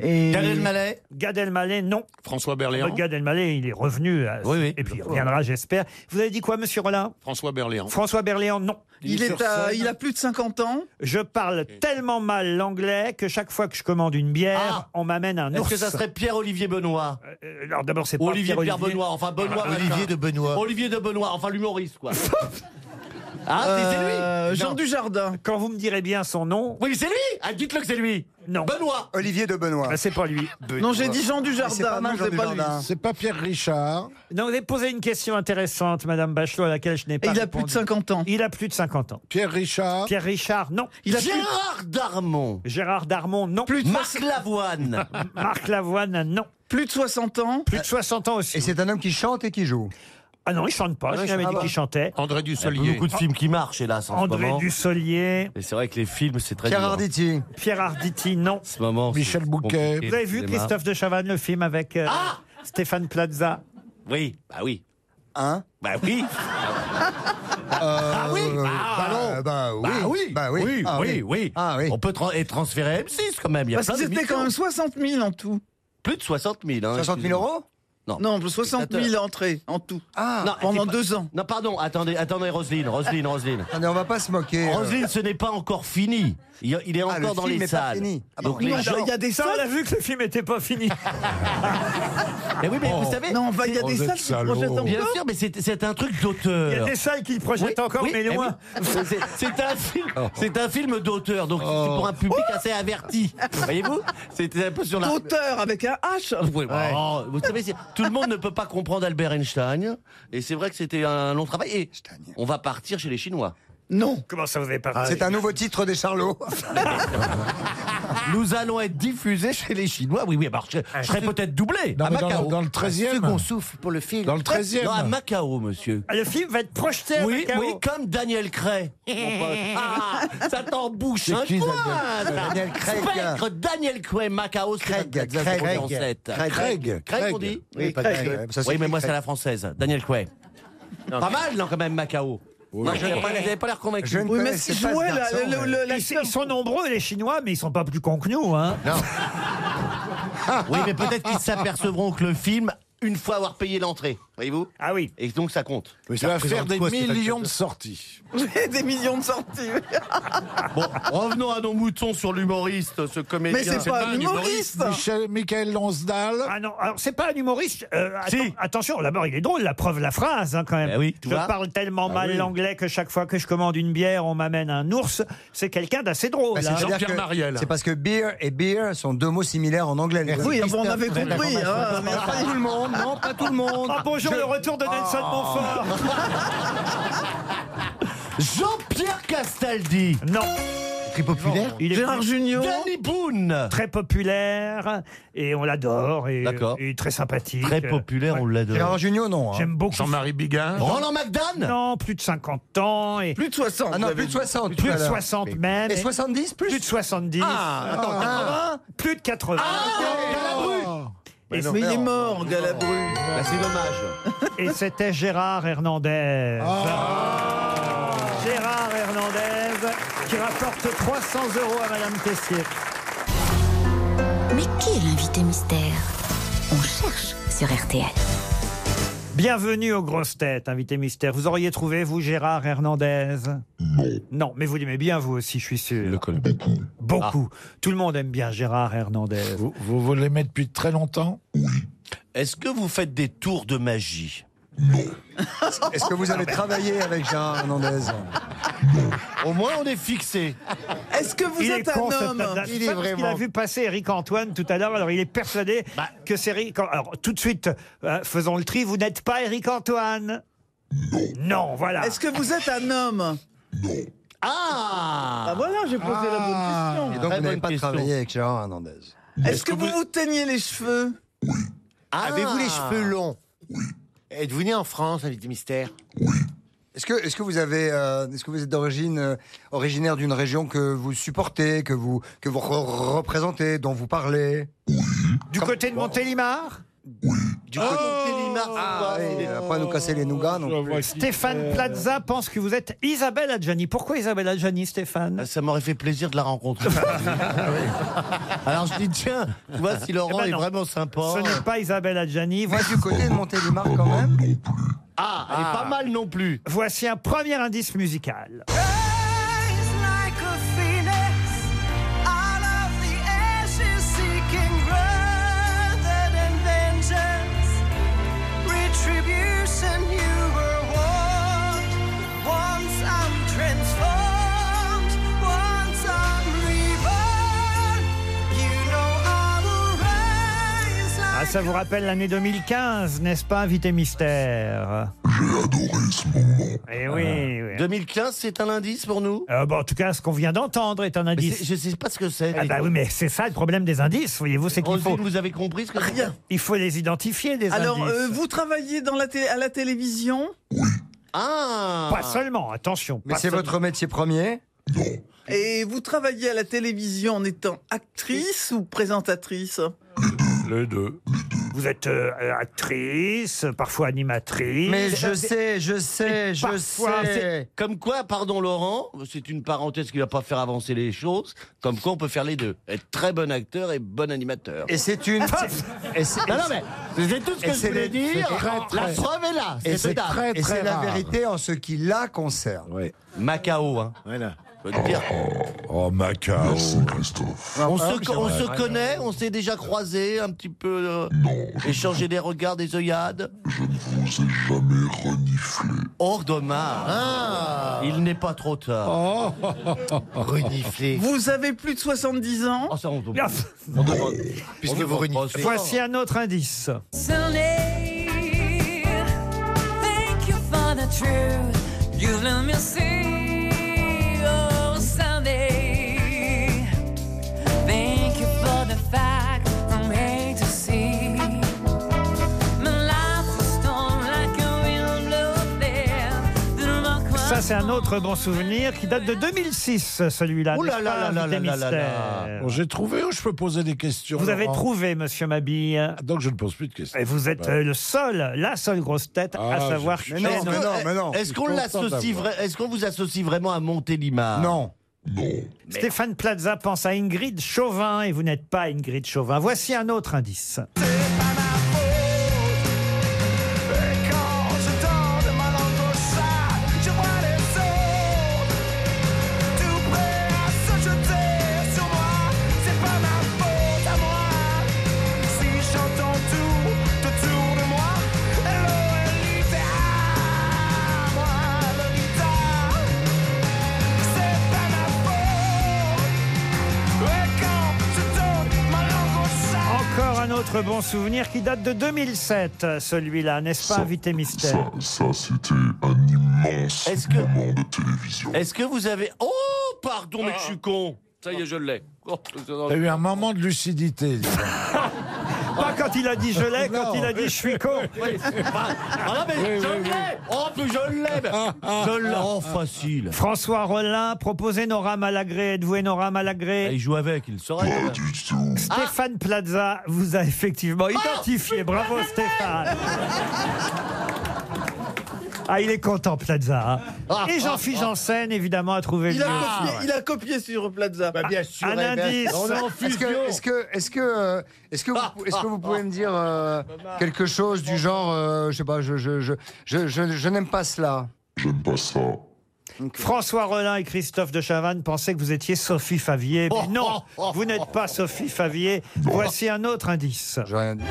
Et
Gad Elmaleh.
Gad Elmaleh, non. Ah,
François Berléand
Gad Elmaleh, il est revenu. euh,
Oui, oui.
Et puis, il reviendra, j'espère. Vous avez dit quoi, monsieur Rollin
François Berléand.
François Berléand, non. Non.
Il, est à- il a plus de 50 ans.
Je parle tellement mal l'anglais que chaque fois que je commande une bière, on m'amène un
Est-ce
ours.
que ça serait Pierre-Olivier Benoît
Euh, Alors d'abord, c'est pas
Olivier Pierre
Pierre-Olivier.
Benoît, enfin Benoît.
Ah,
machin.
Olivier de Benoît.
Olivier de Benoît, enfin l'humoriste quoi. ah, c'est
Euh,
lui
Jean
Dujardin.
Quand vous me direz bien son nom.
Oui, mais c'est lui ah, Dites-le que c'est lui
Non. Ben,
Benoît
Olivier de Benoît. Ah,
c'est pas lui.
Non, j'ai dit Jean Dujardin,
C'est pas mal,
non,
Jean
c'est pas
Dujardin.
lui.
C'est pas Pierre Richard.
Non, vous avez posé une question intéressante, Madame Bachelot, à laquelle je n'ai pas
il a
répondu.
plus de 50 ans.
Il a plus de 50 ans.
Pierre Richard.
Pierre Richard, non.
Il a plus-
Gérard Darmon.
Gérard Darmon, non.
Plus de
Marc Lavoine.
Marc Lavoine, non.
Plus de 60 ans.
Plus de 60 ans aussi.
Et c'est un homme qui chante et qui joue.
Ah non, il chante pas.
Ah
je
ouais,
n'avais
ça
dit
va.
qu'il chantait.
André
Il y a
Dussolier.
beaucoup de films qui marchent, hélas, en ce
André
moment.
Dussolier,
Et c'est vrai que les films, c'est très
Pierre
dur.
Arditi.
Pierre Arditi, non.
Ce moment, c'est
Michel Bouquet.
compliqué,
Vous avez vu
le cinéma.
Christophe de Chavannes, le film avec euh, Stéphane Plaza
Oui, bah oui.
Hein
Bah oui.
Ah oui
bah non.
Bah oui
Bah
Bah
oui.
oui
oui,
Ah
oui, oui.
Ah oui.
On peut tra- être transféré à M6 quand même. Ah, Il y a
Parce
plein
que
de
c'était quand
missions.
même 60 000 en tout.
plus de 60 000. hein,
60 000
excusez-moi.
euros
Non, 60 000 entrées en tout.
Ah
Non,
hein. pendant
c'est pas-
deux ans.
Non, pardon, attendez, attendez, Roselyne, Roselyne, Roselyne.
Attendez, on va pas se moquer. euh.
Roselyne, ce n'est pas encore fini. Il, y a- il est
Ah,
le
encore dans
film
les
est pas
salles.
fini. Ah,
Donc
pardon.
les
Non,
gens-
bah, il y a des
Ça, on a
salles.
vu que le film n'était pas fini.
Eh oui, mais vous savez,
Non, bah, il y a des
Oh, Vous êtes
salles qui se
salaud.
projettent encore.
bien sûr, mais c'est c'est un truc
Il y a
d'auteur.
des salles qui le
Oui,
projettent encore,
oui,
mais
eh
loin.
oui. C'est- C'est un film,
Oh.
c'est un film d'auteur, donc c'est pour un public
Oh.
assez averti. Voyez-vous, c'était un peu sur la.
D'auteur avec un H.
Oui, oh, vous savez, c'est- tout le monde ne peut pas comprendre Albert Einstein, et c'est vrai que c'était un long travail. Et
Einstein.
on va partir chez les Chinois.
Non.
Comment ça, vous avez pas
C'est un nouveau titre des Charlots.
Nous allons être diffusés chez les Chinois. Oui, oui, alors je,
Ah,
je serai peut-être doublé
Non,
à
mais dans,
Macao.
dans le 13e.
souffle pour le film.
Dans le 13e.
Non, à Macao, monsieur.
Ah, Le film va être projeté à
Oui,
Macao. Oh, bah.
oui, comme Daniel Cray. mon pote. Ah, ça t'embouche
C'est
un
qui,
coin,
Daniel
ça.
Daniel Craig.
Spectre, Daniel Cray, Macao,
Craig,
Stéphane Plaza,
Craig,
c'est en sept.
Craig.
Craig.
Craig, on dit
Oui, pas
Craig.
Craig. Ça, c'est
Oui, mais
écrit
moi, c'est
Craig.
la française. Daniel Cray. Pas mal, non, quand même, Macao. Moi, je n'avais pas- j'avais pas l'air convaincu.
Je ne
Oui, mais
connaissais
s'il
pas ce
jouait la-
garçon,
le-
mais-
le-
Ils,
l'acteur.
ils sont nombreux, les Chinois, mais ils sont pas plus cons que nous. Hein.
Oui, mais peut-être qu'ils s'apercevront que le film, une fois avoir payé l'entrée, voyez-vous
Ah oui.
Et donc, ça compte.
Tu vas faire des
quoi, Stéphane
millions de sorties.
des millions de sorties.
Bon, revenons à nos moutons sur l'humoriste, ce comédien.
Mais c'est pas un humoriste.
Michel, Michael Lonsdal.
Ah non, alors c'est pas un humoriste. euh, atten-
Si.
Attention, d'abord il est drôle, la preuve, la phrase hein, quand même.
Ben oui, tu
je
vois.
parle tellement mal l'anglais que chaque fois que je commande une bière, on m'amène un ours. C'est quelqu'un d'assez drôle.
Bah,
hein.
c'est-à-dire
Jean-Pierre
que-
Mariel.
C'est parce que beer et beer sont deux mots similaires en anglais.
Oui, bon, on avait
Christophe,
compris. hein,
Non,
merci.
pas tout le monde, non, pas tout le monde.
Ah, bonjour, le retour de Nelson
Ah.
Montfort.
Jean-Pierre Castaldi.
Non,
Très populaire.
il est
Gérard Junior.
Danny Boone.
très populaire et on l'adore et,
D'accord.
et très sympathique.
Très populaire, on l'adore.
Gérard Junior, non. hein.
J'aime beaucoup.
Jean-Marie Bigard.
Roland McDan
Non, plus de 50 ans et plus,
Plus de 60.
Ah non,
vous
plus
avez
de
dit.
60.
de
tout à l'heure.
60 même.
Et
et
70
plus de
plus
70.
attends, 80
Plus de 80. et
Mais il est mort, Galabru.
Bah, C'est dommage.
Et c'était Gérard Hernandez. Gérard Hernandez qui rapporte 300 euros à Madame Tessier.
Mais qui est l'invité mystère On cherche sur RTL.
Bienvenue aux grosses têtes, invité mystère. Vous auriez trouvé, vous, Gérard Hernandez Non. Non, mais vous l'aimez bien, vous aussi, je suis sûr.
Ah.
Beaucoup. Tout le monde aime bien Gérard Hernandez.
Vous, vous, vous l'aimez depuis très longtemps
Est-ce que vous faites des tours de magie
Est-ce que vous avez travaillé avec Gérard Hernandez
Au moins, on est fixé.
Est-ce que vous
Il
êtes
est con,
un
ce
homme
peuple-là.
Il est
Ça, parce qu'il a
vraiment-
vu passer Eric Antoine tout à l'heure, alors il est persuadé
Bah.
que c'est Eric. Alors tout de suite, euh, faisons le tri. Vous n'êtes pas Eric Antoine. Non, voilà.
Est-ce que vous êtes un homme Ah
Ah
voilà, j'ai posé la bonne
Ah. Et
question.
donc,
Très
vous n'avez
bonne
pas
question.
travaillé avec Gérard Hernandez.
Ah. Est-ce que vous vous teignez les cheveux
Ah.
Avez-vous les cheveux longs Êtes-vous né en France, invité mystère
Est-ce que, est-ce que vous avez, euh, est-ce que vous êtes d'origine euh, originaire d'une région que vous supportez, que vous que vous re- représentez, dont vous parlez
du côté de Montélimar
Du côté de
Bernard
Ah,
Pivot.
oui, euh, pas nous casser les nougats non plus.
Euh,
Stéphane Plaza pense que vous êtes Isabelle Adjani. Pourquoi Isabelle Adjani, Stéphane
Ah, Ça m'aurait fait plaisir de la rencontrer. Alors je dis, tiens, tu vois, si Laurent
Eh ben
est
non.
vraiment sympa.
Ce n'est pas Isabelle Adjani. Voici
du côté de Montélimar quand même.
Ah, elle est pas mal non plus.
Voici un premier indice musical.
like a phoenix out of the ashes, seeking rather than vengeance, retribution. You were warned. Once I'm transformed, once I'm reborn. You know I will rise
Ah, ça vous rappelle l'année 2015, n'est-ce pas, invité mystère J'ai adoré ce moment. Eh oui, oui.
2015, c'est un indice pour nous
Euh, bon, en tout cas, ce qu'on vient d'entendre est un indice.
Je sais pas ce que c'est.
Ah bah oui, mais c'est ça le problème des indices, voyez-vous, c'est qu'il
Roselyne,
faut,
vous avez compris ce que Rien.
il faut les identifier, les
Alors,
indices.
euh, vous travaillez dans la télé- à la télévision
Ah
Pas seulement, attention.
Mais
pas
c'est
seulement.
votre métier premier
Et vous travaillez à la télévision en étant actrice ou présentatrice
Les deux.
Vous êtes euh, euh, actrice, parfois animatrice. Euh,
Mais je sais, je
Et
sais, je
parfois,
sais.
Comme quoi, pardon Laurent, c'est une parenthèse qui va pas faire avancer les choses. Comme quoi, on peut faire les deux. Être très bon acteur et bon animateur. Ah,
Et c'est une. Et c'est
Non, non, mais c'est tout ce
Et
que je
c'est
voulais
des- c'est
dire.
très, très-
La preuve est là.
et
C'est
c'est
dingue.
très,
et c'est
très
la
rare.
vérité en ce qui la concerne.
Macao, hein.
Voilà.
Faut le dire.
Oh, Macao.
On
Ah,
se,
c'est
on
vrai.
se connaît, on s'est déjà croisés un petit peu, euh, échangé des regards, des œillades. Je ne vous ai jamais reniflé. Oh, dommage. Ah, Il n'est pas trop tard. Reniflé.
Vous avez plus de 70 ans
Oh, ça, on peut
Ah,
Puisque vous reniflez.
Voici un autre indice.
Sunday. Thank you for the truth. You let me see. Oh, Sunday. Thank you for the fact I'm made to see. My life is torn like a wind blow there. Through my
Ça, c'est un autre bon souvenir qui date de 2006, celui-là.
Ouh là
n'est-ce
là
pas,
là
invité
là là là là.
mystère
Bon, J'ai trouvé ou je peux poser des questions
Vous avez
Laurent Ah,
trouvé, monsieur Mabille.
Donc je ne pose plus de questions.
Et vous êtes
Bah.
euh, le seul, la seule grosse tête à
Ah,
savoir.
je-
Mais non,
Est-ce
mais
que-
non, mais non.
Est-ce qu'on
Je suis content
l'associe Ah.
d'avoir.
vra- Est-ce qu'on vous associe vraiment à Montélimar
Non.
Stéphane Plaza pense à Ingrid Chauvin et vous n'êtes pas Ingrid Chauvin. Voici un autre indice.
Quand je tends de ma langue au chat, je vois les autres Tout prêt à se jeter sur moi C'est pas ma faute à moi Si j'entends tout autour de moi Lolita, moi Lolita C'est pas ma faute Et quand je tends ma langue au chat
Encore un autre bon souvenir qui date de 2007, euh, celui-là, n'est-ce pas, invité mystère
Ça, c'était un immense
Est-ce que,
moment de télévision.
est-ce que vous avez. Oh, pardon, mais je suis con. Ça y est, je l'ai. Oh,
T'as eu un moment de lucidité. dis donc.
Pas quand il a dit je l'ai, quand il a dit je suis con.
Ah non, mais je l'ai Oh, mais je l'ai mais-
Ah,
Je l'ai Oh, facile
François Rollin proposait Nora Malagré. Êtes-vous et Nora
Ah,
Malagré Ah.
Il joue avec, il saurait.
Pas du tout.
Stéphane Plaza vous a effectivement identifié. Bravo Stéphane. Ah, il est content, Plaza. hein. Et Jean-Philippe Janssen, évidemment, a trouvé
il a,
le mot.
copié, il a copié sur Plaza.
Bien sûr.
Un
eh ben,
indice.
on est en
Est-ce
fusion.
que, est-ce que, est-ce que, euh, est-ce que, vous, est-ce que vous pouvez me dire euh, quelque chose du genre, euh, je sais pas, je, je, je, je, je- je n'aime pas cela.
J'aime pas ça.
Ah, François Rollin et Christophe de Chavannes pensaient que vous étiez Sophie Favier. Mais non, vous n'êtes pas Sophie Favier. Voici un autre indice.
J'ai rien dit.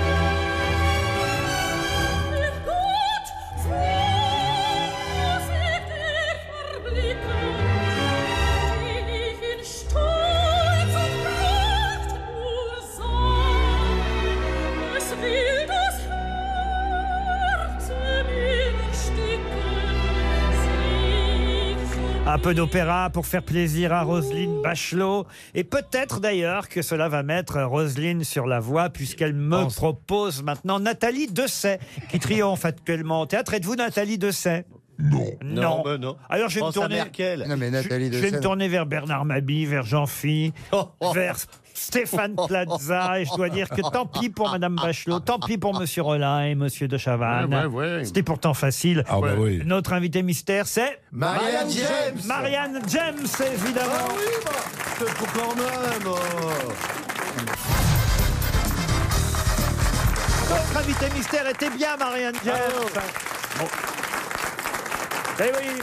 Un peu d'opéra pour faire plaisir à Roselyne Bachelot. Et peut-être d'ailleurs que cela va mettre Roselyne sur la voie, puisqu'elle me propose maintenant Nathalie Dessay, qui triomphe actuellement au théâtre. Êtes-vous Nathalie Dessay Non.
ben non.
Alors je vais me
Pense à
tourner.
Merkel.
Non mais
Je,
Nathalie
je vais me
Dessay.
tourner vers Bernard Mabie, vers Jean-Phi, vers Stéphane Plaza. Et je dois dire que tant pis pour Madame Bachelot, tant pis pour Monsieur Rollin et Monsieur de Chavannes.
Ouais, ouais, ouais.
C'était pourtant facile.
Ah, bah oui.
Notre invité mystère, c'est
Marianne James.
Marianne James, évidemment.
Ah bah, quand même oh.
Notre invité mystère était bien Marianne James. Eh oui.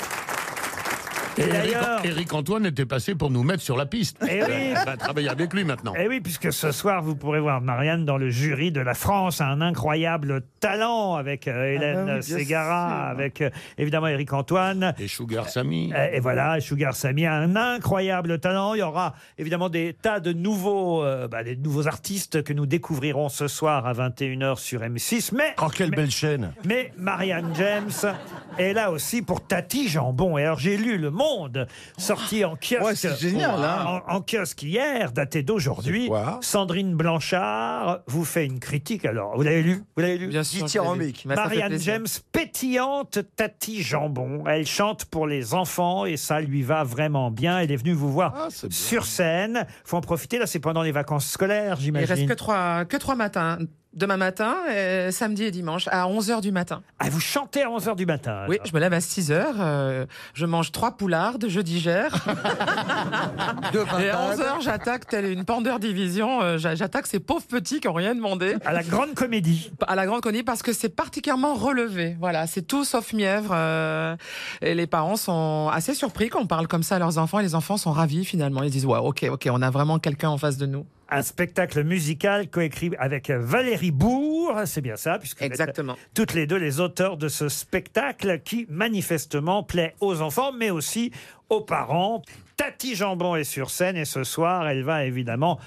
Et
Eric,
d'ailleurs-
Eric Antoine était passé pour nous mettre sur la piste.
Eh oui.
On va travailler avec lui maintenant.
Eh oui, puisque ce soir, vous pourrez voir Marianne dans le jury de la France, un incroyable talent avec euh, Hélène
bah oui, bien
Ségara, avec euh, évidemment Eric Antoine.
Et Sugar Sammy.
Euh, Et voilà, Sugar Sammy a un incroyable talent. Il y aura évidemment des tas de nouveaux, euh, bah, des nouveaux artistes que nous découvrirons ce soir à 21h sur M6. Mais oh, quelle belle chaîne Mais Marianne James est là aussi pour Tati Jambon. Et alors j'ai lu Le Monde sorti en kiosque,
Ouais, c'est génial, hein.
en, en kiosque hier, daté d'aujourd'hui. Sandrine Blanchard vous fait une critique. Alors vous l'avez lu Vous l'avez lu
Bien sûr que je l'ai lu. Dithyrambique. Mais ça fait
Marianne
plaisir.
James pétillante Tati Jambon. Elle chante pour les enfants et ça lui va vraiment bien. Elle est venue vous voir
Ah,
sur scène. Faut en profiter. Là, c'est pendant les vacances scolaires,
Il reste
j'imagine.
que trois, que trois matins. Demain matin, euh, samedi et dimanche, à 11h du matin.
Ah, vous chantez à 11h du matin.
Oui,
alors.
je me lève à euh, 6h, je mange trois poulardes, je digère. et à 11h, j'attaque, telle une pandeur division, euh, j'a- j'attaque ces pauvres petits qui n'ont rien demandé.
À la grande comédie.
À la grande comédie, parce que c'est particulièrement relevé. Voilà, c'est tout sauf mièvre. euh, et les parents sont assez surpris qu'on parle comme ça à leurs enfants, et les enfants sont ravis finalement. Ils disent, ouais, ok, ok, on a vraiment quelqu'un en face de nous.
Un spectacle musical coécrit avec Valérie Bourg, c'est bien ça, puisque vous êtes toutes les deux les auteurs de ce spectacle qui manifestement plaît aux enfants, mais aussi aux parents. Tati Jambon est sur scène et ce soir, elle va évidemment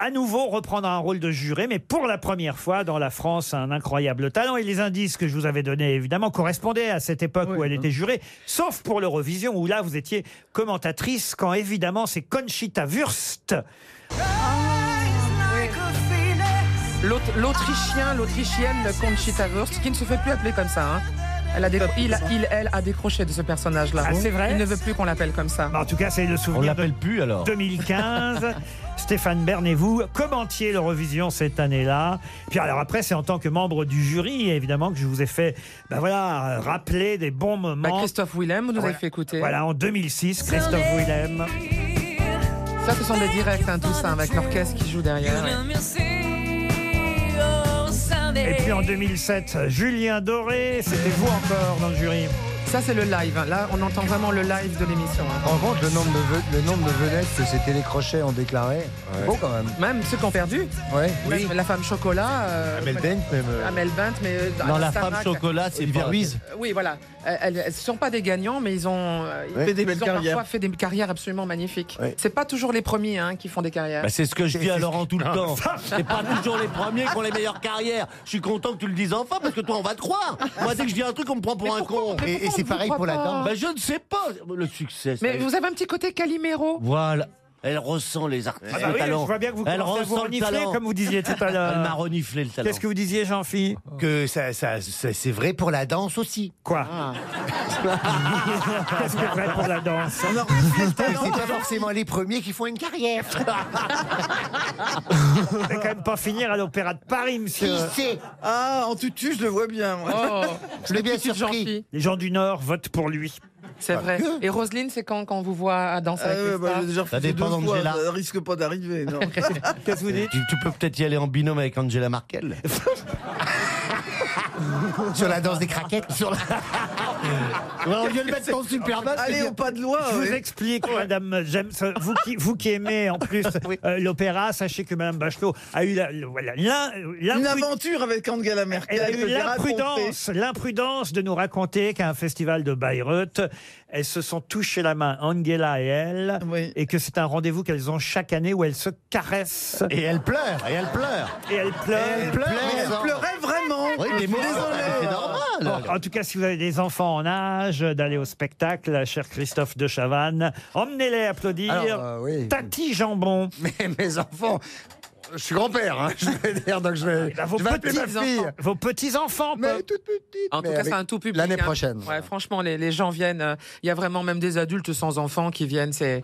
à nouveau reprendre un rôle de jurée, mais pour la première fois dans la France, un incroyable talent. Et les indices que je vous avais donnés, évidemment, correspondaient à cette époque où elle était jurée, sauf pour l'Eurovision, où là, vous étiez commentatrice, quand évidemment, c'est Conchita Wurst.
L'aut- L'Autrichien, l'Autrichienne Conchita Wurst, qui ne se fait plus appeler comme ça. hein. Elle a décro- il, il- elle a décroché de ce personnage-là.
Ah, c'est vrai Bah,
Il ne veut plus qu'on l'appelle comme ça.
En tout cas, c'est le souvenir.
l'appelle
de
plus, alors.
2015. Stéphane Bern et vous commentiez l'Eurovision cette année-là. Puis alors après, c'est en tant que membre du jury, évidemment, que je vous ai fait ben voilà, euh, rappeler des bons moments.
Bah, Christophe Willem, vous nous avez fait écouter.
Voilà, en 2006, Christophe Willem.
Ça, ce sont des directs, hein, tout ça, avec l'orchestre qui joue derrière.
Et puis en 2007, Julien Doré, c'était vous encore dans le jury.
Ça, c'est le live. hein. Là, on entend vraiment le live de l'émission. hein.
En revanche, le nombre de, ve- le nombre de vedettes que ces télécrochets ont déclaré, c'est beau quand même.
Même ceux qui ont perdu.
Ouais.
Même La femme chocolat. euh,
Amel Bent, même, euh.
Amel Bent, mais. euh,
Non, la
Stamac.
femme chocolat, c'est
Olivier pas- Ruiz.
Oui, voilà. Euh, Elles ne sont pas des gagnants, mais ils ont, euh,
Ouais.
fait des,
Belle
ils ont
carrière.
parfois fait des carrières absolument magnifiques. C'est pas toujours les premiers hein, qui font des carrières.
Bah, c'est ce que je dis à Laurent
Ah.
tout le
Non.
temps. C'est pas toujours les premiers qui ont les meilleures carrières. Je suis content que tu le dises enfin parce que toi on va te croire. Moi dès que je dis un truc on me prend pour un con.
mais Et- et pourquoi c'est on vous pareil croit pour la pas dame.
Bah, je ne sais pas le succès. ça
Mais
y est.
vous avez un petit côté Calimero.
Voilà. Elle ressent les artistes.
Ah bah
le
oui,
talent.
je vois bien que vous
Elle
commencez à vous
ressent le
renifler,
talent.
comme vous disiez tout à l'heure.
Elle m'a reniflé le talent.
Qu'est-ce que vous disiez, Jean-Philippe
Que ça, ça- ça- c'est vrai pour la danse aussi.
Quoi Qu'est-ce que vrai pour la danse
C'est pas forcément les premiers qui font une carrière.
Vous allez quand même pas finir à l'Opéra de Paris, monsieur.
Qui sait
Ah, en tutu, je le vois bien. moi.
Oh,
je l'ai bien
Petite
surpris.
Jean-Phi.
Les gens du Nord votent pour lui.
C'est
Bah,
vrai. Et Roselyne, c'est quand quand on vous voit à danser avec
Ah ouais,
les
bah,
stars
j'ai déjà refusé deux fois, ça risque pas d'arriver. non.
Qu'est-ce que vous dites
tu, tu peux peut-être y aller en binôme avec Angela Merkel.
Sur la danse des craquettes. Sur la...
Ouais, au lieu de mettre ton Superman,
Allez, au pas de loi.
Je vous
ouais.
explique, Madame James, euh, vous qui, vous qui aimez en plus euh, l'opéra, sachez que Madame Bachelot a eu la, le- voilà, l'in- l'in-
Une aventure avec Angela Merkel.
elle
je
a eu
l'ai
l'imprudence, l'imprudence de nous raconter qu'à un festival de Bayreuth, elles se sont touchées la main, Angela et elle, et que c'est un rendez-vous qu'elles ont chaque année où elles se caressent.
Et elle pleure, et elle pleure.
Et elle pleure.
Et elle pleure. Mais elle pleurait
vraiment.
Oui, mais moi, c'est normal.
En, en tout cas, si vous avez des enfants en âge d'aller au spectacle, cher Christophe de Chavannes, emmenez-les applaudir.
Alors, euh, oui.
Tati Jambon.
Mais mes enfants, je suis grand-père, hein, je vais dire, donc je vais,
Ah, bah, vos
je vais appeler ma
petits-enfants.
fille.
Vos petits-enfants
Mais toute petite.
En tout
mais
cas,
avec-
c'est un tout public.
L'année
hein.
prochaine.
Ouais, franchement, les, les gens viennent. euh, Il y a vraiment même des adultes sans enfants qui viennent. C'est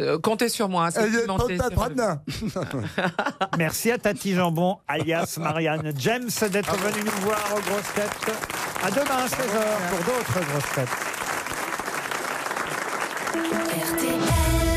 euh, comptez sur moi. hein,
Eh,
c'est vraiment- c'est- c'est relevé.
Merci à Tati Jambon, alias Marianne James, d'être venue nous voir aux grosses têtes. À
Ah,
demain, 16h, pour d'autres grosses têtes.
RTL.